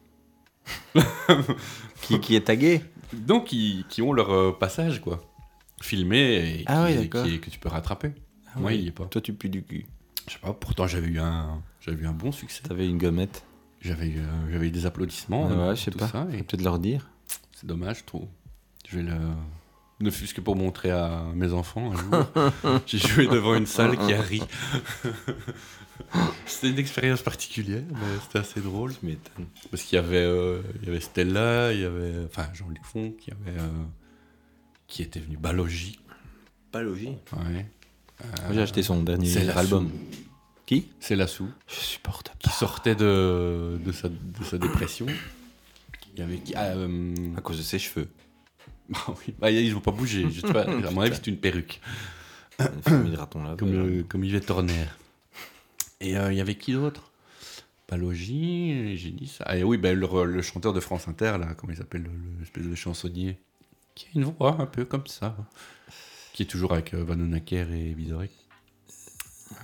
S5: qui, qui est tagué
S4: Donc, qui, qui ont leur euh, passage, quoi. Filmé et
S5: Ah
S4: qui-
S5: oui, d'accord. Ah
S4: qui- que tu peux rattraper. Moi, Ah il y est pas.
S5: Toi, tu pues du cul.
S4: Je sais pas, pourtant, j'avais eu un, j'avais eu un bon succès.
S5: T'avais une gommette.
S4: J'avais eu, euh, j'avais eu des applaudissements.
S5: Ouais,
S4: euh,
S5: ouais, je sais
S4: tout
S5: pas.
S4: ça, et
S5: Faut peut-être leur dire.
S4: c'est dommage, je trouve. Je vais le. Ne fût-ce que pour montrer à mes enfants un jour. J'ai joué devant une salle qui a ri. c'était une expérience particulière, mais c'était assez drôle.
S5: Tu m'étonnes.
S4: Parce qu'il y avait, euh, il y avait Stella, il y avait enfin Jean-Luc Font, qui avait euh, qui était venu Balogie.
S5: Pas logique.
S4: Ouais.
S5: Moi, J'ai acheté son dernier
S4: Ah, C'est la
S5: album. Qui
S4: C'est Lassou
S5: Je supporte
S4: qui sortait de, de, sa, de sa dépression. Il y avait qui ah, euh,
S5: À cause de ses cheveux.
S4: ah oui, bah, ils n'ont pas bougé. Je sais pas, à mon avis, c'est une perruque.
S5: Une famille de ratons laveurs.
S4: Comme, euh, comme Yvette Horner. Et euh, il y avait qui d'autre Balogie, j'ai dit ça. Ah et oui, bah, le, le chanteur de France Inter, là, comment il s'appelle, le- l'espèce de chansonnier, qui a une voix un peu comme ça. Qui est toujours avec euh, Van Honacker et Vizorek.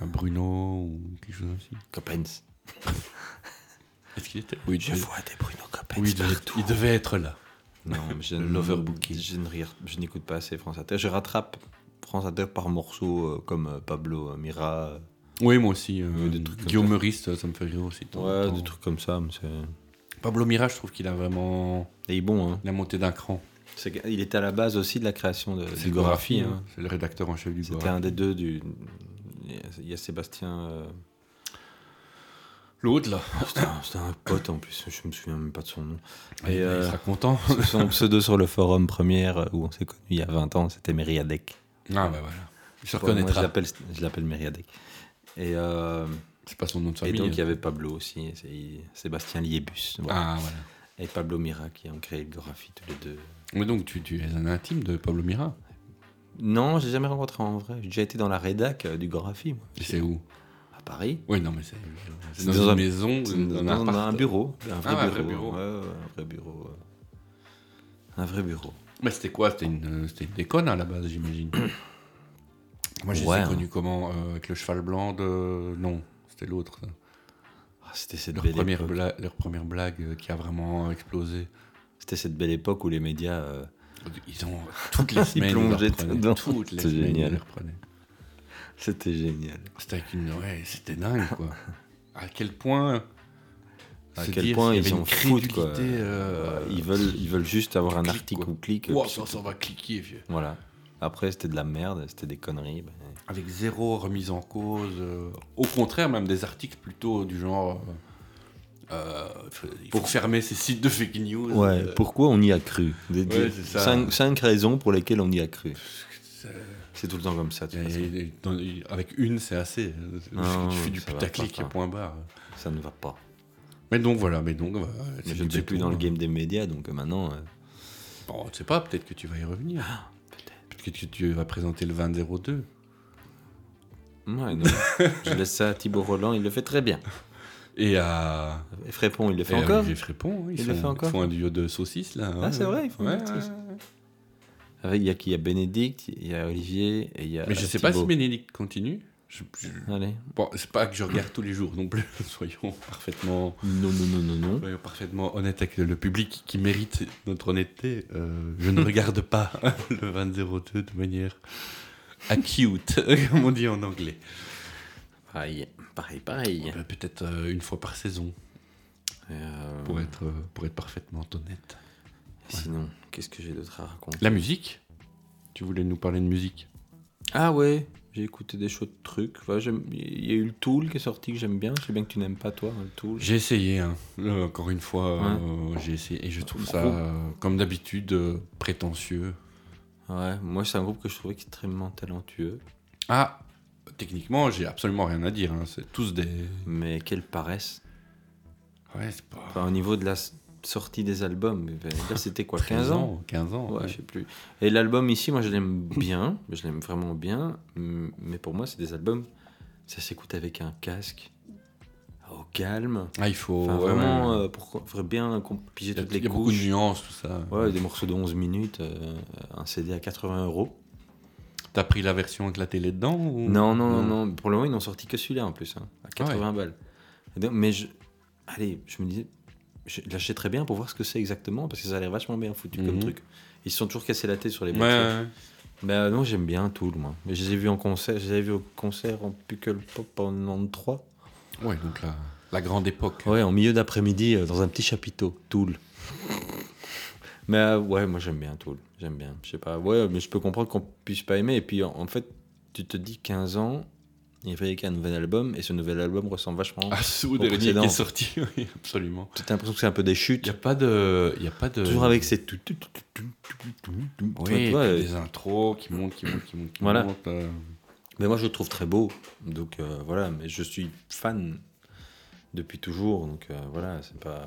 S4: Un Bruno ou quelque chose aussi.
S5: Coppens.
S4: Est-ce qu'il était Oui,
S5: Je
S4: il-
S5: vois des Bruno Coppens.
S4: oui, il devait- il devait être là.
S5: Non, mais j'ai un overbooking. Je ne regarde- je n'écoute pas assez France Inter. Je rattrape France Inter par morceaux euh, comme euh, Pablo euh, Mira.
S4: Oui, moi aussi. euh,
S5: Oui, des trucs comme
S4: Guillaume
S5: ça.
S4: Meurice, ça, ça me fait rire aussi. de temps en
S5: Ouais,
S4: temps.
S5: des trucs comme ça. mais c'est-
S4: Pablo Mira, je trouve qu'il a vraiment
S5: Et il est bon, hein.
S4: la montée d'un cran.
S5: C'est que- Il était à la base aussi de la création de,
S4: C'est
S5: du Gorafi. hein.
S4: C'est le rédacteur en chef du
S5: C'était
S4: Gorafi.
S5: un des deux du. Il y a Sébastien. euh,
S4: L'autre, là.
S5: Putain, C'était un pote en plus, je me souviens même pas de son nom.
S4: Et
S5: Et euh,
S4: Il sera content.
S5: son pseudo sur le forum première euh, où on s'est connu il y a 20 ans, c'était Mériadec.
S4: Ah, bah voilà. Il se
S5: Bon, moi, je
S4: reconnaîtra.
S5: l'appelle- je l'appelle Mériadec. Et, euh,
S4: C'est pas son nom de
S5: et
S4: famille.
S5: donc il y
S4: hein.
S5: avait Pablo aussi, c'est- Sébastien Liebus. voilà.
S4: Ah, voilà.
S5: Et Pablo Mira qui ont créé le graphie tous les deux.
S4: Mais donc, tu, tu es un intime de Pablo Mira.
S5: Non, j'ai jamais rencontré en vrai. J'ai déjà été dans la rédac euh, du graphie, moi,
S4: Et c'est où
S5: à Paris.
S4: Oui, non, mais c'est c'est dans,
S5: dans
S4: une
S5: un-
S4: maison,
S5: C'est
S4: dans, un,
S5: dans
S4: appart.
S5: bureau. Un vrai
S4: Ah, un vrai
S5: bureau.
S4: bureau.
S5: ouais, ouais, un vrai bureau. ouais. Un vrai bureau.
S4: Mais c'était quoi C'était une, euh, c'était une déconne à la base, j'imagine. Moi, je
S5: Ouais,
S4: les ai
S5: hein.
S4: connus comment euh, Avec le cheval blanc de. euh, Non, c'était l'autre. ça.
S5: Ah, C'était cette,
S4: Leur
S5: belle
S4: première,
S5: époque.
S4: bla- leur première blague euh, qui a vraiment explosé.
S5: C'était cette belle époque où les médias. euh,
S4: Ils ont toutes les
S5: Ils
S4: semaines. ils
S5: plongeaient
S4: les reprenaient.
S5: dedans.
S4: Toutes les
S5: C'est
S4: semaines,
S5: génial.
S4: ils les reprenaient.
S5: C'était génial.
S4: C'était avec une. Ouais, c'était dingue, quoi. À quel point.
S5: À
S4: se
S5: quel
S4: dire
S5: point
S4: s'il y avait
S5: ils
S4: une
S5: en foutent, quoi.
S4: crédulité, euh,
S5: Ils veulent, ils veulent juste avoir un
S4: Clique,
S5: article
S4: quoi.
S5: ou clic.
S4: Wow,
S5: puis
S4: ça, ça va cliquer, vieux.
S5: Voilà. Après, c'était de la merde, c'était des conneries. bah, eh.
S4: Avec zéro remise en cause. euh, au contraire, même des articles plutôt du genre. euh, euh, il faut
S5: Pour-
S4: fermer ces sites de fake news.
S5: Ouais,
S4: euh,
S5: pourquoi on y a cru Des-
S4: Ouais,
S5: des-
S4: c'est ça.
S5: cinq, cinq raisons pour lesquelles on y a cru.
S4: c'est-
S5: C'est tout le temps comme ça. de toute
S4: et-
S5: façon.
S4: et- et- dans- et- avec une, c'est assez. euh,
S5: Non,
S4: tu fais du
S5: Ah, ça va
S4: putaclic
S5: pas,
S4: et
S5: ça.
S4: point barre.
S5: Ça ne va pas.
S4: Mais donc voilà, mais donc. voilà,
S5: Mais
S4: c'est-
S5: je ne
S4: c'est
S5: suis plus
S4: tout,
S5: dans le
S4: hein.
S5: game des médias, donc euh, maintenant. euh,
S4: Bon, on ne sait pas, peut-être que tu vas y revenir.
S5: Ah,
S4: peut-être. que tu vas présenter le 20-02.
S5: ouais, non. je laisse ça à Thibaut Roland, il le fait très bien.
S4: Et à.
S5: Et Frépon, il le fait
S4: et à
S5: encore
S4: Olivier Frépon, hein, ils,
S5: Il
S4: font,
S5: le fait encore
S4: ils font un duo de saucisses là. hein.
S5: Ah, c'est vrai, ils font une
S4: Ouais,
S5: petite
S4: ouais.
S5: saucisse. Avec, il y a qui Il y a Bénédicte, il y a Olivier et il y a.
S4: Mais je ne sais pas si
S5: Thibaut.
S4: Bénédicte continue. Je, je-
S5: Allez.
S4: bon, c'est pas que je regarde tous les jours non plus, soyons parfaitement,
S5: Non, non, non, non, non.
S4: soyons parfaitement honnêtes avec le public qui mérite notre honnêteté. Euh, je ne regarde pas le 20-02 de manière acute, comme on dit en anglais.
S5: Pareil, pareil, pareil.
S4: Ben, Peut-être euh, une fois par saison,
S5: Euh,
S4: pour, être, euh, pour être parfaitement honnête.
S5: Sinon, qu'est-ce que j'ai d'autre à raconter
S4: La musique Tu voulais nous parler de musique
S5: Ah ouais, j'ai écouté des chouettes trucs. Voilà, j'aime- il y a eu le Tool qui est sorti que j'aime bien. Je sais bien que tu n'aimes pas toi hein, le Tool.
S4: J'ai essayé, hein. Euh, encore une fois, euh, j'ai essayé et je trouve ça,
S5: Groupe.
S4: euh, comme d'habitude, euh, prétentieux.
S5: Ouais, moi c'est un groupe que je trouvais extrêmement talentueux,
S4: Ah, techniquement, j'ai absolument rien à dire. hein. C'est tous des.
S5: mais quelle paresse.
S4: Ouais, c'est pas.
S5: Enfin, au niveau de la s- sortie des albums, ben, là, c'était quoi 15 ans
S4: 15 ans.
S5: Ouais,
S4: ouais.
S5: je sais plus. Et l'album ici, moi je l'aime bien, je l'aime vraiment bien, m- mais pour moi c'est des albums, ça s'écoute avec un casque, au calme.
S4: Ah, il faut.
S5: Enfin,
S4: ouais,
S5: vraiment,
S4: ouais, ouais.
S5: euh, pour qu'on- faudrait bien qu'on- piger
S4: il y a,
S5: toutes les
S4: il y a beaucoup de
S5: couches.
S4: nuances, tout ça.
S5: Ouais, des morceaux de 11 minutes, euh, un CD à 80 euros.
S4: T'as pris la version avec la télé dedans ou...
S5: Non, non, non, non. Pour le moment, ils n'ont sorti que celui-là en plus, hein, à 80 balles. Et donc- mais je. Allez, je me disais, je l'achèterais bien pour voir ce que c'est exactement, parce que ça a l'air vachement bien foutu comme
S4: Mhm.
S5: truc. Ils se sont toujours cassés la tête sur les
S4: Ouais,
S5: boîtes.
S4: ouais.
S5: Mais euh, non, j'aime bien Tool, moi. Mais je les ai vus en concert, je les ai vus au concert en Puckle Pop en 93.
S4: Ouais, donc la, la grande époque.
S5: Ouais, en milieu d'après-midi, euh, dans un petit chapiteau, Toul. mais euh, ouais, moi j'aime bien Toul. J'aime bien. Je sais pas. Ouais, mais je peux comprendre qu'on puisse pas aimer. Et puis en, en fait, tu te dis 15 ans, il fallait qu'il y ait un nouvel album. Et ce nouvel album ressemble vachement.
S4: Ah, sous
S5: Au
S4: dernier qui
S5: précédent.
S4: est sorti, oui, absolument.
S5: Tu as l'impression que c'est un peu des
S4: Il n'y
S5: chutes.
S4: a pas de. Il y a pas de.
S5: Toujours avec ces. tout- tout- tout- tout-
S4: Oui,
S5: Toi,
S4: et
S5: toi,
S4: puis
S5: euh,
S4: des intros qui montent, qui montent, qui montent. qui
S5: Voilà.
S4: montent, euh.
S5: Mais moi je le trouve très beau. Donc euh, voilà, mais je suis fan depuis toujours. Donc euh, voilà, c'est pas.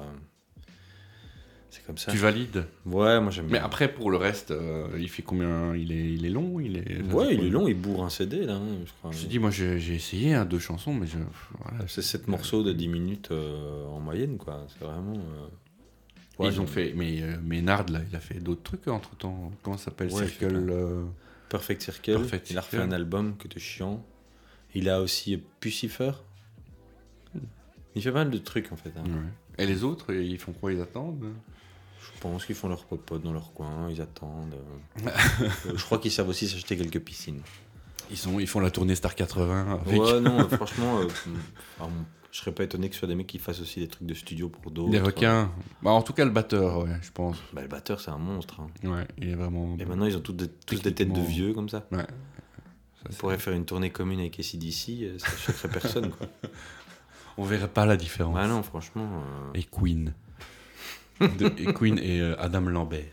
S5: C'est comme ça.
S4: Tu valides.
S5: Ouais, moi j'aime
S4: Mais
S5: bien.
S4: après, pour le reste, euh, il fait combien il est, il est long il est... enfin,
S5: Ouais,
S4: c'est
S5: il
S4: quoi
S5: est long, il bourre un CD là, hein, je crois.
S4: Je te dis, moi, j'ai j'ai essayé hein, deux chansons, mais je. Voilà, euh,
S5: C'est 7 morceaux de 10 minutes euh, en moyenne, quoi. C'est vraiment. euh, ouais,
S4: Ils ont
S5: donc,
S4: fait. Mais euh, Ménard, là, il a fait d'autres trucs entre temps. Comment ça s'appelle
S5: Ouais, il fait
S4: Circle.
S5: plein.
S4: euh,
S5: Perfect Circle.
S4: Perfect
S5: il a refait
S4: Circle.
S5: un album que de chiant. Il a aussi Pucifer. Il fait pas mal de trucs en fait. hein.
S4: ouais. Et les autres, ils font quoi Ils attendent hein
S5: Je pense qu'ils font leur popote dans leur coin, ils attendent. euh. Euh, je crois qu'ils savent aussi s'acheter quelques piscines.
S4: ils, sont, ils font la tournée Star 80 avec.
S5: Ouais, non, euh, franchement, euh, alors, je serais pas étonné que ce soit des mecs qui fassent aussi des trucs de studio pour d'autres.
S4: Des requins. Bah, en tout cas, le batteur, ouais, je pense.
S5: Bah, le batteur, c'est un monstre. hein.
S4: Ouais, il est vraiment.
S5: Et maintenant, ils ont toutes des- tous des têtes de
S4: Techniquement.
S5: vieux comme ça.
S4: Ouais.
S5: On pourrait faire une tournée commune avec ACDC, euh, ça ne choquerait personne. Quoi.
S4: On verrait pas la différence.
S5: Bah non, franchement. euh,
S4: Et Queen. De- et Queen et euh, Adam Lambert.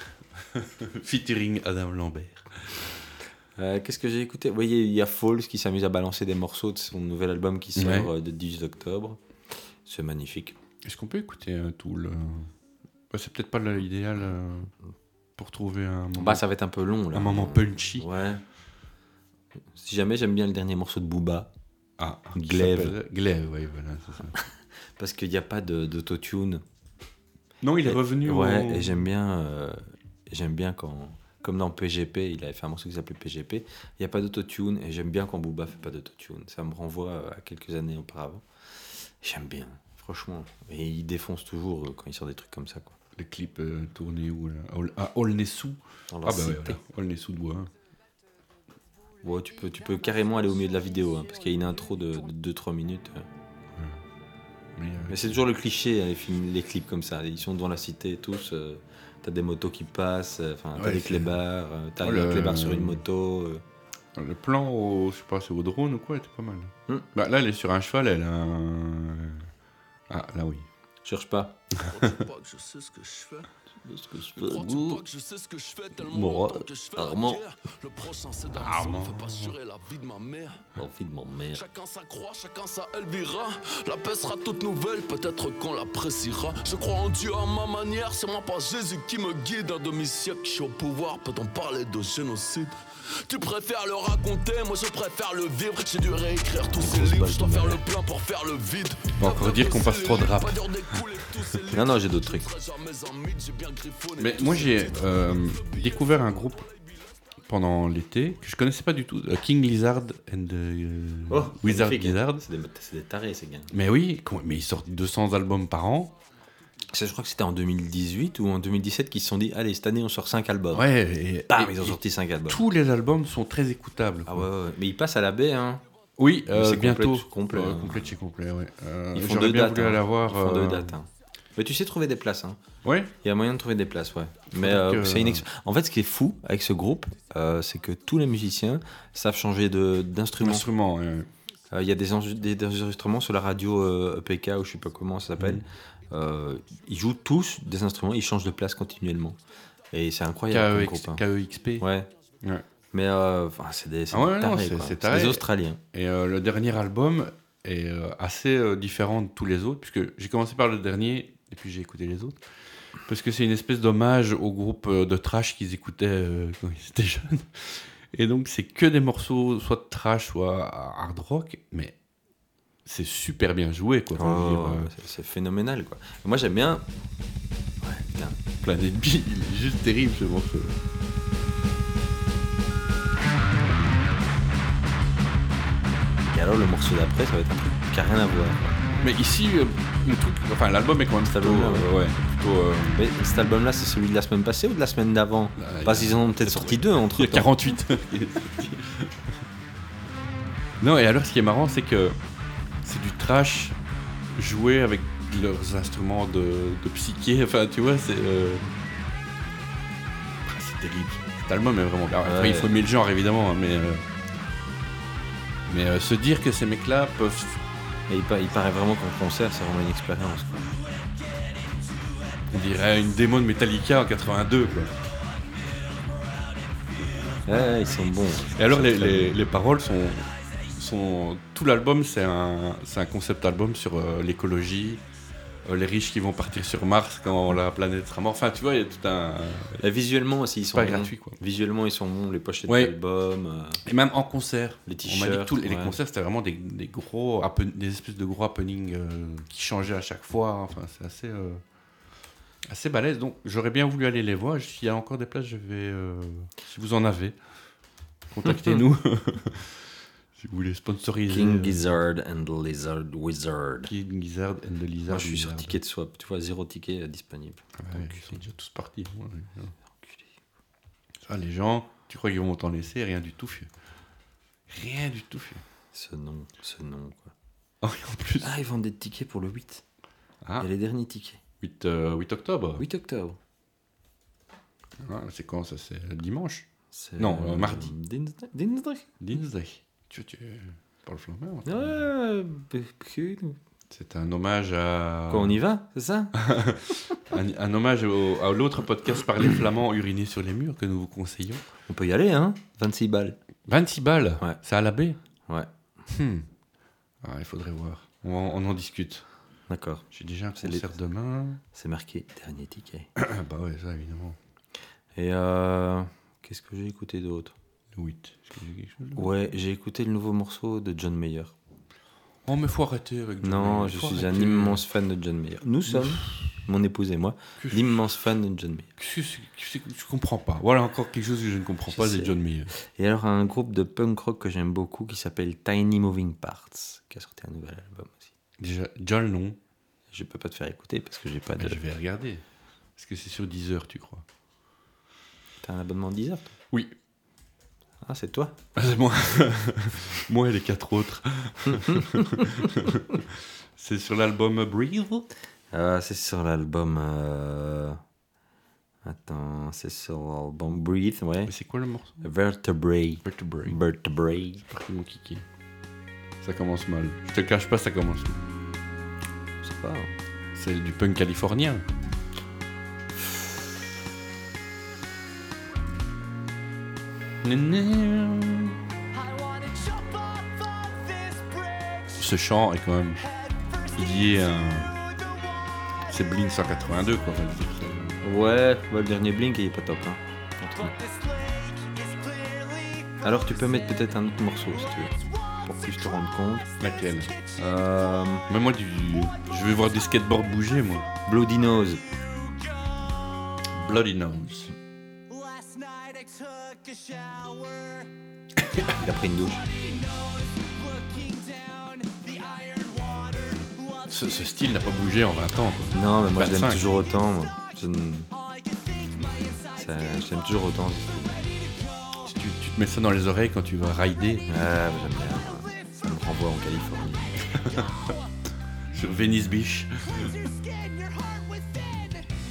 S4: Featuring Adam Lambert.
S5: euh, Qu'est-ce que j'ai écouté Vous voyez, il y a Falls qui s'amuse à balancer des morceaux de son nouvel album qui sort
S4: Ouais.
S5: euh, le 18 octobre. C'est magnifique.
S4: Est-ce qu'on peut écouter euh, tout le. Ouais, C'est peut-être pas le- l'idéal euh, pour trouver un moment,
S5: Bah, ça va être un peu long là.
S4: un moment punchy.
S5: Ouais. Si jamais j'aime bien le dernier morceau de Booba,
S4: Ah, qui
S5: Glaive.
S4: s'appelle- Glaive, oui, voilà, c'est ça.
S5: parce qu'il n'y a pas de- d'autotune.
S4: Non, il est
S5: Et-
S4: revenu.
S5: Ouais,
S4: au-
S5: et j'aime bien, euh, j'aime bien quand, comme dans PGP, il avait fait un morceau qui s'appelait PGP, il n'y a pas d'autotune, et j'aime bien quand Booba fait pas d'autotune. Ça me renvoie à quelques années auparavant. J'aime bien, franchement. Et il défonce toujours euh, quand il sort des trucs comme ça, quoi.
S4: Le clip euh, tourné où là À Aul- À Aulnay-sous.
S5: Dans
S4: Ah
S5: leur
S4: bah ouais,
S5: cité.
S4: voilà. Aulnay-sous de bois. hein.
S5: Ouais, tu, peux, tu peux carrément aller au milieu de la vidéo, hein, parce qu'il y a une intro de 2-3 minutes. euh.
S4: Mais, euh,
S5: Mais c'est toujours le cliché, hein, les, films, les clips comme ça. Ils sont dans la cité tous. euh, t'as des motos qui passent, euh, enfin, t'as
S4: Ouais,
S5: des
S4: c'est-
S5: clébards, euh, t'as
S4: Oh,
S5: un
S4: le-
S5: clébard sur une moto. euh.
S4: Le plan au, je sais pas, c'est au drone ou quoi, était pas mal.
S5: Hmm.
S4: Bah, là, elle est sur un cheval, elle a un... Ah, là oui.
S5: Cherche pas.
S7: Crois-tu Oh, pas que je sais ce que je fais Crois-tu pas que je sais ce que je fais tellement
S5: Moi,
S7: longtemps que je fais la
S5: Armand.
S7: guerre Le prochain c'est
S4: Armand.
S7: d'Armand Fais pas assurer la vie de ma mère
S5: Envie de mon mère.
S7: Chacun sa croix, chacun sa Elvira La paix sera toute nouvelle, peut-être qu'on l'appréciera Je crois en Dieu à ma manière, c'est moi pas Jésus qui me guide Un demi-siècle, je suis au pouvoir, peut-on parler de génocide tu préfères le raconter, moi je préfère le vivre J'ai dû réécrire tous ces livres, je dois faire le plein pour faire le vide
S4: On va encore dire qu'on passe trop de rap.
S5: Non, non, j'ai d'autres trucs.
S4: Mais moi, j'ai euh, découvert un groupe pendant l'été que je connaissais pas du tout, euh, King Lizard and euh, Wizard
S5: Oh, magnifique.
S4: Lizard.
S5: C'est des, c'est des tarés, ces gars.
S4: Mais oui, comment- mais ils sortent 200 albums par an.
S5: Ça, je crois que c'était en 2018 ou en 2017 qu'ils se sont dit Allez, cette année, on sort 5 albums.
S4: Ouais, et,
S5: Bam,
S4: et-
S5: ils ont
S4: et
S5: sorti 5 albums.
S4: tous les albums sont très écoutables.
S5: Bah. Ah
S4: quoi.
S5: ouais, ouais, ouais. mais ils passent à la baie, hein.
S4: Oui, euh,
S5: c'est complet,
S4: bientôt.
S5: c'est complet,
S4: Euh,
S5: hein.
S4: complet, c'est complet, ouais. Euh,
S5: Ils font
S4: J'aurais
S5: deux
S4: bien
S5: dates.
S4: voulu
S5: hein.
S4: aller voir.
S5: Ils font deux
S4: euh,
S5: dates. hein. Mais tu sais trouver des places, hein.
S4: Ouais,
S5: Il y a moyen de trouver des places, ouais. Mais
S4: Faudrait
S5: euh,
S4: que-
S5: c'est une ex- En fait, ce qui est fou avec ce groupe, euh, c'est que tous les musiciens savent changer de- d'instrument. Euh,
S4: instrument. ouais.
S5: Il y a des, enregistre- des- des enregistrements sur la radio euh, EPK ou je sais pas comment ça
S4: Mm.
S5: s'appelle. Euh, ils jouent tous des instruments, ils changent de place continuellement. Et c'est incroyable comme
S4: KEX-
S5: groupe. hein.
S4: KEXP.
S5: Ouais.
S4: Ouais.
S5: Mais euh, enfin, c'est des, c'est
S4: E Ah ouais,
S5: des
S4: non,
S5: tarés,
S4: c'est-
S5: quoi.
S4: c'est
S5: C'est
S4: taré.
S5: des Australiens.
S4: Et euh, le dernier album est euh, assez euh, différent de tous les autres, puisque j'ai commencé par le dernier et puis j'ai écouté les autres. Parce que c'est une espèce d'hommage au groupe euh, de trash qu'ils écoutaient euh, quand ils étaient jeunes. Et donc, c'est que des morceaux, soit de trash, soit hard rock, mais c'est super bien joué, quoi. Enfin, je veux
S5: Oh,
S4: dire, euh,
S5: c'est- c'est phénoménal, quoi. Et moi, j'aime bien. Ouais, putain.
S4: Planet B, il est juste terrible ce morceau.
S5: Et alors, le morceau d'après, ça va être un truc qui a rien à voir.
S4: Mais ici, euh, le truc, enfin, l'album est quand même
S5: Cet
S4: plutôt,
S5: album-là,
S4: euh, ouais, plutôt, euh,
S5: Mais cet album-là, c'est celui de la semaine passée ou de la semaine d'avant
S4: Là, il y a-
S5: Parce qu'ils en ont peut-être sorti deux entre
S4: Il y a 48. non, et alors ce qui est marrant, c'est que c'est du trash joué avec leurs instruments de, de psyché. Enfin, tu vois, c'est. euh, ah, C'est terrible. Cet album est vraiment. bien. Après,
S5: Ouais.
S4: il faut aimer le genre, évidemment, hein, mais. euh, Mais euh, se dire que ces mecs-là peuvent.
S5: Et il, pa- il paraît vraiment qu'en concert, c'est vraiment une expérience. quoi.
S4: On dirait une démo de Metallica en 82, quoi.
S5: Ouais, ouais, ils sont bons.
S4: Et alors les, les- les paroles sont, sont tout l'album c'est un, c'est un concept album sur euh, l'écologie, euh, les riches qui vont partir sur Mars quand la planète sera morte. Enfin tu vois il y a tout un
S5: Et Bah, visuellement aussi, ils sont
S4: pas
S5: bons.
S4: gratuit quoi.
S5: Visuellement, ils sont bons. Les pochettes
S4: Ouais.
S5: d'albums. euh,
S4: Et même en concert,
S5: Les
S4: on m'a dit que tous les, les
S5: t-shirts, ouais.
S4: concerts c'était vraiment des, des gros happen- des espèces de gros happenings euh, qui changeaient à chaque fois. Enfin c'est assez euh, assez balèze. Donc j'aurais bien voulu aller les voir. S'il y a encore des places je vais euh, si vous en avez contactez-nous. Si vous voulez sponsoriser.
S5: King
S4: euh,
S5: Gizzard and the Lizard Wizard.
S4: Kid Lizard and the Lizard.
S5: Moi, je suis sur
S4: Wizard.
S5: Ticket Swap. Tu vois, zéro ticket euh, disponible.
S4: Ouais, ils sont déjà tous partis. Ouais, ouais. Ça, les gens, tu crois qu'ils vont t'en laisser Rien du tout, fieu. Rien du tout, fieu.
S5: Ce nom, ce nom, quoi.
S4: Oh, et en plus.
S5: Ah, ils vendent des tickets pour le 8.
S4: Ah,
S5: Il y a les derniers tickets.
S4: 8, euh, 8 octobre.
S5: 8 octobre.
S4: Ah, c'est quand ça C'est dimanche
S5: C'est,
S4: Non, euh, mardi.
S5: Dins- Dinsdag.
S4: Dinsday. Tu, tu euh, parles flamand toi.
S5: Ouais, b- b-
S4: C'est un hommage à.
S5: Quoi, on y va, c'est ça
S4: un, un hommage au- à l'autre podcast par les flamands urinés sur les murs que nous vous conseillons.
S5: On peut y aller, hein 26 balles.
S4: 26 balles
S5: Ouais.
S4: C'est à la baie
S5: Ouais,
S4: Hmm. Ah, Il faudrait voir. On en- on en discute.
S5: d'accord.
S4: J'ai déjà un
S5: C'est les-
S4: concert demain.
S5: C'est marqué dernier ticket.
S4: Ah bah ouais, ça évidemment.
S5: Et euh, qu'est-ce que j'ai écouté d'autre
S4: Le 8. Est-ce que j'ai quelque chose là
S5: Ouais, j'ai écouté le nouveau morceau de John Mayer.
S4: Oh, mais faut arrêter avec John
S5: Non,
S4: Mayer,
S5: je
S4: faut
S5: suis un
S4: arrêter.
S5: immense fan de John Mayer. Nous sommes, mon épouse et moi,
S4: Que-
S5: d'immenses fans de John Mayer.
S4: Qu'est-ce que c'est- qu'est-ce que Je comprends pas. Voilà encore quelque chose que je ne comprends
S5: Je
S4: pas
S5: sais.
S4: des John Mayer.
S5: Et alors, un groupe de punk rock que j'aime beaucoup qui s'appelle Tiny Moving Parts, qui a sorti un nouvel album aussi.
S4: Déjà, déjà le nom.
S5: Je peux pas te faire écouter parce que j'ai pas de.
S4: je vais regarder. Est-ce que c'est sur Deezer, tu crois
S5: T'as un abonnement 10 heures
S4: Oui.
S5: Ah, c'est toi
S4: Ah, c'est moi. moi et les quatre autres. c'est sur l'album Breathe.
S5: Ah, c'est sur l'album. euh, Attends, c'est sur l'album Breathe, ouais.
S4: Mais c'est quoi le morceau
S5: Vertebrae.
S4: Vertebrae.
S5: Vertebrae.
S4: Parti mon kiki. Ça commence mal. Je te le cache pas, ça commence mal.
S5: Je sais pas.
S4: C'est du punk californien. Ce chant est quand même lié à. C'est Blink 182 quoi. on va dire. C'est-
S5: Ouais, bah, le dernier Blink, il est pas top. Hein. Entre nous. Alors, tu peux mettre peut-être un autre morceau si tu veux, pour que je te rende compte.
S4: Laquelle
S5: Euh,
S4: Mais moi, du... je vais voir du skateboard bouger moi.
S5: Bloody Nose.
S4: Bloody Nose.
S5: Il a pris une douche.
S4: Ce, ce style n'a pas bougé en 20 ans. quoi.
S5: Non, mais moi je
S4: 25.
S5: l'aime toujours autant. moi. Je, ne- Ça- je l'aime toujours autant.
S4: Si tu, tu te mets ça dans les oreilles quand tu vas rider
S5: Ah, j'aime bien. Ça me renvoie en Californie.
S4: sur Venice Beach.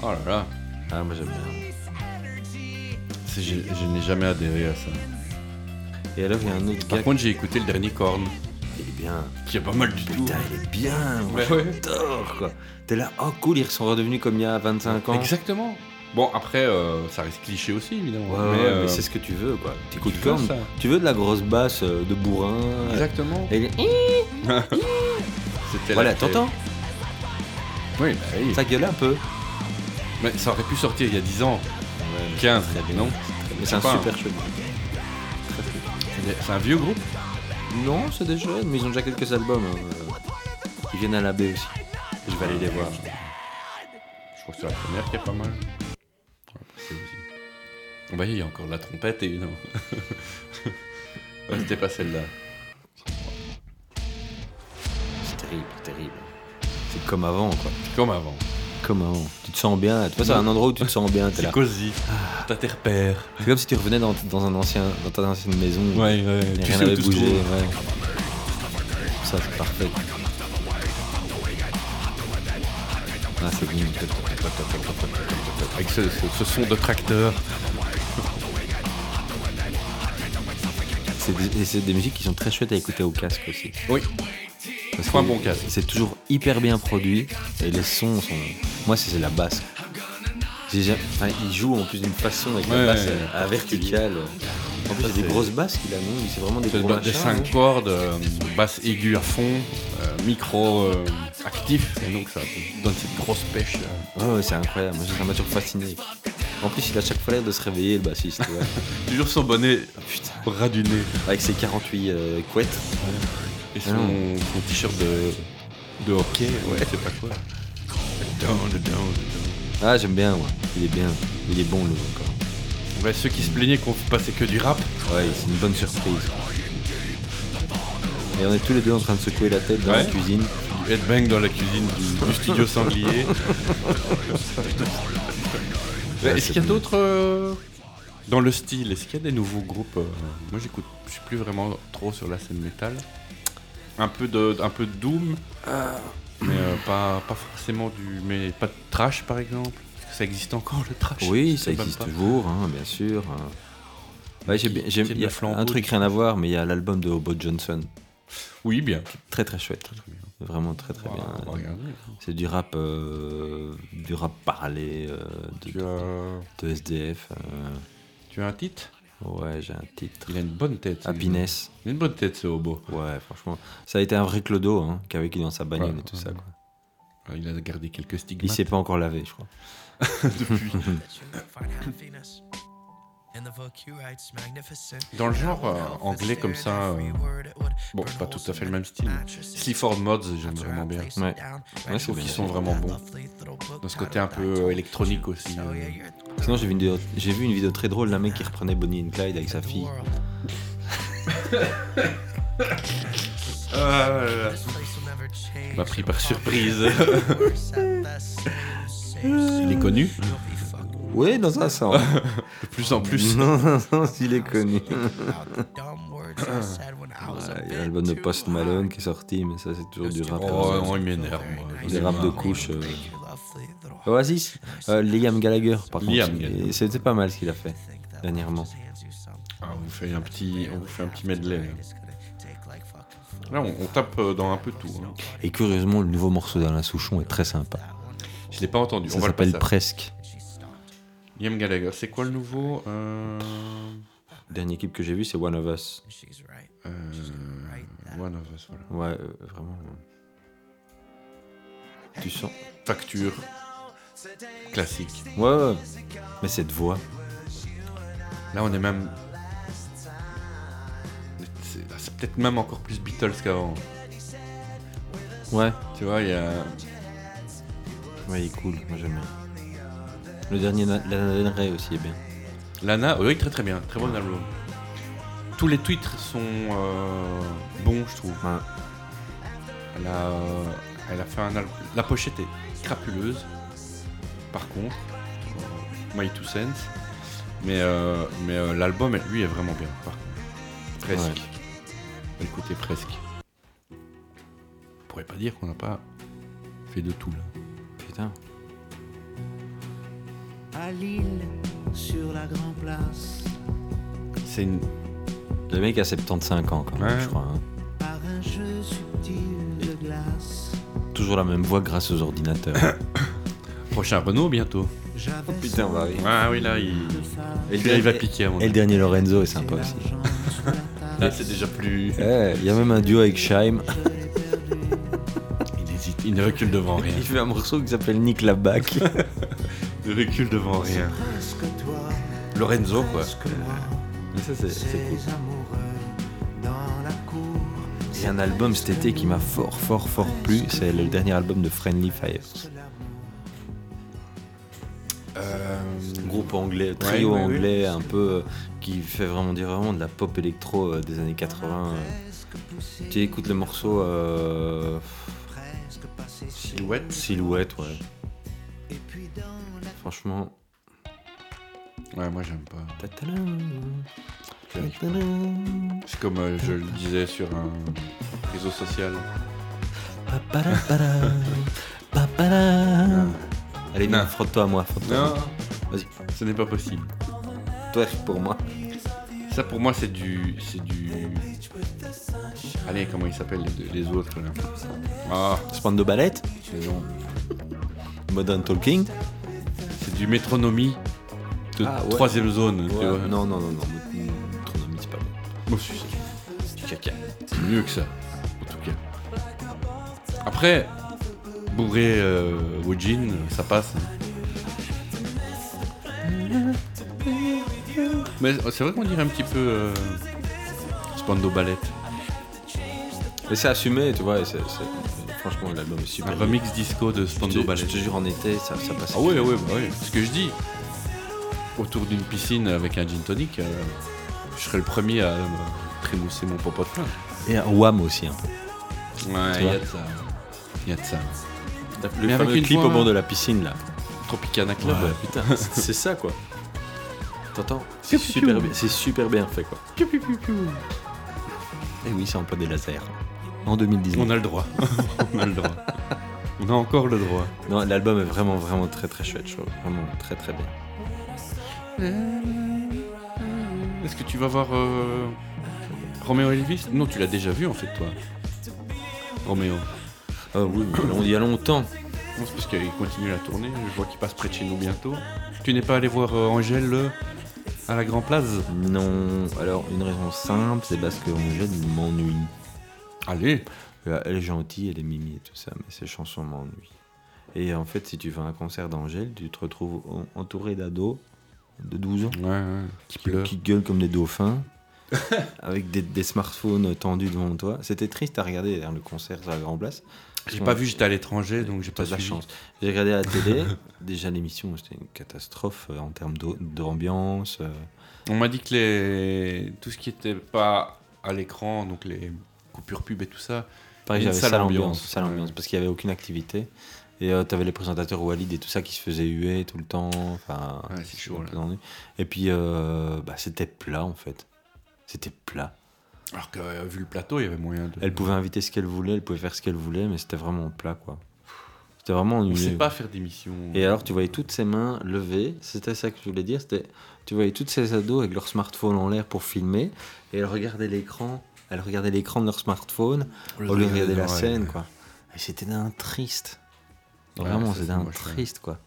S4: Oh là là,
S5: Ah, moi j'aime bien.
S4: C'est- je, je n'ai jamais adhéré à ça.
S5: Et alors, il y a un autre
S4: Par
S5: gars
S4: contre, j'ai écouté le dernier Korn,
S5: il est bien.
S4: qui est pas mal du tout.
S5: Putain, il est bien. Moi
S4: Ouais, ouais.
S5: j'adore quoi. T'es là, oh cool, ils sont redevenus comme il y a 25 ans.
S4: Exactement. Bon, après, euh, ça reste cliché aussi, évidemment.
S5: Ouais, ouais,
S4: mais
S5: mais,
S4: euh,
S5: c'est ce que tu veux quoi. T'écoutes
S4: tu veux
S5: comme.
S4: ça.
S5: Tu veux de la grosse basse euh, de bourrin.
S4: Exactement.
S5: Et-
S4: C'était
S5: Voilà,
S4: la-
S5: t'entends
S4: Oui, bah oui.
S5: Ça gueule un peu.
S4: Mais ça aurait pu sortir il y a 10 ans, 15, non
S5: Mais c'est un
S4: Pas, hein.
S5: super cheveu.
S4: C'est un vieux groupe
S5: Non, c'est des jeunes, mais ils ont déjà quelques albums. Ils viennent à la baie aussi. Je vais aller les voir.
S4: Je crois que c'est la première qui est pas mal. Ouais, c'est aussi. Vous voyez, il y a encore la trompette, évidemment. Ouais, C'était pas celle-là.
S5: C'est terrible, terrible. C'est comme avant, quoi.
S4: Comme avant.
S5: Comme avant. Tu te sens bien. Tu vois, c'est un endroit où tu te sens bien. t'es
S4: C'est
S5: là.
S4: cosy. T'as tes repères.
S5: C'est comme si tu revenais dans, dans un ancien, dans ta ancienne maison.
S4: Ouais, ouais.
S5: Et
S4: Tu sais
S5: rien
S4: où
S5: n'avait
S4: tout se
S5: bougé.
S4: trouve.
S5: ouais. Ça, c'est parfait. Ah, c'est bien.
S4: Avec ce, ce- ce son de tracteur.
S5: C'est des, et c'est des musiques qui sont très chouettes à écouter au casque aussi.
S4: Oui.
S5: Parce
S4: Faut un
S5: que
S4: bon casque.
S5: C'est toujours hyper bien produit et les sons sont. Moi, c'est c'est la basse. J'ai jamais- enfin, il joue en plus d'une façon avec
S4: Ouais,
S5: la basse
S4: ouais,
S5: à, à verticale. En plus, c'est des grosses basses qu'il a, non C'est vraiment des
S4: Des,
S5: gros machins, non
S4: 5 cordes, euh, basse aiguë à fond, euh, micro euh, actif. Et donc ça te donne cette grosse pêche. euh.
S5: hein. Ouais, ouais, c'est incroyable. Moi, ça m'a toujours fasciné. En plus, il a chaque fois l'air de se réveiller, le bassiste. ouais.
S4: Toujours son bonnet
S5: Putain.
S4: au ras du nez. Ah
S5: Avec ses 48 euh, couettes.
S4: Et son, son t-shirt de, de hockey, ouais, c'est pas quoi. Down, down, down.
S5: Ah, j'aime bien, ouais. Il est bien. Il est bon, le encore.
S4: Ouais, ceux qui se plaignaient qu'on passait que du rap,
S5: Ouais, c'est une bonne surprise. Et on est tous les deux en train de secouer la tête dans la
S4: Ouais.
S5: cuisine.
S4: du headbang dans la cuisine du, du studio sanglier. Ouais, est-ce
S5: c'est
S4: qu'il y a
S5: bien.
S4: d'autres. euh, dans le style, est-ce qu'il y a des nouveaux groupes euh, Moi j'écoute, je suis plus vraiment trop sur la scène métal. Un peu de, un peu de doom, mais euh, pas, pas forcément du. Mais pas de trash par exemple. Est-ce que ça existe encore le trash
S5: Oui,
S4: Je
S5: ça
S4: sais même
S5: existe
S4: pas.
S5: toujours, hein, bien sûr. hein. Ouais, j'ai bien- j'ai-
S4: qui est
S5: il y a
S4: le flambeau
S5: un truc rien à voir, mais il y a l'album de Bob Johnson,
S4: Oui, bien.
S5: très très chouette, vraiment très très bien.
S4: On va regarder.
S5: C'est du rap, euh, du rap parlé euh,
S4: Tu
S5: de,
S4: as,
S5: de SDF. euh,
S4: tu as un titre
S5: ouais, j'ai un titre.
S4: Il a une bonne tête. ce
S5: Happiness.
S4: gars. Il a une bonne tête, ce hobo.
S5: Ouais, franchement, ça a été un vrai clodo hein, qui a vécu dans sa bagnole
S4: Ouais,
S5: et tout
S4: ouais.
S5: ça. Quoi.
S4: Ah, Il a gardé quelques stigmates.
S5: Il s'est pas encore lavé, je crois.
S4: depuis. Dans le genre euh, anglais comme ça, euh, Bon, c'est pas tout à fait le même style. mais Clifford Mods, j'aime vraiment bien.
S5: Ouais. Ouais,
S4: Je
S5: c'est
S4: trouve qu'ils
S5: bien.
S4: sont vraiment bons. Dans ce côté un peu électronique aussi. euh.
S5: Sinon, j'ai vu, une vidéo- j'ai vu une vidéo très drôle d'un mec qui reprenait Bonnie and Clyde avec sa fille.
S4: Ah, Il m'a pris par surprise. Il est connu.
S5: Ouais, dans un sens.
S4: De plus en plus.
S5: non, non, non, il
S4: Ah,
S5: est connu. Ouais, il y a l'album de Post Malone qui est sorti, mais ça, c'est toujours du rap. hein.
S4: Oh non, il m'énerve. moi.
S5: Des raps de couche. euh. Oasis euh, Liam Gallagher, par contre.
S4: Liam Gallagher.
S5: Et C'était pas mal ce qu'il a fait dernièrement.
S4: Ah, on vous fait un petit, on vous fait un petit medley.
S5: hein.
S4: Là, Là, on, on tape euh, dans un peu tout. hein.
S5: Et curieusement, le nouveau morceau d'Alain Souchon est très sympa.
S4: Je l'ai pas entendu.
S5: Ça
S4: on va le
S5: s'appelle
S4: passer.
S5: Presque.
S4: Liam Gallagher, c'est quoi le nouveau euh,
S5: Dernier clip que j'ai vu, c'est One of Us.
S4: euh, One of Us, voilà.
S5: Ouais, euh, vraiment. euh. Tu sens
S4: Facture classique.
S5: Ouais, ouais. Mais cette voix.
S4: Là, on est même. C'est ah, c'est peut-être même encore plus Beatles qu'avant.
S5: Ouais.
S4: Tu vois, il y a.
S5: Ouais, il est cool. Moi, j'aime bien. Le dernier, Na- Lana Del Rey aussi est bien.
S4: Lana, oui, très très bien, très bon album. Tous les tweets sont euh, bons, je trouve.
S5: Ouais.
S4: Elle a, euh, elle a fait un album. La pochette est crapuleuse, par contre, euh, My Two Cents. Mais, euh, mais euh, l'album, elle- lui, est vraiment bien, par contre. Presque. Écoutez, presque. On pourrait pas dire qu'on n'a pas fait de tout, là.
S5: Putain.
S8: à Lille, sur la Grand Place,
S4: C'est une.
S5: Le mec a 75 ans, quand même,
S4: Ouais.
S5: je crois. hein.
S8: par un jeu subtil de glace,
S5: Toujours la même voix grâce aux ordinateurs.
S4: Prochain Renault bientôt.
S8: j'avais
S5: Putain, bah oui.
S4: Ah oui, là, il,
S5: Et le
S4: là, il va
S5: dernier-
S4: piquer à mon
S5: Et le
S4: avis.
S5: dernier Lorenzo est sympa aussi.
S4: Là, c'est déjà plus.
S5: Eh, Il y a même un duo avec Scheim.
S4: Il hésite, il ne recule devant rien.
S5: Il fait un morceau qui s'appelle Nick Labac.
S4: Il ne recule devant rien. Lorenzo, quoi.
S5: Mais ça, c'est- c'est cool.
S8: amoureux dans la cour.
S5: Il y a un album cet été qui m'a fort, fort, fort plu. C'est le dernier album de Friendly Fires. Groupe anglais, trio
S4: ouais, ouais.
S5: anglais, un peu. euh, qui fait vraiment dire vraiment de la pop électro euh, des années 80. euh. Tu écoutes le morceau. euh,
S4: Silhouette.
S5: Silhouette, ouais. Franchement.
S4: Ouais, moi j'aime pas.
S5: Ta-ta-dam,
S4: C'est
S5: ta-ta-dam,
S4: comme euh, je le disais sur un réseau social.
S5: pa-pa-ra-pa-ra, pa-pa-ra.
S4: Non.
S5: Allez,
S4: Non.
S5: viens, frotte-toi à moi, frotte-toi. à moi. Vas-y,
S4: ce n'est pas possible.
S5: twerk pour moi.
S4: Ça pour moi c'est du. C'est du. Allez, comment ils s'appellent les, deux- les autres là Ah,
S5: Spawn de balette,
S4: les noms.
S5: Modern Talking.
S4: C'est du métronomie de
S5: Ah, ouais.
S4: troisième zone. tu vois.
S5: Non, non, non, non. Métronomie, c'est pas bon.
S4: Bon, c'est- c'est caca. C'est mieux que ça, en tout cas. Après, bourré euh, au jean, ça passe. hein. Mais c'est vrai qu'on dirait un petit peu euh, Spando Ballet.
S5: Mais c'est assumé, tu vois. et c'est- c'est- Franchement, l'album est
S4: Un
S5: super.
S4: remix disco de
S5: Je te-
S4: Spando Ballet.
S5: Je te jure, en été, ça, ça passe.
S4: Ah ouais, ouais, bah ouais. Ce que je dis, autour d'une piscine avec un gin tonic, euh, je serais le premier à euh, trémousser mon popote.
S5: Et un Wham aussi, un peu.
S4: Ouais,
S5: il y a
S4: de ça. Il y a de ça.
S5: Le
S4: Mais avec
S5: fameux
S4: une
S5: clip
S4: voix-
S5: au bord de la piscine, là.
S4: Tropicana
S5: Ouais,
S4: Club.
S5: putain, c'est- c'est ça, quoi. T'entends C'est super, bien- c'est super bien fait, quoi. Et oui, c'est un peu des lasers. En 2019.
S4: On a le droit. On a le droit. On a encore le droit.
S5: Non, l'album est vraiment, vraiment très, très chouette, je trouve. Vraiment très, très bien.
S4: Est-ce que tu vas voir euh, Roméo Elvis Non, tu l'as déjà vu en fait, toi. Roméo.
S5: Ah oui, il y a longtemps.
S4: Non, c'est parce qu'il continue la tournée. Je vois qu'il passe près de chez nous bientôt. Tu n'es pas allé voir euh, Angèle euh, à la Grand Place
S5: Non, alors une raison simple, c'est parce que jeune m'ennuie.
S4: Allez.
S5: Euh, Elle est gentille, elle est mimi et tout ça, mais ses chansons m'ennuient. Et en fait, si tu vas à un concert d'Angèle, tu te retrouves en- entouré d'ados de 12 ans
S4: Ouais, ouais. Qui
S5: qui,
S4: pleure.
S5: qui gueulent comme des dauphins avec des, des smartphones tendus devant toi. C'était triste à regarder hein, le concert à la Grand Place.
S4: J'ai pas vu, j'étais à l'étranger, donc j'ai
S5: T'as
S4: pas
S5: de la
S4: suivi.
S5: chance. J'ai regardé à la télé. Déjà, l'émission, c'était une catastrophe euh, en termes d'au- d'ambiance. euh.
S4: On m'a dit que les... tout ce qui était pas à l'écran, donc les coupures pub et tout ça,
S5: Pareil,
S4: Une
S5: j'avais
S4: sale
S5: sale
S4: ambiance.
S5: ambiance. Sale ambiance, parce qu'il n'y avait aucune activité. Et tu avais les présentateurs Walid et tout ça qui se faisaient huer tout le temps. Enfin,
S4: Ouais, c'est chaud,
S5: un
S4: là.
S5: peu ennuyeux. Et puis, euh, bah, c'était plat, en fait. C'était plat.
S4: alors que euh, vu le plateau, il y avait moyen de.
S5: Elle pouvait inviter ce qu'elle voulait, elle pouvait faire ce qu'elle voulait, mais c'était vraiment plat, quoi. C'était vraiment
S4: On
S5: ennuyeux.
S4: sait pas faire d'émission.
S5: Et alors, tu voyais toutes ses mains levées, c'était ça que je voulais dire, c'était, tu voyais toutes ces ados avec leur smartphone en l'air pour filmer, et elles regardaient l'écran, elles regardaient l'écran de leur smartphone, au lieu de regarder la scène, quoi. Et c'était d'un triste.
S4: Ouais,
S5: vraiment,
S4: ça,
S5: c'était
S4: c'est
S5: d'un
S4: moche, ouais.
S5: triste, quoi.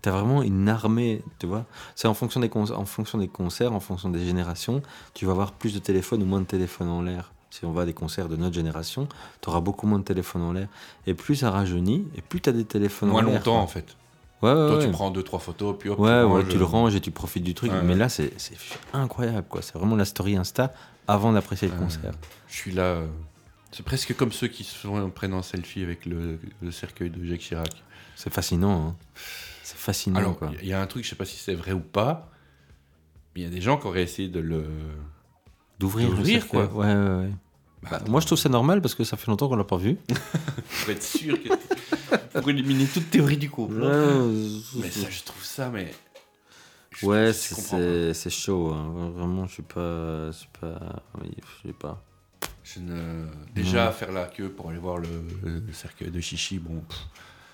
S5: T'as vraiment une armée, tu vois. C'est en fonction des con- en fonction des concerts, en fonction des générations, tu vas avoir plus de téléphones ou moins de téléphones en l'air. Si on va à des concerts de notre génération, t'auras beaucoup moins de téléphones en l'air. Et plus ça rajeunit, et plus t'as des téléphones
S4: Moins
S5: en l'air.
S4: longtemps en fait.
S5: Ouais, ouais,
S4: Toi, tu
S5: ouais.
S4: prends deux trois photos, puis hop.
S5: Ouais, ouais,
S4: ranges,
S5: tu le
S4: euh,
S5: ranges et tu profites du truc.
S4: Ouais.
S5: Mais là, c'est c'est incroyable, quoi. C'est vraiment la story Insta avant d'apprécier le
S4: Ouais.
S5: concert.
S4: Je suis là. euh, C'est presque comme ceux qui se font- prennent un selfie avec le, le cercueil de Jacques Chirac.
S5: C'est fascinant, hein. C'est fascinant,
S4: Alors,
S5: quoi.
S4: il y a un truc, je sais pas si c'est vrai ou pas, mais il y a des gens qui auraient essayé de le.
S5: D'ouvrir, le
S4: d'ouvrir,
S5: cercueil.
S4: quoi.
S5: Ouais, ouais, ouais. Bah, moi, je trouve ça normal parce que ça fait longtemps qu'on l'a pas vu.
S4: Pour être sûr que. pour éliminer toute théorie du complot. Mais ça,
S5: ouais,
S4: je trouve ça, mais. je-
S5: ouais,
S4: je
S5: c'est-
S4: comprends
S5: c'est c'est chaud. hein. Vraiment, je suis pas, je suis pas, oui, je sais pas.
S4: pas. Je ne- Déjà, faire la queue pour aller voir le, le cercueil de Chichi, bon. pff.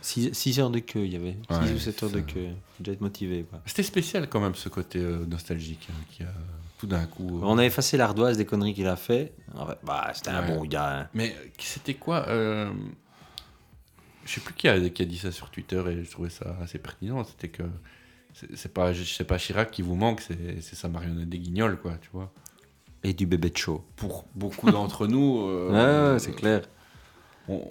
S5: 6 heures de queue, il y avait. 6
S4: Ouais,
S5: ou 7 heures
S4: ça-
S5: de queue. Faut déjà être motivé, quoi.
S4: C'était spécial quand même ce côté euh, nostalgique hein, qui a tout d'un coup. euh,
S5: On a effacé l'ardoise des conneries qu'il a fait. Ah ouais, Bah, c'était un
S4: Ouais.
S5: bon gars. hein.
S4: Mais euh, c'était quoi euh, Je sais plus qui a, qui a dit ça sur Twitter et je trouvais ça assez pertinent. C'était que c'est c'est pas, je sais pas Chirac qui vous manque, c'est c'est sa marionnette des guignols, quoi, tu vois.
S5: Et du bébé de chaud.
S4: Pour beaucoup d'entre nous, euh,
S5: Ouais, ouais, c'est clair.
S4: on-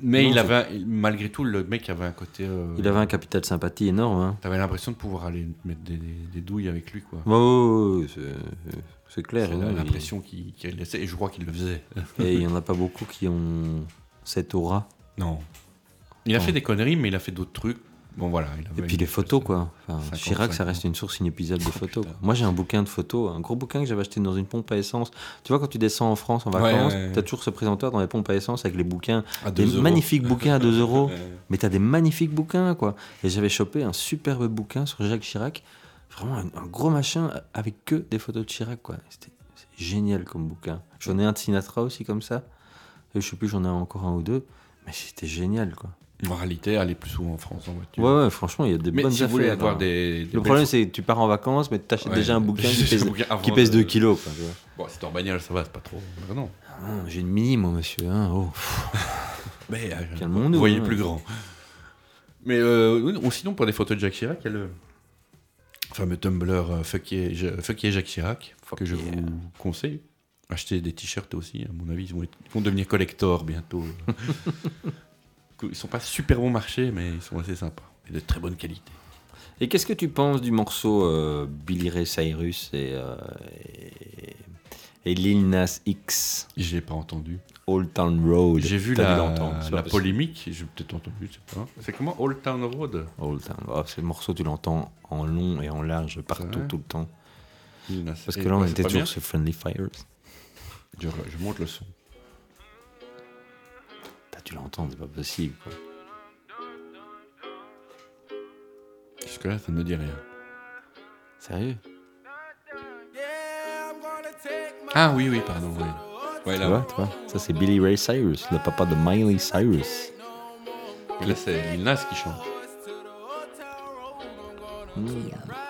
S4: mais
S5: Non,
S4: il
S5: c'est-
S4: avait, un- il- malgré tout, le mec avait un côté. euh,
S5: Il avait un capital de sympathie énorme. Hein.
S4: T'avais l'impression de pouvoir aller mettre des, des- des douilles avec lui, quoi.
S5: Bah, Ouais, ouais, ouais, c'est- c'est clair.
S4: C'est
S5: hein, il-
S4: l'impression qu'il qu'il laissait, et je crois qu'il le faisait.
S5: Et il n'y en a pas beaucoup qui ont cette aura.
S4: Non. Il a
S5: Non.
S4: fait des conneries, mais il a fait d'autres trucs. Bon, voilà. il avait
S5: Et puis
S4: une
S5: les photos,
S4: espèce de-
S5: quoi. Enfin,
S4: 50,
S5: Chirac, ça
S4: 50.
S5: reste une source inépuisable de
S4: Oh,
S5: photos.
S4: putain.
S5: Moi, j'ai un bouquin de photos, un gros bouquin que j'avais acheté dans une pompe à essence. Tu vois, quand tu descends en France en
S4: Ouais,
S5: vacances,
S4: ouais, ouais.
S5: t'as toujours ce présenteur dans les pompes à essence avec les bouquins.
S4: À
S5: Des
S4: deux euros.
S5: magnifiques bouquins à 2 euros.
S4: Euh,
S5: Mais t'as des magnifiques bouquins, quoi. Et j'avais chopé un superbe bouquin sur Jacques Chirac. Vraiment un, un gros machin avec que des photos de Chirac, quoi. C'était c'est génial comme bouquin. J'en ai un de Sinatra aussi, comme ça. Et je sais plus, j'en ai encore un ou deux. Mais c'était génial, quoi.
S4: Moralité, aller plus souvent en France en voiture.
S5: Ouais, ouais, franchement, il y a des
S4: Mais
S5: bonnes
S4: si vous voulez
S5: affaires.
S4: avoir
S5: hein.
S4: des, des
S5: Le problème, c'est que tu pars en vacances, mais tu achètes
S4: Ouais,
S5: déjà un bouquin qui
S4: j'ai
S5: pèse,
S4: un bouquin avant
S5: qui pèse
S4: de-
S5: 2 kilos. quoi, tu vois.
S4: Bon, c'est en bagnole, ça va, c'est pas trop. Mais non.
S5: Ah, J'ai une mini, moi, monsieur. hein, oh.
S4: Mais euh,
S5: Calmons-nous,
S4: vous voyez
S5: hein.
S4: plus grand. Mais euh, oui, ou sinon, pour des photos de Jacques Chirac, il y a le fameux Tumblr euh, Fuck yeah, Je- Fuck yeah Jacques Chirac que je
S5: yeah.
S4: vous conseille. Achetez des t-shirts aussi, à mon avis, ils vont, être- ils vont devenir collector bientôt. ils sont pas super bon marché, mais ils sont assez sympas et de très bonne qualité.
S5: Et qu'est-ce que tu penses du morceau euh, Billy Ray Cyrus et, euh, et, et Lil Nas X,
S4: Je l'ai pas entendu.
S5: Old Town Road
S4: J'ai vu
S5: T'as
S4: la,
S5: dû l'entendre, c'est pas
S4: la
S5: possible.
S4: polémique, j'ai peut-être entendu, je sais pas. C'est comment Old Town Road
S5: Old Town Road. Oh, Ce morceau, tu l'entends en long et en large, partout,
S4: Ouais.
S5: tout le temps. Parce
S4: Et
S5: que là, on
S4: ouais, c'est
S5: était
S4: pas
S5: toujours
S4: bien.
S5: sur Friendly Fires.
S4: Je, je monte le son.
S5: T'as dû l'entendre, Bah, c'est pas possible. quoi.
S4: Jusque-là, ça ne me dit rien.
S5: Sérieux
S4: Ah oui, oui, pardon. oui. Ouais,
S5: Tu
S4: là,
S5: vois, tu vois Ça, c'est Billy Ray Cyrus, le papa de Miley Cyrus.
S4: ouais. là c'est Lil Nas qui chante.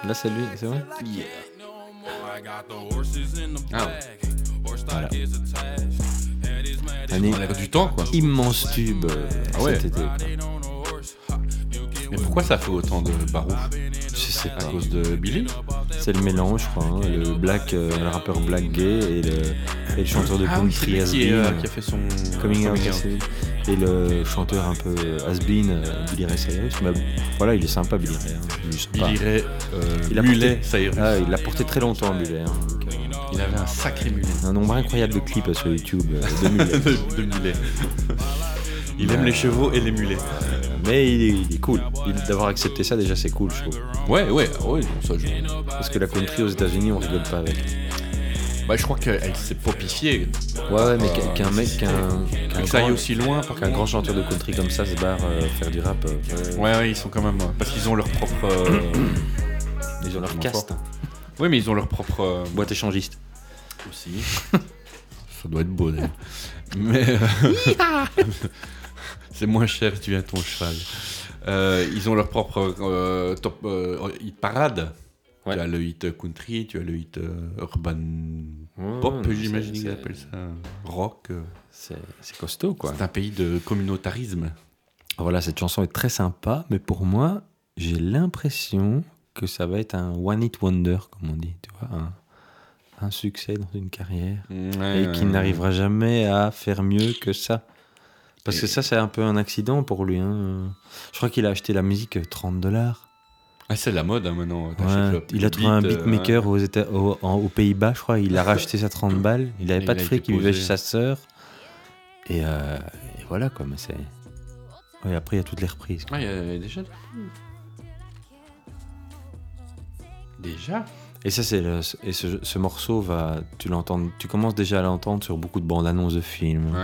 S5: Là, c'est lui, c'est vrai
S4: Ah,
S5: Année
S4: on a l'air du temps, quoi.
S5: immense tube euh,
S4: Ah ouais.
S5: cet été. quoi.
S4: Mais pourquoi ça fait autant de barouf
S5: Je sais
S4: À
S5: pas.
S4: cause de Billy
S5: C'est le mélange, je crois. hein, Le black, euh, le rappeur black gay et le, et le chanteur de
S4: c'est
S5: country
S4: lui qui,
S5: has-been,
S4: euh,
S5: euh,
S4: qui a fait son
S5: coming out, has-been, et le chanteur un peu has-been euh, Billy Ray Cyrus. Mais voilà, il est sympa Billy Ray. hein, il est sympa.
S4: Billy Ray, euh,
S5: Il a
S4: Mulet,
S5: porté-
S4: Cyrus.
S5: Ah, il l'a porté très longtemps Billy. Ray, hein, donc, euh,
S4: Il avait un sacré mulet.
S5: Un nombre incroyable de clips euh, sur YouTube euh, de mulets.
S4: de de mulet. Il aime les chevaux et les mulets.
S5: Mais il est, il est cool. Il- D'avoir accepté ça, déjà, c'est cool, je trouve.
S4: Ouais, ouais, ah ouais, non, ça, je-
S5: Parce que la country aux États-Unis, on rigole pas avec.
S4: Bah, je crois qu'elle s'est popifiée.
S5: Ouais, ouais, mais qu'un- qu'un mec, qu'un qu'un
S4: Euh, Que ça aille
S5: grand,
S4: aussi loin, par
S5: qu'un
S4: contre.
S5: grand chanteur de country comme ça se barre euh, faire du rap, euh,
S4: Ouais, ouais, ils sont quand même. euh, Parce qu'ils ont leur propre. euh,
S5: ils ont leur caste.
S4: Oui, mais ils ont leur propre. euh,
S5: Boîte échangiste.
S4: aussi. Ça doit être beau d'ailleurs. Mais euh, c'est moins cher si tu viens à ton cheval. Euh, ils ont leur propre euh, top euh, hit parade.
S5: Ouais.
S4: Tu as le hit country, tu as le hit euh, urban
S5: ouais,
S4: pop,
S5: Oh, non,
S4: j'imagine
S5: c'est-
S4: qu'ils
S5: c'est-
S4: appellent ça rock. euh.
S5: C'est c'est costaud, quoi.
S4: C'est un pays de communautarisme.
S5: Voilà, cette chanson est très sympa, mais pour moi, j'ai l'impression que ça va être un one hit wonder, comme on dit, tu vois, un, un succès dans une carrière et qui n'arrivera jamais à faire mieux que ça. Parce que
S4: Et-
S5: ça, c'est un peu un accident pour lui. hein. Je crois qu'il a acheté la musique euh, 30 dollars.
S4: Ah, c'est la mode hein, maintenant.
S5: Ouais,
S4: T'achètes le-
S5: il
S4: le
S5: a trouvé un
S4: beat, euh,
S5: beatmaker aux, Éta- au- en- aux Pays-Bas, je crois. Il a racheté ça 30 balles. Il n'avait
S4: Il
S5: pas de
S4: l'a
S5: fric, il vivait
S4: déposé.
S5: chez sa sœur. Et, euh, et voilà, quoi. Mais c'est. Ouais, après, il y a toutes les reprises. quoi.
S4: Ah, il y a- il y a déjà. Déjà
S5: Et ça, c'est le- et ce, ce morceau va, tu l'entends, tu commences déjà à l'entendre sur beaucoup de bandes annonces de films,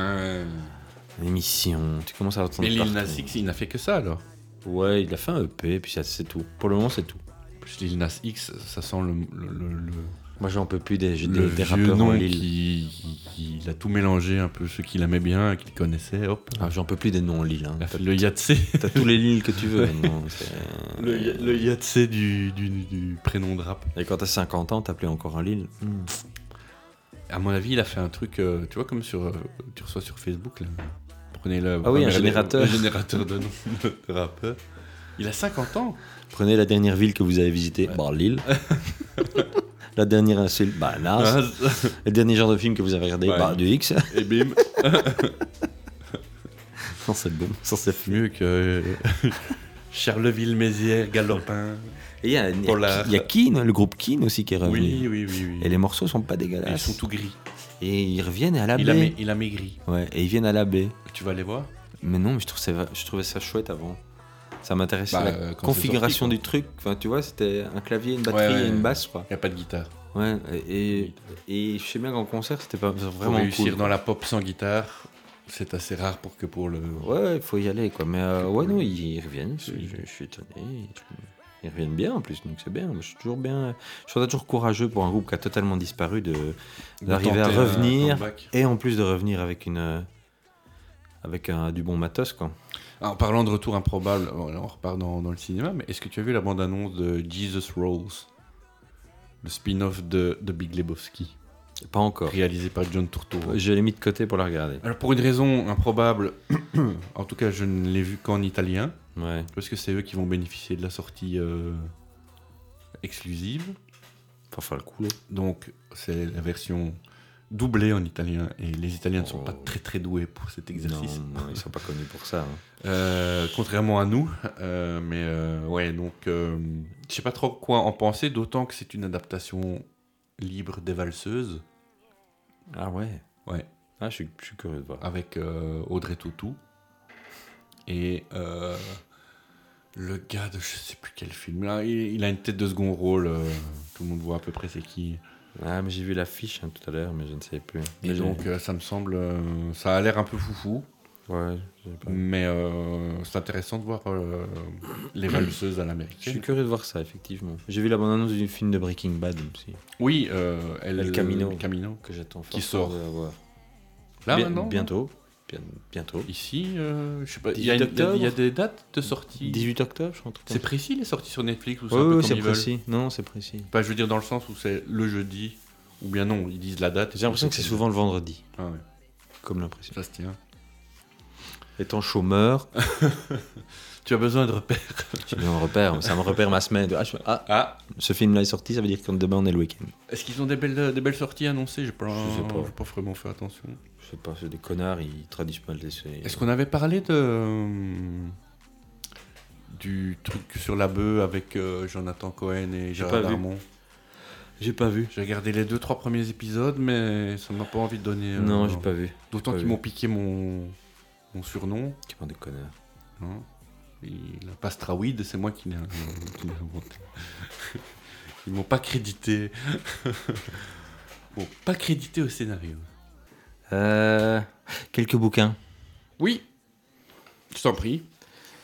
S5: d'émissions. Tu commences à l'entendre.
S4: Mais Lil
S5: partout.
S4: Nas X, il n'a fait que ça alors.
S5: Ouais, il a fait un EP, puis ça, c'est tout. Pour le moment, c'est tout.
S4: Plus Lil Nas X, ça sent le, le, le, le-
S5: Moi, j'en peux plus des, des,
S4: le vieux
S5: des rappeurs en
S4: nom
S5: Lille.
S4: qui, qui- il a tout mélangé un peu ceux qu'il aimait bien, qu'il connaissait, hop.
S5: Ah, j'en peux plus des noms en Lille. hein.
S4: Il a fait le Yatsé,
S5: T'as tous les Lille que tu veux. maintenant, c'est-
S4: le, le Yatsé du, du, du prénom de rap.
S5: Et quand t'as 50 ans, t'appelais encore un Lille. Hmm.
S4: À mon avis, il a fait un truc, euh, tu vois, comme sur, euh, tu reçois sur Facebook là. Prenez le.
S5: Ah oui, un
S4: regardez-
S5: générateur.
S4: un générateur de noms de rappeur. Il a 50 ans.
S5: Prenez la dernière ville que vous avez visitée, bah, Lille. la dernière insulte, bah Nas.
S4: Ah,
S5: Le dernier genre de film que vous avez regardé,
S4: Ouais.
S5: bah du X.
S4: Et bim.
S5: non, c'est bon, ça c'est fou.
S4: Mieux que Charleville-Mézières, Galopin.
S5: Et il y a, il y a-
S4: Polar.
S5: il y a Keane, le groupe Keane aussi qui est
S4: Oui,
S5: revenu.
S4: oui, oui, oui. Ah,
S5: Et les morceaux sont pas dégueulasses.
S4: Ils sont tout gris.
S5: Et ils reviennent à la
S4: Il a,
S5: baie.
S4: ma- il a maigri.
S5: Ouais, et ils viennent à la baie.
S4: Tu vas les voir
S5: Mais non, mais je, trouve ça va- je trouvais ça chouette avant. Ça m'intéressait
S4: Bah,
S5: la
S4: euh, quand c'est
S5: configuration
S4: sorti,
S5: du truc. Enfin, tu vois, c'était un clavier, une batterie
S4: Ouais, ouais,
S5: et une
S4: ouais.
S5: basse, quoi.
S4: Il n'y a pas de guitare.
S5: Ouais, et, et, et je sais bien qu'en concert, c'était pas
S4: Pour
S5: vraiment
S4: réussir
S5: cool.
S4: dans la pop sans guitare, c'est assez rare pour que pour le.
S5: Ouais, il faut y aller, quoi. Mais euh, ouais, non, ils, ils reviennent. Je, je- je suis étonné. Ils reviennent bien en plus, donc c'est bien. Moi, Je suis toujours bien. Je suis toujours courageux pour un groupe qui a totalement disparu de d'arriver à
S4: tenter euh, un
S5: revenir
S4: comeback.
S5: et en plus de revenir avec une euh, avec un, du bon matos, quoi.
S4: Ah, En parlant de retour improbable, bon, là, on repart dans, dans le cinéma, mais est-ce que tu as vu la bande-annonce de Jesus Rolls Le spin-off de, de Big Lebowski,
S5: Pas encore.
S4: réalisé par John Turturro.
S5: Je l'ai mis de côté pour la regarder.
S4: Alors pour une raison improbable, en tout cas je ne l'ai vu qu'en italien,
S5: Ouais.
S4: parce que c'est eux qui vont bénéficier de la sortie euh, exclusive.
S5: Faut faire le coup. là.
S4: Donc, c'est la version doublée en italien. Et les Italiens ne sont
S5: Oh.
S4: pas très très doués pour cet exercice.
S5: Non, non, ils sont pas connus pour ça. hein.
S4: Euh, contrairement à nous. Euh, mais euh, ouais, donc, euh, je sais pas trop quoi en penser, d'autant que c'est une adaptation libre des valseuses.
S5: Ah ouais.
S4: Ouais.
S5: Ah, je suis, je suis curieux de voir.
S4: Avec euh, Audrey Tautou. Et euh, le gars de je sais plus quel film. Là, il, il a une tête de second rôle. euh, tout le monde voit à peu près c'est qui.
S5: Ah, mais j'ai vu l'affiche hein, tout à l'heure, mais je ne sais plus.
S4: Et
S5: Mais j'ai-
S4: donc, euh, ça me semble. euh, ça a l'air un peu foufou.
S5: Ouais, j'ai pas-
S4: Mais euh, c'est intéressant de voir euh, les valseuses à
S5: Je
S4: l'américaine.
S5: suis curieux de voir ça, effectivement. J'ai vu la bande-annonce du film de Breaking Bad aussi,
S4: Oui, euh, elle,
S5: El Camino.
S4: le Camino.
S5: que j'attends
S4: Qui
S5: fortement
S4: sort.
S5: de la voir.
S4: Là
S5: Bien-
S4: maintenant
S5: Bientôt. Bien- bientôt.
S4: Ici, euh, je sais pas. Il y, a-
S5: 18
S4: il y a- il y a
S5: octobre.
S4: des dates de sortie.
S5: 18 octobre, je crois. un truc comme
S4: C'est
S5: ça.
S4: précis les sorties sur Netflix ou c'est
S5: Ouais,
S4: un peu
S5: ouais,
S4: comme
S5: c'est
S4: ils veulent
S5: précis. Non, non, c'est précis.
S4: Enfin, Bah, je veux dire dans le sens où c'est le jeudi ou bien non, ils disent la date.
S5: J'ai l'impression que c'est souvent le vendredi,
S4: Ah ouais,
S5: comme l'impression.
S4: ça se tient.
S5: Étant chômeur,
S4: Tu as besoin de repères.
S5: j'ai besoin de repères. Ça me repère ma semaine. Ah, je fais, ah,
S4: Ah,
S5: ce film-là est sorti, ça veut dire que demain on est le week-end.
S4: est-ce qu'ils ont des belles, des belles sorties annoncées J'ai pas,
S5: Je sais pas.
S4: j'ai pas vraiment fait attention.
S5: Je sais pas, c'est des connards, ils traduisent pas le dessin.
S4: Est-ce qu'on avait parlé de euh, du truc sur la bœuf avec euh, Jonathan Cohen et Gérard
S5: pas vu.
S4: Darmon
S5: J'ai pas vu.
S4: J'ai regardé les deux, trois premiers épisodes, mais ça m'a pas envie de donner. euh,
S5: Non, j'ai pas vu.
S4: D'autant
S5: pas
S4: qu'ils
S5: vu.
S4: m'ont piqué mon, mon surnom.
S5: Tu m'en des connards.
S4: hein. Et la pastrawid, c'est moi qui l'ai qui l'ai inventé. Ils m'ont pas crédité. Ils m'ont pas crédité au scénario.
S5: Euh, quelques bouquins.
S4: Oui Je t'en prie.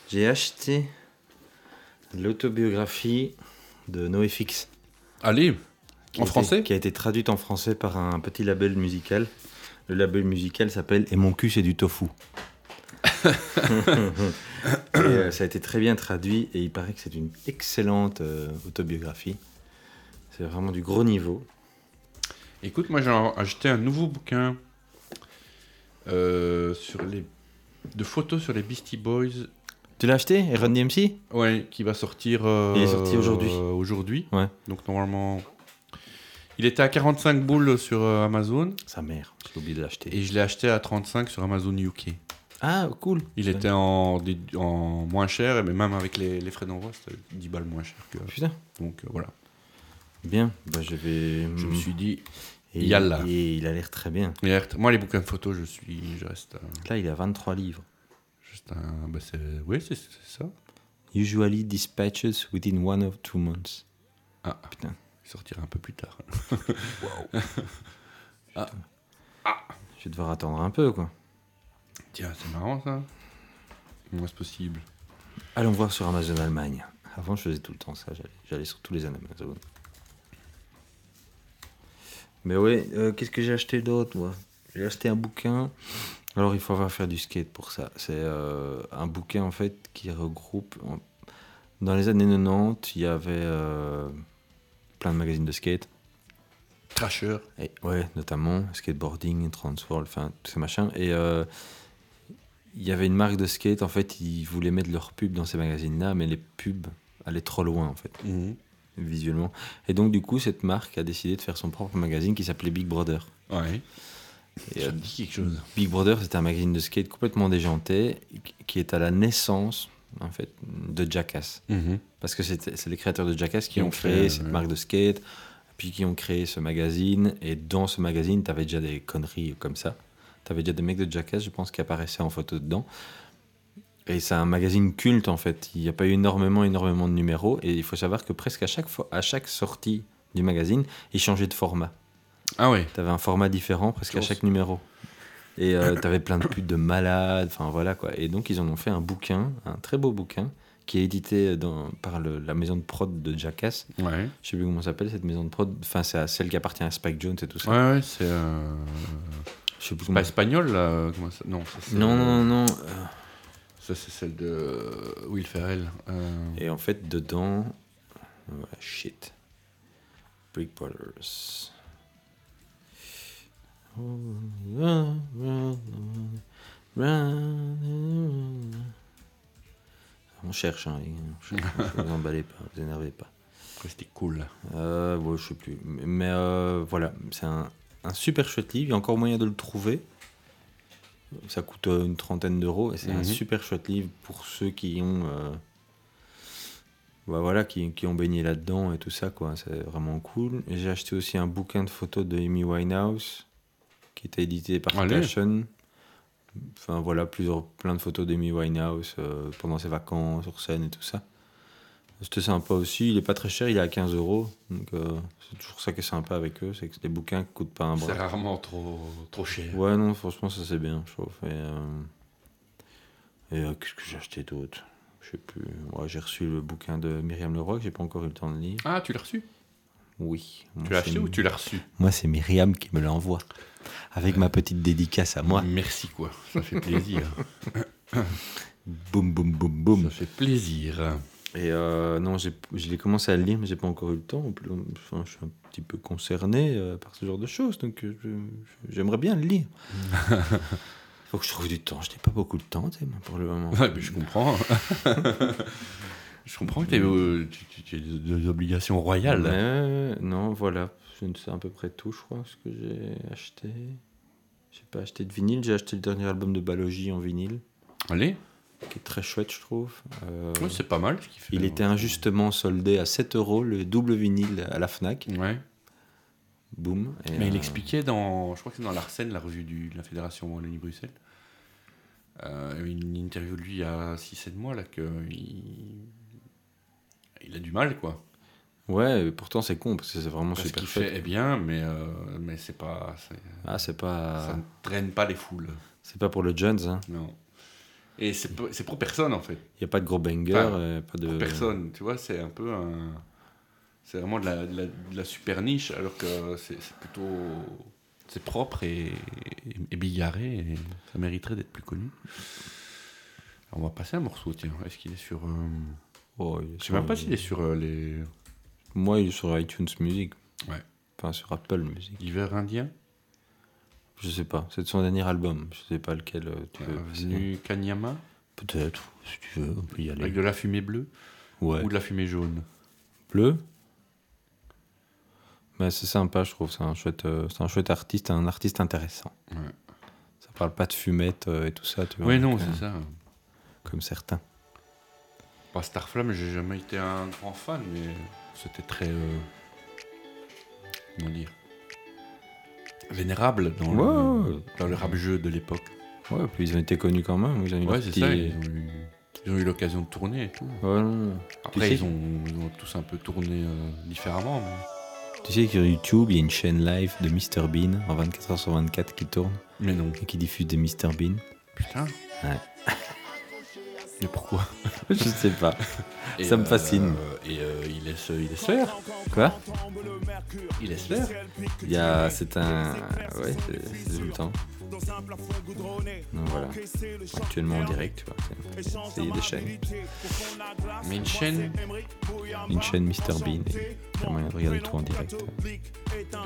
S5: J'ai acheté l'autobiographie de NoFX.
S4: Allez
S5: qui a
S4: En
S5: été-
S4: français
S5: Qui a été traduite en français par un petit label musical. Le label musical s'appelle Et mon cul, c'est du tofu. Et, euh, ça a été très bien traduit et il paraît que c'est une excellente euh, autobiographie. C'est vraiment du gros niveau.
S4: Écoute, moi j'ai acheté un nouveau bouquin euh, sur les... de photos sur les Beastie Boys
S5: Tu l'as acheté, Run DMC
S4: Ouais, qui va sortir. euh,
S5: Il est sorti aujourd'hui.
S4: euh, aujourd'hui.
S5: Ouais.
S4: Donc normalement. Il était à 45 boules sur euh, Amazon
S5: Sa mère, j'ai oublié de l'acheter.
S4: et je l'ai acheté à 35 sur Amazon UK.
S5: Ah, cool
S4: Il était en, dé- en moins cher, mais même avec les, les frais d'envoi, c'était 10 balles moins cher que.
S5: Putain,
S4: Donc euh, voilà.
S5: bien. Bah, je vais.
S4: Je me suis dit.
S5: Et,
S4: Yalla.
S5: et il a l'air très bien.
S4: Mais alerte, Moi, les bouquins de photos, je suis. Je reste un.
S5: Là, il a 23 livres.
S4: Juste un bah, c'est- oui, c'est c'est ça.
S5: Usually dispatches within one or two months.
S4: Ah,
S5: Putain.
S4: Il sortira un peu plus tard.
S5: Je vais devoir attendre un peu, quoi.
S4: Tiens, c'est marrant ça. Moi, c'est possible.
S5: Allons voir sur Amazon Allemagne. Avant, je faisais tout le temps ça. J'allais, j'allais sur tous les Amazon. Mais ouais, euh, qu'est-ce que j'ai acheté d'autre, moi J'ai acheté un bouquin. Alors, il faut avoir faire du skate pour ça. C'est euh, un bouquin, en fait, qui regroupe... en- Dans les années 90, il y avait euh, plein de magazines de skate.
S4: Trasher.
S5: Et, ouais, notamment skateboarding, Transworld, enfin tous ces machins. Et euh, il y avait une marque de skate, en fait, ils voulaient mettre leurs pubs dans ces magazines-là, mais les pubs allaient trop loin, en fait, visuellement. Et donc, du coup, cette marque a décidé de faire son propre magazine qui s'appelait Big Brother.
S4: Ouais.
S5: Et,
S4: Ça
S5: euh,
S4: me dit quelque chose.
S5: Big Brother, c'était un magazine de skate complètement déjanté, qui est à la naissance, en fait, de Jackass.
S4: Mhm.
S5: Parce que c'était- c'est les créateurs de Jackass qui ont créé
S4: euh,
S5: cette
S4: ouais.
S5: marque de skate, puis qui ont créé ce magazine. Et dans ce magazine, tu avais déjà des conneries comme ça. Tu avais déjà des mecs de Jackass, je pense, qui apparaissaient en photo dedans. Et c'est un magazine culte, en fait. Il n'y a pas eu énormément, énormément de numéros. Et il faut savoir que presque à chaque, fois, à chaque sortie du magazine, il changeait de format.
S4: Ah ouais.
S5: Tu avais un format différent presque à
S4: Chance.
S5: chaque numéro. Et tu avais plein de putes de malades, enfin voilà quoi. Et donc ils en ont fait un bouquin, un très beau bouquin, qui est édité dans- par le- la maison de prod de Jackass.
S4: Ouais.
S5: Je sais plus comment ça s'appelle cette maison de prod. Enfin, c'est à celle qui appartient à Spike Jones et tout ça.
S4: Ouais, ouais, c'est. euh,
S5: Je sais plus
S4: c'est
S5: comment.
S4: Pas espagnol, là euh, comment ça- Non, ça, c'est.
S5: Non, non, non. non.
S4: Ça, c'est celle de euh, Will Ferrell. euh,
S5: Et en fait, dedans. Voilà, shit. Brick Brothers. On cherche, hein, les gars. on cherche, on- vous emballez pas, vous énervez pas.
S4: après, C'était cool.
S5: Euh, ouais, je sais plus. Mais, mais, euh, voilà, c'est un, un super chouette livre. Il y a encore moyen de le trouver. Ça coûte euh, une trentaine d'euros et c'est un
S4: Mhm.
S5: super chouette livre pour ceux qui ont, euh, bah voilà, qui, qui ont baigné là-dedans et tout ça quoi. C'est vraiment cool. Et J'ai acheté aussi un bouquin de photos de Amy Winehouse qui était édité par
S4: Allez.
S5: Passion. Enfin voilà, plusieurs, plein de photos d'Amy Winehouse euh, pendant ses vacances sur scène et tout ça. C'était sympa aussi, il est pas très cher, il est à 15 euros. Donc euh, c'est toujours ça qui est sympa avec eux, c'est que les bouquins qui coûtent pas un
S4: C'est
S5: bras.
S4: rarement trop, trop cher.
S5: Ouais, non, franchement, ça c'est bien, je trouve. Et, euh, et, euh, qu'est-ce que j'ai acheté d'autre Je sais plus. Ouais, j'ai reçu le bouquin de Myriam Leroy que j'ai pas encore eu le temps de lire.
S4: Ah, tu l'as reçu
S5: Oui. Moi,
S4: Tu l'as
S5: c'est-
S4: acheté ou tu l'as reçu
S5: Moi, c'est Myriam qui me l'envoie. Avec ma petite dédicace à moi.
S4: Merci, quoi. Ça fait plaisir.
S5: Boum, boum, boum, boum.
S4: ça fait plaisir.
S5: Et euh, non, j'ai- je l'ai commencé à le lire, mais j'ai pas encore eu le temps. En plus, Enfin, je suis un petit peu concerné euh, par ce genre de choses, donc euh, je- j'aimerais bien le lire. Faut que je trouve du temps. Je n'ai pas beaucoup de temps, tu sais, moi, pour le moment.
S4: Ouais, mais je comprends. je comprends que t'aies,
S5: Mm.
S4: euh, tu, tu- tu aies des, des obligations royales.
S5: Mais, non, voilà. Je ne sais à peu près tout, je crois, ce que j'ai acheté. J'ai pas acheté de vinyle. J'ai acheté le dernier album de Balogie en vinyle,
S4: Allez,
S5: qui est très chouette, je trouve. Euh,
S4: Ouais, c'est pas mal ce qu'il fait. hein.
S5: il était injustement soldé à 7 euros le double vinyle à la Fnac.
S4: Ouais.
S5: boum. et,
S4: Mais il
S5: euh,
S4: expliquait dans, je crois que c'est dans l'Arsène, la revue du- de la Fédération Wallonie-Bruxelles, euh, il y avait une interview de lui il y a 6-7 mois, là, que il... il a du mal, quoi.
S5: Ouais, et pourtant c'est con parce que c'est vraiment
S4: Parce
S5: super
S4: qu'il
S5: fait.
S4: fait est bien, mais, euh, mais c'est pas, c'est-
S5: Ah, c'est pas,
S4: ça ne traîne pas les foules.
S5: c'est pas pour le Jones. Hein.
S4: Non. Et c'est pour- c'est pour personne, en fait.
S5: Il y a pas de gros banger,
S4: Enfin,
S5: euh, pas de.
S4: Pour personne, tu vois, c'est un peu un... C'est vraiment de la, de la- de la super niche, alors que c'est c'est plutôt... C'est propre et, et, et bigarré, et ça mériterait d'être plus connu. Alors, on va passer un morceau, tiens. Est-ce qu'il est sur... euh,
S5: Oh, il est
S4: Je sais
S5: sur-
S4: même pas s'il est sur euh, les...
S5: Moi, il est sur iTunes Music.
S4: Ouais.
S5: Enfin, sur Apple Music.
S4: L'hiver indien
S5: Je sais pas. C'est de son dernier album. Je sais pas lequel euh,
S4: Ah,
S5: tu veux. passer.
S4: Venu Kanyama
S5: Peut-être, si tu veux, on peut y aller.
S4: Avec de la fumée bleue
S5: Ouais.
S4: ou de la fumée jaune
S5: Bleu. Mais Bah, c'est sympa, je trouve. C'est un chouette, euh, c'est un chouette artiste, un artiste intéressant.
S4: Ouais.
S5: Ça parle pas de fumette euh, et tout ça, tu vois.
S4: Ouais,
S5: donc,
S4: non,
S5: euh,
S4: c'est ça.
S5: Comme certains.
S4: Pas Starflame, j'ai jamais été un grand fan, mais c'était très. euh, comment dire Vénérable dans,
S5: Ouais.
S4: le, dans le rap-jeu de l'époque.
S5: Ouais, puis ils ont été connus quand même. Ils ont eu
S4: Ouais,
S5: leur
S4: c'est
S5: petit-
S4: ça, ils ont eu, ils ont eu l'occasion de tourner et tout.
S5: Ouais, non.
S4: Après,
S5: sais
S4: ils ont, ils ont tous un peu tourné euh, différemment. Mais,
S5: Tu sais que sur YouTube, il y a une chaîne live de Mr Bean en 24h sur 24 qui tourne
S4: mais non.
S5: et qui diffuse des Mr Bean.
S4: Putain.
S5: Ouais.
S4: Mais pourquoi
S5: je sais pas.
S4: Et,
S5: Ça me fascine.
S4: euh, et euh, il, laisse, il laisse faire.
S5: Quoi
S4: Il laisse faire.
S5: Il y a, c'est un, ouais, c'est c'est tout le temps. Donc voilà, actuellement en direct, tu vois. c'est- C'est il y a des chaînes,
S4: Mais une chaîne,
S5: une chaîne Mr Bean. et Il y a moyen de regarder tout en direct.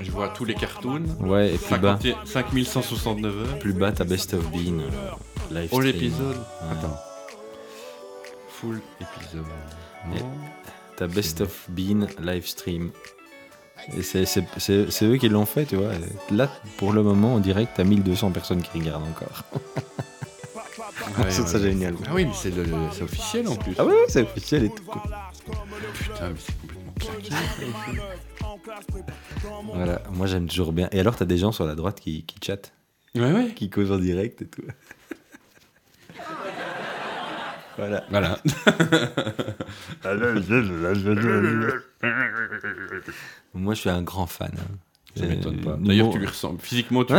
S4: je vois tous les cartoons.
S5: Ouais, et plus bas,
S4: 50 5169 heures.
S5: plus bas, t'as Best of Bean euh, live.
S4: All
S5: stream.
S4: épisode.
S5: Ouais.
S4: Oh, Attends. Full épisode. Non.
S5: T'as Best of Bean live stream. Et c'est- c'est c'est- c'est eux qui l'ont fait, tu vois. Là, pour le moment, en direct, t'as 1200 personnes qui regardent encore.
S4: Ouais,
S5: C'est ça
S4: ouais.
S5: génial.
S4: Ah oui, mais c'est le, c'est officiel en plus.
S5: Ah ouais, ouais, c'est officiel et tout. quoi.
S4: Putain, mais c'est complètement claqué.
S5: Voilà, moi j'aime toujours bien. Et alors, t'as des gens sur la droite qui, qui chattent,
S4: Ouais, ouais.
S5: qui causent en direct et tout. voilà.
S4: Voilà.
S5: Moi, je suis un grand fan. hein.
S4: Ça
S5: Euh,
S4: m'étonne pas.
S5: l'humour-
S4: D'ailleurs, tu lui ressembles. Physiquement, tu,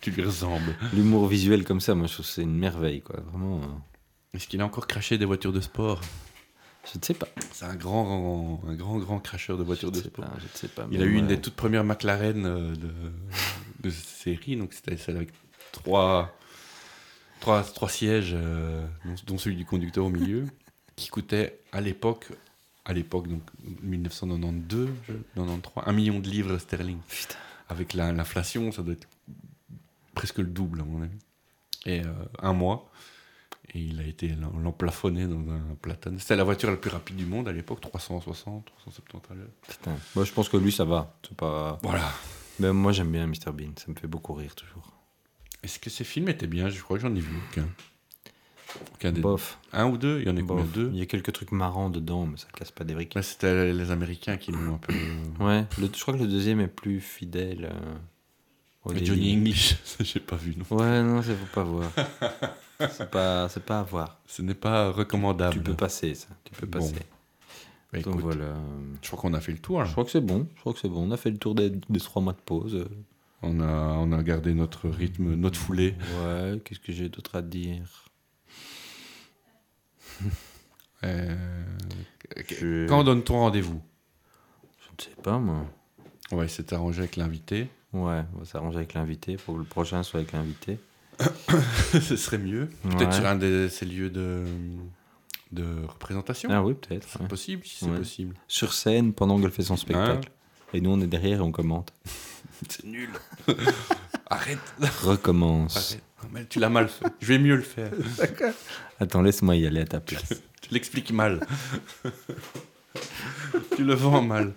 S4: tu lui ressembles.
S5: L'humour visuel comme ça, moi, je trouve que c'est une merveille, quoi. Vraiment. euh,
S4: Est-ce qu'il a encore craché des voitures de sport
S5: Je ne sais pas.
S4: C'est un grand, grand, un grand, grand cracheur de voitures
S5: je
S4: de
S5: sais
S4: sport.
S5: pas, je ne sais pas.
S4: Il
S5: mais euh,
S4: a eu
S5: moi,
S4: une des toutes premières McLaren euh, de, de série, donc c'était celle avec trois, trois, trois sièges, euh, dont, dont celui du conducteur au milieu, qui coûtait à l'époque, à l'époque donc 1992, je- 93, un million de livres sterling. Avec la- l'inflation, ça doit être presque le double à mon avis. Et euh, un mois. Et il a été l'en- l'emplafonné dans un platane. C'était la voiture la plus rapide du monde à l'époque, 360, 370 à l'heure.
S5: Putain. Moi, je pense que lui, ça va. C'est pas.
S4: Voilà.
S5: Mais moi, j'aime bien Mr Bean. Ça me fait beaucoup rire toujours.
S4: Est-ce que ces films étaient bien Je crois que j'en ai vu aucun. Aucun des-
S5: Bof.
S4: Un ou deux Il y en a combien
S5: bof.
S4: deux
S5: Il y a quelques trucs marrants dedans, mais ça casse pas des briques.
S4: Bah, C'était les Américains qui l'ont euh, un peu.
S5: Ouais. le- je crois que le deuxième est plus fidèle. euh, au
S4: Mais
S5: début.
S4: Johnny English, ça, j'ai pas vu non.
S5: Ouais, non, ça faut pas voir. c'est pas, c'est pas à voir.
S4: Ce n'est pas recommandable.
S5: Tu peux passer ça. Tu peux
S4: Bon.
S5: passer.
S4: Bah,
S5: Donc
S4: écoute,
S5: voilà. euh,
S4: Je crois qu'on a fait le tour. là.
S5: Je crois que c'est bon. Je crois que c'est bon. On a fait le tour des, des trois mois de pause.
S4: On, a, on a gardé notre rythme, notre foulée.
S5: Euh, Ouais. Qu'est-ce que j'ai d'autre à dire
S4: Euh,
S5: Je-
S4: Quand donne-t-on rendez-vous
S5: Je ne sais pas moi.
S4: On va essayer de s'arranger avec l'invité.
S5: Ouais, on va s'arranger avec l'invité pour que le prochain soit avec l'invité.
S4: Ce serait mieux. Peut-être
S5: Ouais.
S4: sur un de ces lieux de, de représentation.
S5: Ah oui, peut-être.
S4: C'est
S5: ouais.
S4: possible, si c'est
S5: Ouais.
S4: possible.
S5: Sur scène pendant qu'elle fait son spectacle. Et nous, on est derrière et on commente.
S4: C'est nul. Arrête.
S5: Recommence.
S4: Arrête. Non, mais tu l'as mal fait. Je vais mieux le faire.
S5: Attends, laisse-moi y aller à ta place.
S4: Tu l'expliques mal. tu le vends mal.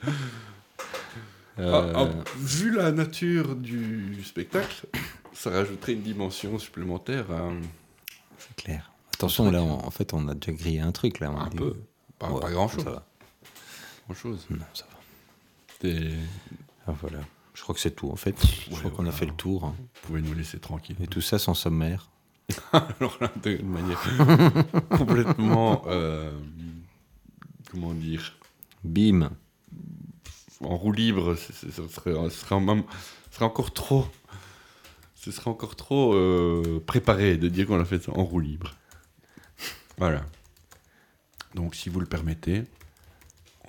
S5: Euh,
S4: Ah, ah, vu la nature du spectacle, ça rajouterait une dimension supplémentaire. à-
S5: C'est clair. Attention, là, on- en fait, on a déjà grillé un truc. Là, on
S4: Un
S5: dit- euh,
S4: peu. Pas,
S5: Ouais,
S4: pas grand-chose.
S5: Ça va.
S4: Grand-chose.
S5: Non, ça va.
S4: C'était-
S5: Ah, voilà. Je crois que c'est tout en fait. Je crois
S4: Ouais,
S5: qu'on a
S4: voilà.
S5: fait le tour. hein.
S4: Vous pouvez nous laisser tranquille.
S5: Et tout ça sans sommaire.
S4: Alors là, de manière complètement. euh, comment dire
S5: Bim.
S4: En roue libre, ce ce- ce serait, ce serait en même- ce serait encore trop. Ce serait encore trop euh, préparé de dire qu'on a fait ça en roue libre. Voilà. Donc, si vous le permettez,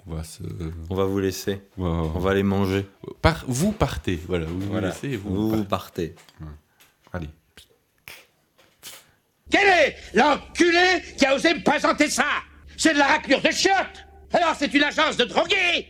S4: on va se.
S5: On va vous laisser.
S4: on va-
S5: On va aller manger.
S4: Par- vous partez, voilà. Vous
S5: Voilà.
S4: vous laissez et vous,
S5: Vous, vous
S4: partez.
S5: partez.
S4: Allez.
S3: Quel est l'enculé qui a osé me présenter ça C'est de la raclure de chiottes Alors c'est une agence de drogués